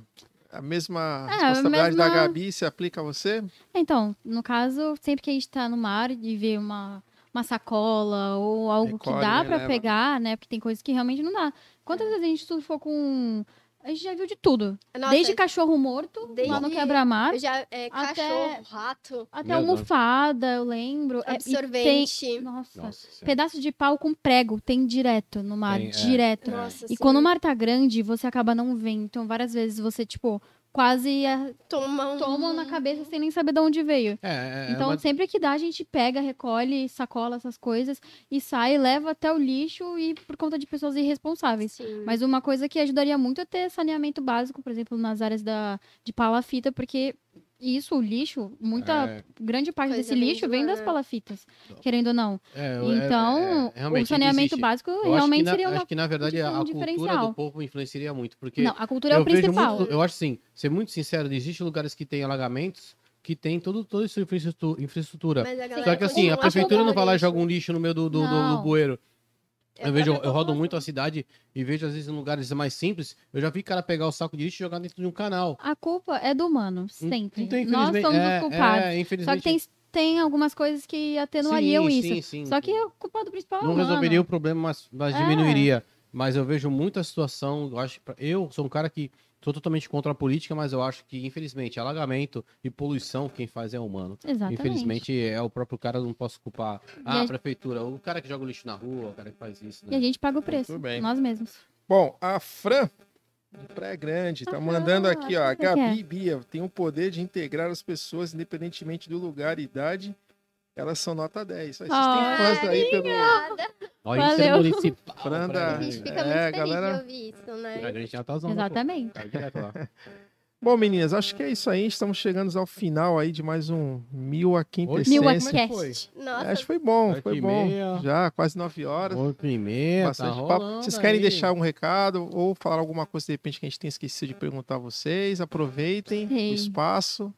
A mesma
Ah,
É, a
responsabilidade da
mesma-
Gabi se aplica a você?
Então, no caso, sempre que a gente tá no mar e vê uma, uma sacola ou algo
Recolhe,
que
né,
dá pra
leva.
pegar, né? Porque tem coisas que realmente não dá. Quantas vezes a gente surfou com. A gente já viu de tudo.
É, Nossa,
desde cachorro morto, lá no
desde-
quebra-mar,
eu já, é,
até-
cachorro, rato,
até
Meu Deus.
almofada, eu lembro. É, e tem-
absorvente.
Nossa.
senhora.
Pedaço de pau com prego tem direto no mar,
Tem, é.
direto.
Nossa,
E
sim.
quando o mar tá grande, você acaba não vendo. Então, várias vezes você, tipo, quase é,
toma um...
toma na cabeça sem nem saber de onde veio.
É, é,
Então,
uma-
sempre que dá, a gente pega, recolhe, sacola essas coisas e sai, leva até o lixo e por conta de pessoas irresponsáveis.
Sim.
Mas uma coisa que ajudaria muito é ter saneamento básico, por exemplo, nas áreas da, de palafita, porque isso, o lixo, muita
É.
grande parte
Coisa
desse
vem
lixo
de
vem
lá,
das
né?
palafitas,
Não.
querendo ou não.
é, é,
Então,
é, realmente,
o saneamento
existe.
básico
Eu acho que
realmente
na-
seria uma.
Acho que, na verdade, a
um
cultura
diferencial.
do povo influenciaria muito. Porque
Não, a cultura é o
vejo
principal.
muito- eu acho assim, ser muito sincero, existem lugares que tem alagamentos que tem todo, toda essa infraestrutu- infraestrutura.
Mas a
Só
galera
que assim, a
continua
prefeitura não
jogando
vai lá e
lixo.
joga um lixo no meio do, do, do- do
é Não.
bueiro.
É
Eu vejo,
própria
eu rodo
população.
muito a cidade e vejo, às vezes, em lugares mais simples, eu já vi cara pegar o saco de lixo e jogar dentro de um canal.
A culpa é do humano, sempre.
Então,
Nós
infelizmente-
somos
é,
os culpados.
É, infelizmente,
Só que tem, tem algumas coisas que atenuariam
Sim,
isso.
sim, sim,
Só que
sim.
o culpado principal é o
não
humano.
resolveria o problema, mas, mas
É.
diminuiria. Mas eu vejo muita situação, eu acho, pra- eu sou um cara que sou totalmente contra a política, mas eu acho que infelizmente alagamento e poluição quem faz é humano.
Exatamente.
Infelizmente é o próprio cara, não posso culpar ah, a
a-
prefeitura, o cara que joga o lixo na rua, o cara que faz isso,
E a
né?
gente paga o preço.
Muito bem.
Nós mesmos.
Bom, a Fran, do Praia Grande, tá
Ah,
mandando aqui, ó. A
o que é? você
Gabi Bia tem o poder de integrar as pessoas, independentemente do lugar e idade. Elas são nota 10. Aí, Vocês
Ah,
têm fãs aí pelo.
um-
Obrigada.
Olha,
Valeu.
intermunicipal.
Fran da-
A gente fica
É,
muito feliz
galera-
de ouvir isso, né?
A gente já tá zoando.
Exatamente.
Tá direto lá.
Bom, meninas, acho que é isso aí. Estamos chegando ao final aí de mais um Mil a
Mil
Mil
a
Quintessência.
Quintessência.
Acast.
Nossa,
Acho que foi bom,
Oito
foi
e
bom.
meia.
Já, quase 9 horas.
Oito e meia, tá
Bastante papo.
rolando
Vocês querem
aí.
deixar algum recado ou falar alguma coisa de repente que a gente tenha esquecido de perguntar a vocês? Aproveitem
Sim.
o espaço.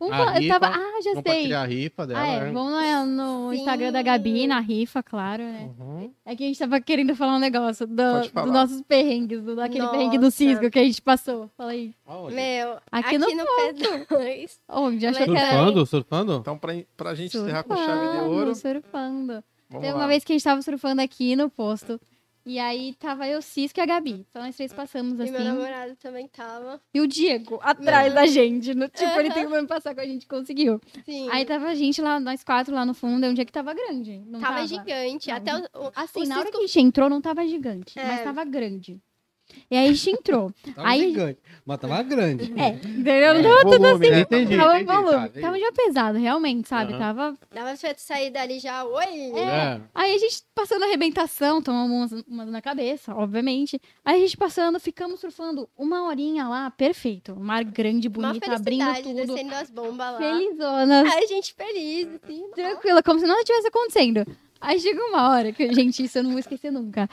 Vamos
A
falar- eu
rifa,
tava... Ah, já sei.
Compartilhar a rifa dela.
Ah, é.
né?
Vamos lá no
Sim.
Instagram da Gabi, na rifa, claro, né?
Uhum.
É que a gente tava querendo falar um negócio do-
Pode
dos
falar.
nossos perrengues, do, daquele
Nossa.
perrengue do cisco que a gente passou. Fala aí.
Aonde?
meu,
Aqui
aqui,
no
no, pé 2.
Onde? Achou que era...
Surfando, surfando?
Então, pra, pra gente encerrar com chave de ouro,
Surfando, surfando.
vamos
Teve
lá.
uma vez que a gente tava surfando aqui no posto. E aí tava eu, Cisco e a Gabi. Então nós três passamos
E
assim.
meu namorado também tava.
E o Diego
É.
atrás da gente. no- tipo, ele tentando passar com a gente, conseguiu.
Sim.
Aí tá tava a gente lá, nós quatro lá no fundo. É um dia que tava grande. Não
tava,
tava,
gigante.
Não,
Até o, o-
Assim,
o
na hora que
Cisco-
a gente entrou, não tava gigante,
É.
mas tava grande. E aí a gente entrou.
Tava
Aí-
Tá gigante. Mas tava grande.
é, entendeu?
É, volume, né?
Entendi,
tava
entendi,
volume.
tá, entendi.
Tava já pesado, realmente, sabe?
Aham.
Tava.
Dava pra sair dali já. Oi!
É.
Aí a gente passando arrebentação, tomamos umas, umas na cabeça, obviamente. Aí a gente passando, ficamos surfando uma horinha lá, perfeito. O mar grande,
Uma
bonito, abrindo
felicidade,
tudo.
descendo as bombas lá.
Felizona,
Ai, gente feliz, assim.
tranquila, como se nada tivesse acontecendo. Aí chega uma hora que, gente, isso eu não vou esquecer nunca.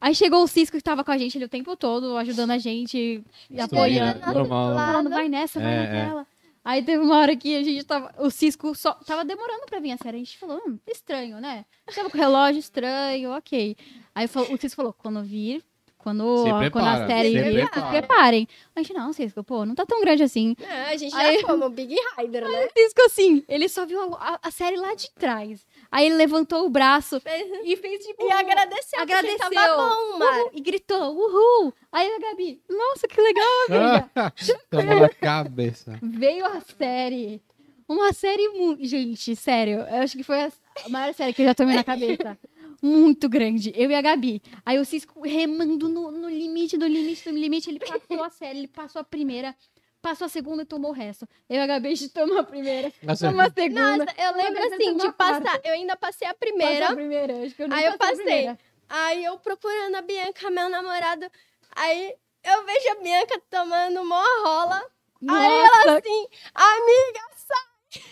Aí chegou o Cisco que tava com a gente ali o tempo todo, ajudando a gente, e apoiando.
né? Normal.
Falando, vai nessa, vai
É,
naquela. Aí teve uma hora que a gente tava. O Cisco só tava demorando pra vir a série. A gente falou, hum, estranho, né? Tava com o relógio estranho, ok. Aí eu falo- o Cisco falou, quando vir, quando,
Se
a- quando a
prepara,
série...
se
se
prepara.
preparem. A gente, não, Cisco, pô, não tá tão grande assim.
Ah, a gente já
Aí-
como o Big Rider, né?
Cisco, assim, ele só viu a, a- a série lá de trás. Aí ele levantou o braço e fez tipo...
E agradeceu,
Agradeceu.
porque tava bom, mano.
Uhul, e gritou, uhul! Aí a Gabi, nossa, que legal!
Ah, Tomou na cabeça.
Veio a série. Uma série muito. Gente, sério, eu acho que foi a a maior série que eu já tomei na cabeça. Muito grande. Eu e a Gabi. Aí o Cisco remando no, no limite, do limite, do limite. Ele passou a série, ele passou a primeira, passou a segunda e tomou o resto. Eu e a Gabi, a gente tomou a primeira,
Nossa,
tomou a segunda.
Nossa, eu lembro
Agradeceu
assim de
uma
passar. Eu ainda passei a
passou
primeira.
a primeira. Acho que eu nem
Aí eu
passei a
passei.
primeira.
Aí eu procurando a Bianca, meu namorado. Aí eu vejo a Bianca tomando mó rola. Aí ela
Nossa,
assim, amiga,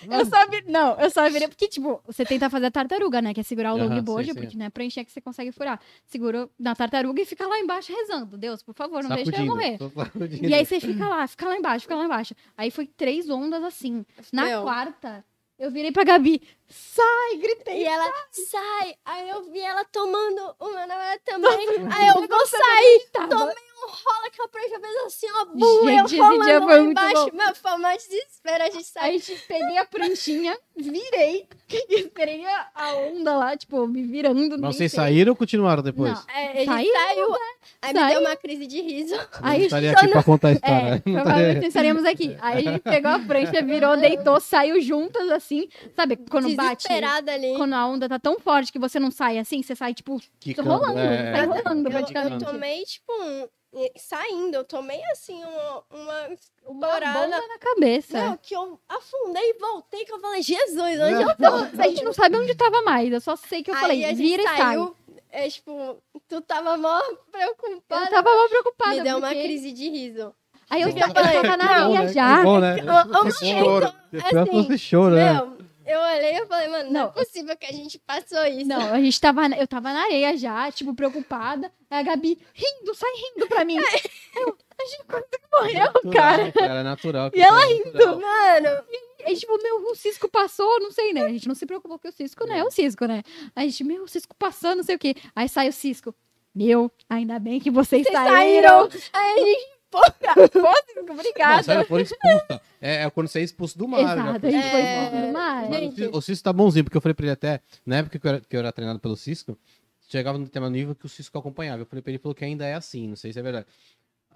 Hum.
eu só vi... Não, eu só virei. Porque, tipo, você tenta fazer a tartaruga, né? Que é segurar o
Aham,
longboard,
sei, sei.
porque não é pranchar que você consegue furar. Segura na tartaruga e fica lá embaixo rezando. Deus, por favor, não deixa eu
sacudindo,
morrer.
tô sacudindo.
E aí você fica lá, fica lá embaixo, fica lá embaixo. Aí foi três ondas assim. Na
Meu.
quarta, eu virei pra Gabi, sai, gritei.
E ela sai. Aí eu vi ela tomando o meu namorado também. Aí eu vou sair.
Tava.
Tomei um rola que a prancha fez assim, ó, bum, eu
Gente, esse dia
rolando
foi
lá
muito
embaixo.
bom.
Meu, foi mais desespero, a gente sai.
Aí tipo, peguei a pranchinha, virei, esperei a- a onda lá, tipo, me virando. nem
Mas vocês
sei.
saíram ou continuaram depois?
Não.
É, a gente
Saiu, né?
saiu. Aí me
Saiu.
deu uma crise de riso.
Não
Aí
estaria
só
aqui pra contar a
É,
história. Não
provavelmente
estaria-
não estaríamos aqui. Aí a gente pegou a prancha, virou, deitou, saiu juntas assim. Sabe quando bate?
Desesperada ali.
Quando a onda tá tão forte que você não sai assim, você sai tipo
Quicando,
rolando,
é,
sai
é,
rolando
é,
Eu, eu
praticamente.
tomei, tipo, um- saindo, eu tomei assim uma, uma
uma bomba
dourada.
na cabeça.
Não, que eu afundei e voltei, que eu falei, Jesus, onde
Não.
eu tô?
Não, Então, a gente não sabe onde tava mais. Eu só sei que eu
Aí
falei,
a gente
vira e sai. Eu
saiu, é, tipo, tu tava mó preocupada.
tava mal preocupada.
Me deu uma
porque-
crise de riso.
Aí eu,
Bom,
tava- eu tava na
bom,
areia
né?
já. É
Bom, né?
Eu- eu-
Esse choro.
Depois
assim,
você chora, né?
Meu, eu olhei e falei, mano, não,
Não.
é possível que a gente passou isso.
Não, a gente tava, na- eu tava na areia já, tipo, preocupada. Aí a Gabi rindo, sai rindo pra mim.
É.
Eu, a gente quase morreu,
natural,
cara.
cara. É natural.
E ela
rindo.
Mano,
A gente, tipo, meu, o Cisco passou, não sei, né? A gente não se preocupou que o Cisco, né? É o Cisco, né? A gente, meu, o Cisco passou, não sei o quê. Aí sai o Cisco. Meu, ainda bem que vocês,
vocês saíram.
saíram.
Aí a gente,
Pô, Cisco,
Não,
obrigada.
se ela for expulsa. É, é quando você é expulso do mar. né?
Exato, a gente foi
É.
expulso do mar.
Mas o
Gente.
Cisco- O Cisco tá bonzinho, porque eu falei pra ele até, na época que eu era, que eu era treinado pelo Cisco, chegava no determinado nível que o Cisco acompanhava. Eu falei pra ele, ele falou que ainda é assim, não sei se é verdade.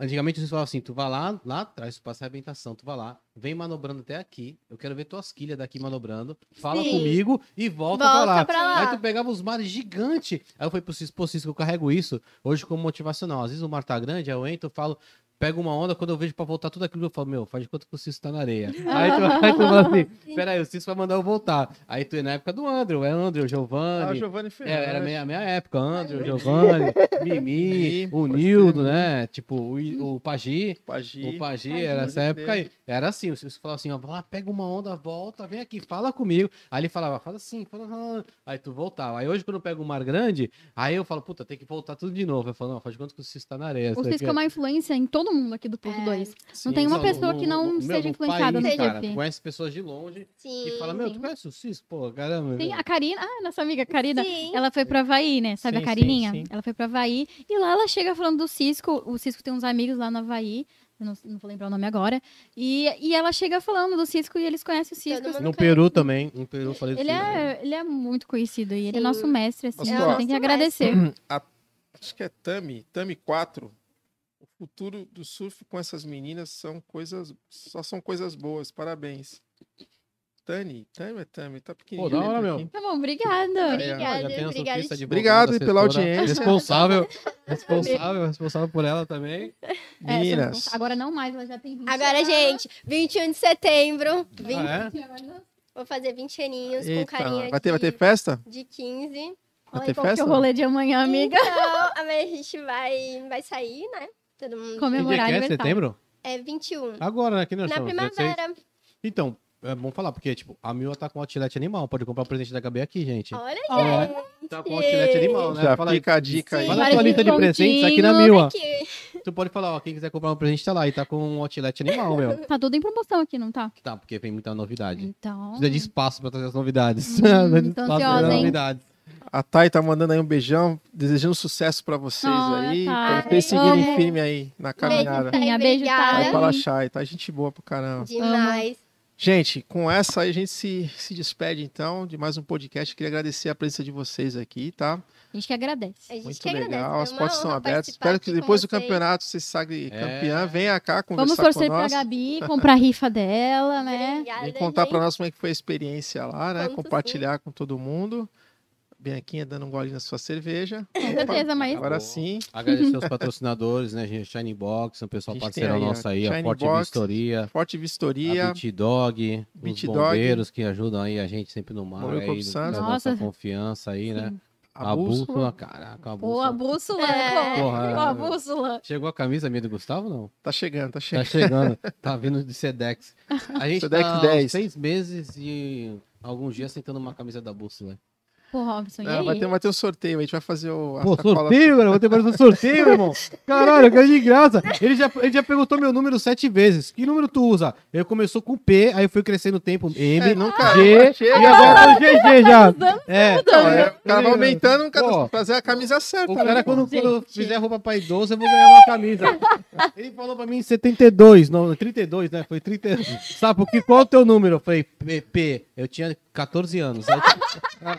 Antigamente o Cisco falava assim, tu vai lá, lá atrás, tu passa a arrebentação, tu vai lá, vem manobrando até aqui, eu quero ver tuas quilhas daqui manobrando, fala
Sim.
comigo e volta, pra
volta
lá.
pra lá.
Aí tu pegava os mares gigante. Aí eu falei pro Cisco, pô, Cisco, eu carrego isso hoje como motivacional. Às vezes o mar tá grande, aí eu entro, eu falo, pego uma onda, quando eu vejo pra voltar tudo aquilo, eu falo, meu, faz de conta que o Cisco tá na areia. aí tu, aí tu fala assim, peraí, o Cisco vai mandar eu voltar. Aí tu é na época do Andrew, é Andrew,
Ah, o
Giovanni.
Giovanni
É,
Ferraz.
era a minha, minha época, Andrew, Giovanni, Mimi,
Mimi,
o
pode
Nildo,
crer.
né? Tipo, o, I- o Pagi.
Pagi.
O Pagi
Pagi,
era essa
pode
época aí. Era assim, o Cisco falava assim, ó, vai lá, pega uma onda, volta, vem aqui, fala comigo. Aí ele falava, fala assim, fala, fala. aí tu voltava. Aí hoje quando eu pego um mar grande, aí eu falo, puta, tem que voltar tudo de novo. Eu falo, não, faz de conta que o Cisco tá na areia.
O
sabe
Cisco
que-
é uma influência em todo mundo aqui do Porto
É.
2.
Sim,
tem uma
no-
pessoa que não
meu,
seja influenciada,
país,
né?
cara,
Sim.
tu conhece pessoas de longe
sim.
e fala, meu,
sim.
tu conhece o Cisco? Pô, caramba.
Tem
meu.
a Karina, ah, nossa amiga Karina,
Sim.
ela foi pra Havaí, né?
Sim,
Sabe a
sim,
Carininha?
sim.
Ela foi pra Havaí e lá ela chega falando do Cisco. O Cisco tem uns amigos lá no Havaí, eu não, não vou lembrar o nome agora. E, e ela chega falando do Cisco e eles conhecem o Cisco.
Todo mundo
No
conhece.
Peru também. No Peru, eu falei do
Ele
Cisco.
é, ele é muito conhecido e ele é
Sim.
nosso mestre,
Nossa,
assim, a gente tem que
nosso
agradecer.
Acho que é Tami, Tami 4. O futuro do surf com essas meninas são coisas, só são coisas boas. Parabéns. Tani, Tami é Tami, tá pequenininho.
Pô, da hora,
aqui.
meu.
Tá bom, obrigada.
Aí, ó,
Obrigada,
já tem a
obrigada.
surfista de bom
Obrigado
grado,
pela
assessora.
audiência.
Responsável, responsável, responsável por ela também.
É,
Meninas.
só- agora não mais, ela já tem 20
Agora,
anos.
gente, 21 de setembro. 20,
Ah, é?
Vou fazer 20 aninhos com
Eita,
carinha
vai ter, vai
aqui
ter festa?
de 15.
Vai
Olha
ter
qual que é
festa?
o rolê de amanhã, amiga.
Então, amanhã a gente vai, vai sair, né? Todo mundo.
Que
Comemorar
dia que é?
aniversário.
Setembro?
É
Ah,
21.
Agora, né? Que nós
Na
estamos, 16.
primavera.
Então, é bom falar, porque, tipo, a Mila tá com outlet animal. Pode comprar o presente da Gabi aqui, gente.
Olha,
Ó,
gente.
Tá com outlet animal, né?
Já
Fala aí.
fica a dica aí.
Sim.
Olha a
Vários
tua lista de
descontinhos,
presentes aqui na Mila.
Aqui.
Tu pode falar, ó, quem quiser comprar um presente tá lá e tá com um outlet animal, meu.
Tá tudo em promoção aqui, não tá?
Tá, porque tem muita novidade.
Então.
Precisa de espaço pra trazer as novidades.
Hum,
Precisa de
tô
espaço pra
ansiosa,
trazer as
hein?
novidades.
A Thay tá mandando aí um beijão, desejando sucesso pra vocês
Oh,
aí,
Thay.
pra vocês seguirem
Amo.
firme aí na caminhada.
Thay,
Tenha beijo,
obrigada.
Vai
Thay.
pra Lachai, tá gente boa pra caramba.
Demais.
Gente, com essa aí a gente se, se despede então de mais um podcast. Queria agradecer a presença de vocês aqui, tá?
A gente que agradece.
A gente
Muito
que agradece.
legal, as
foi uma
portas estão
honra
abertas.
participar
Espero que
aqui com
depois do
vocês.
campeonato você sabe
É.
campeã, venha cá
Vamos
conversar
torcer
com
pra
nós.
Gabi, comprar a rifa dela, né?
Obrigada,
Vem contar
gente.
pra nós como é que foi a experiência lá, né?
Conto, sim.
Compartilhar com todo mundo. Bianquinha dando um gole na sua cerveja.
Com certeza, mas
Agora
Boa.
sim,
Agradecer aos patrocinadores, né, gente? Shine Box, um pessoal
A gente
parceiro
tem aí, ó,
nosso aí,
Shine
a Forte
Box,
Vistoria,
forte
a
vistoria.
Beat Dog, os
Beat Dog.
bombeiros que ajudam aí a gente sempre no mar,
Morreu com
aí,
o
na
Santos.
nossa
Nossa.
confiança aí, né?
A,
A
bússola.
bússola, caraca, a
Boa,
bússola.
bússola.
né?
É.
Boa,
Porra.
bússola.
Chegou a camisa minha do Gustavo, não?
Tá chegando, tá
Tá
chegando.
chegando, tá vindo de Sedex. A gente
Sedex
tá há
10.
seis meses e alguns dias sentando uma camisa da bússola.
Pô, Robson, e
Não,
aí?
vai, ter, vai ter um sorteio, a gente vai fazer o, a
Pô,
sacola-
sorteio, cara, vou ter mais um sorteio, meu irmão. Caralho, eu quero de graça. Ele já, ele já perguntou meu número sete vezes. Que número tu usa? Ele começou com P, aí eu fui crescendo o tempo. M,
É, nunca-
G,
nunca chega.
e agora tá GG já. É,
Não, é, o cara vai
Ele-
aumentando, o cara
Pô,
fazer a camisa certa.
O
né,
cara, é
pô?
quando,
Gente.
quando eu fizer roupa pra idoso, eu vou ganhar uma camisa. Ele falou pra mim 72, não, 32, né? Foi 30. Sabe, porque qual é o teu número? Eu falei, P, P. eu tinha 14 anos. Aí,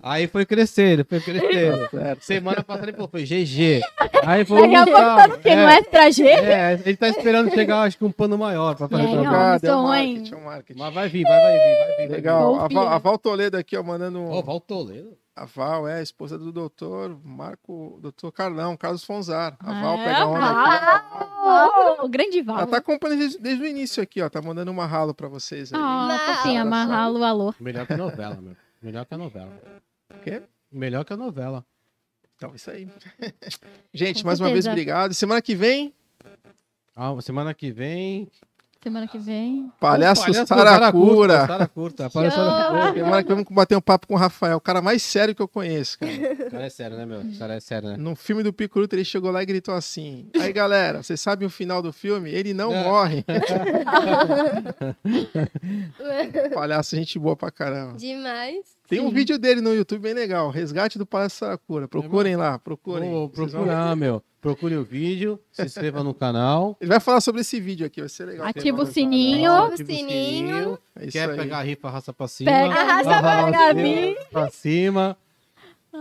aí foi crescendo, foi crescendo.
Certo.
Semana passada ele falou, foi GG. Aí ele falou,
Daqui a pouco tá no quê?
é,
No STRAG?
é, ele tá esperando chegar, acho que um pano maior pra fazer.
É,
o
ó.
trabalho.
Obrigado, é um
Então, hein?
marketing, é um marketing.
Mas vai vir, vai, vai vir, vai vir. vai vir.
Legal. A
Confia.
Val, a Val Toledo aqui, ó, mandando. um
Ó, Val Toledo.
A Val é a esposa do doutor Marco, doutor Carlão, Carlos Fonzar. A Val
Ah,
pega onda. aqui.
Val. O grande
Ela
Val.
tá acompanhando desde, desde o início aqui, ó. Tá mandando um ralo pra vocês aí.
Ah,
Não.
fofinha, amarrá-lo, alô.
Melhor que a novela, meu. Melhor que a novela. O
quê?
Melhor que a novela.
Então, isso aí. Gente,
Com
mais uma vez,
certeza.
obrigado. Semana que vem,
Ah, semana que vem.
Semana que vem.
Palhaço,
Palhaço
Saracura.
Sara Curta. Palhaço Sara Curta.
Semana que vem, vamos bater um papo com o Rafael, o cara mais sério que eu conheço, cara.
Cara, é sério, né, meu? Cara, é sério, né?
No filme do Picuruta, ele chegou lá e gritou assim: Aí galera, vocês sabem o final do filme? Ele não
É.
morre. Palhaço, gente boa pra caramba.
Demais.
Tem um vídeo dele no YouTube bem legal: Resgate do Palhaço Saracura. Procurem lá, procurem.
Vou
Vocês vão-
procurar, meu. Procure o vídeo, se inscreva no canal.
Ele vai falar sobre esse vídeo aqui, vai ser legal.
Ativa o
Tem-
sininho.
Ativa o
sininho.
sininho.
É isso
Quer
aí.
pegar a rifa, arrasta pra cima.
Pega,
Arrasta
arrasta
pra
pra
cima.
cima, pra cima.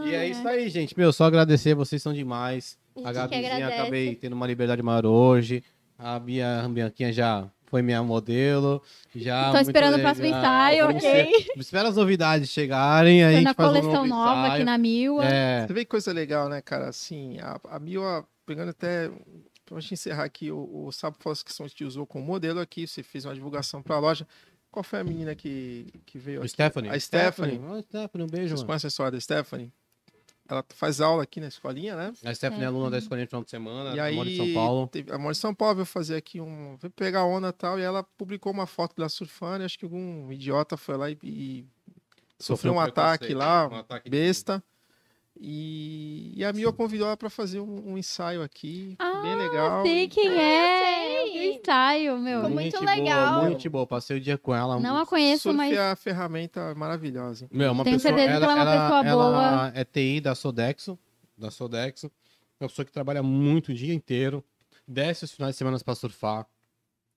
E é isso aí, gente. Meu, só agradecer, vocês são demais.
gente
A
que
Gabizinha
agradece.
acabei tendo uma liberdade maior hoje. A Bia Bianquinha já foi minha modelo. Já
Tô
muito
esperando o próximo
legal.
ensaio,
Vamos
ok?
ver- Espera as novidades chegarem. Aí a
Foi
gente
na
faz um
coleção
novo
nova
ensaio.
aqui na Mil.
É,
Você vê que coisa legal, né, cara? Assim, a, a Mio, a- pegando até. Pra gente encerrar aqui, o, o Sapo falou que você te usou como modelo aqui, você fez uma divulgação pra loja. Qual foi a menina que, que veio
o
aqui?
Stephanie.
A Stephanie.
Ó, Stephanie, um beijo,
Vocês
mano.
conhecem a história da Stephanie? Ela faz aula aqui na escolinha, né?
A Stephanie é aluna da escolinha de final de semana,
e aí,
mora em São Paulo.
teve- ela mora em São Paulo, veio fazer aqui um. veio pegar onda e tal, e ela publicou uma foto dela surfando, e acho que algum idiota foi lá e, e sofreu um ataque
preconceito,
lá,
um ataque de-
besta. E, e a Mio convidou ela para fazer um, um ensaio aqui,
Ah,
bem legal.
Sei quem é.
eu
eu vi
sei.
o ensaio, meu.
Ficou
Gente
muito
boa,
legal.
Muito boa, passei o dia com ela.
Não a
E
conheço,
surf
mas
é a ferramenta maravilhosa. hein?
Meu, uma
Tenho
pessoa,
certeza que ela é uma pessoa
ela é TI da Sodexo, da Sodexo. É uma pessoa que trabalha muito o dia inteiro, desce os finais de semana pra surfar.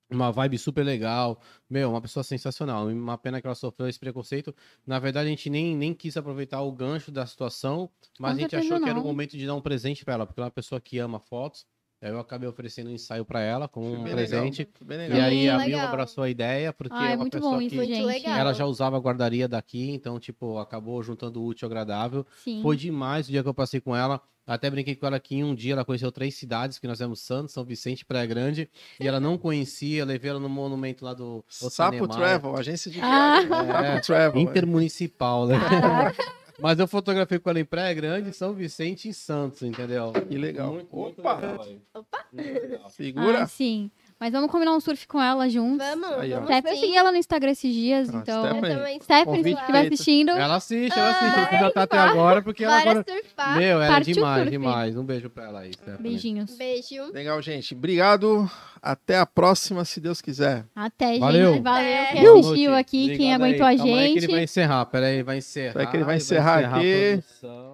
Uma vibe super legal. Meu, uma pessoa sensacional. E Uma pena que ela sofreu esse preconceito. Na verdade, a gente nem, nem quis aproveitar o gancho da situação, mas
Com
a gente
certeza
achou que era o
não.
momento de dar um presente pra ela, porque ela é uma pessoa que ama fotos. Aí eu acabei oferecendo um ensaio pra ela como
Foi
um
bem
presente.
Legal, foi bem legal.
E aí a
Legal.
Mil abraçou a ideia, porque é
Ah, é
uma
Hum, muito
pessoa
bom
que
isso,
Muito
gente.
legal.
ela já usava a guardaria daqui, então, tipo, acabou juntando o útil ao agradável.
Sim.
Foi demais o dia que eu passei com ela. Até brinquei com ela que em um dia ela conheceu três cidades, que nós temos Santos, São Vicente, Praia Grande. E ela não conhecia, levei ela no monumento lá do
Sapo né?
Otanimaia.
Travel, agência de
Ah.
viagem. Sapo
É,
Travel.
Intermunicipal, né? Mas eu fotografei com ela em Praia Grande, São Vicente e Santos, entendeu?
Que legal.
Muito, muito
Opa!
legal, velho.
Opa!
Muito legal.
Segura.
Ah, sim. Mas vamos combinar um surf com ela juntos.
Vamos,
Aí, ó.
vamos
Até
sim.
segui ela no Instagram esses dias,
Ah,
então.
Stephanie.
Eu também
Stephanie, se
Convite
estiver
feito.
assistindo,
Ela assiste,
Ah,
ela assiste. Ela
Ai,
já tá até
então,
agora, porque ela
Bora
agora.
surfar.
Meu, ela é
Partiu
demais,
surf.
demais. Um beijo pra ela aí, Stephanie.
beijinhos.
Beijo.
Legal, gente. Obrigado. Até a próxima, se Deus quiser.
Até, gente.
Valeu.
Valeu quem
Boa
assistiu
noite.
aqui, quem
Obrigado
aguentou
aí.
a
Calma aí que
gente.
ele vai encerrar, peraí, vai encerrar.
Vai que ele vai encerrar aqui.
a produção.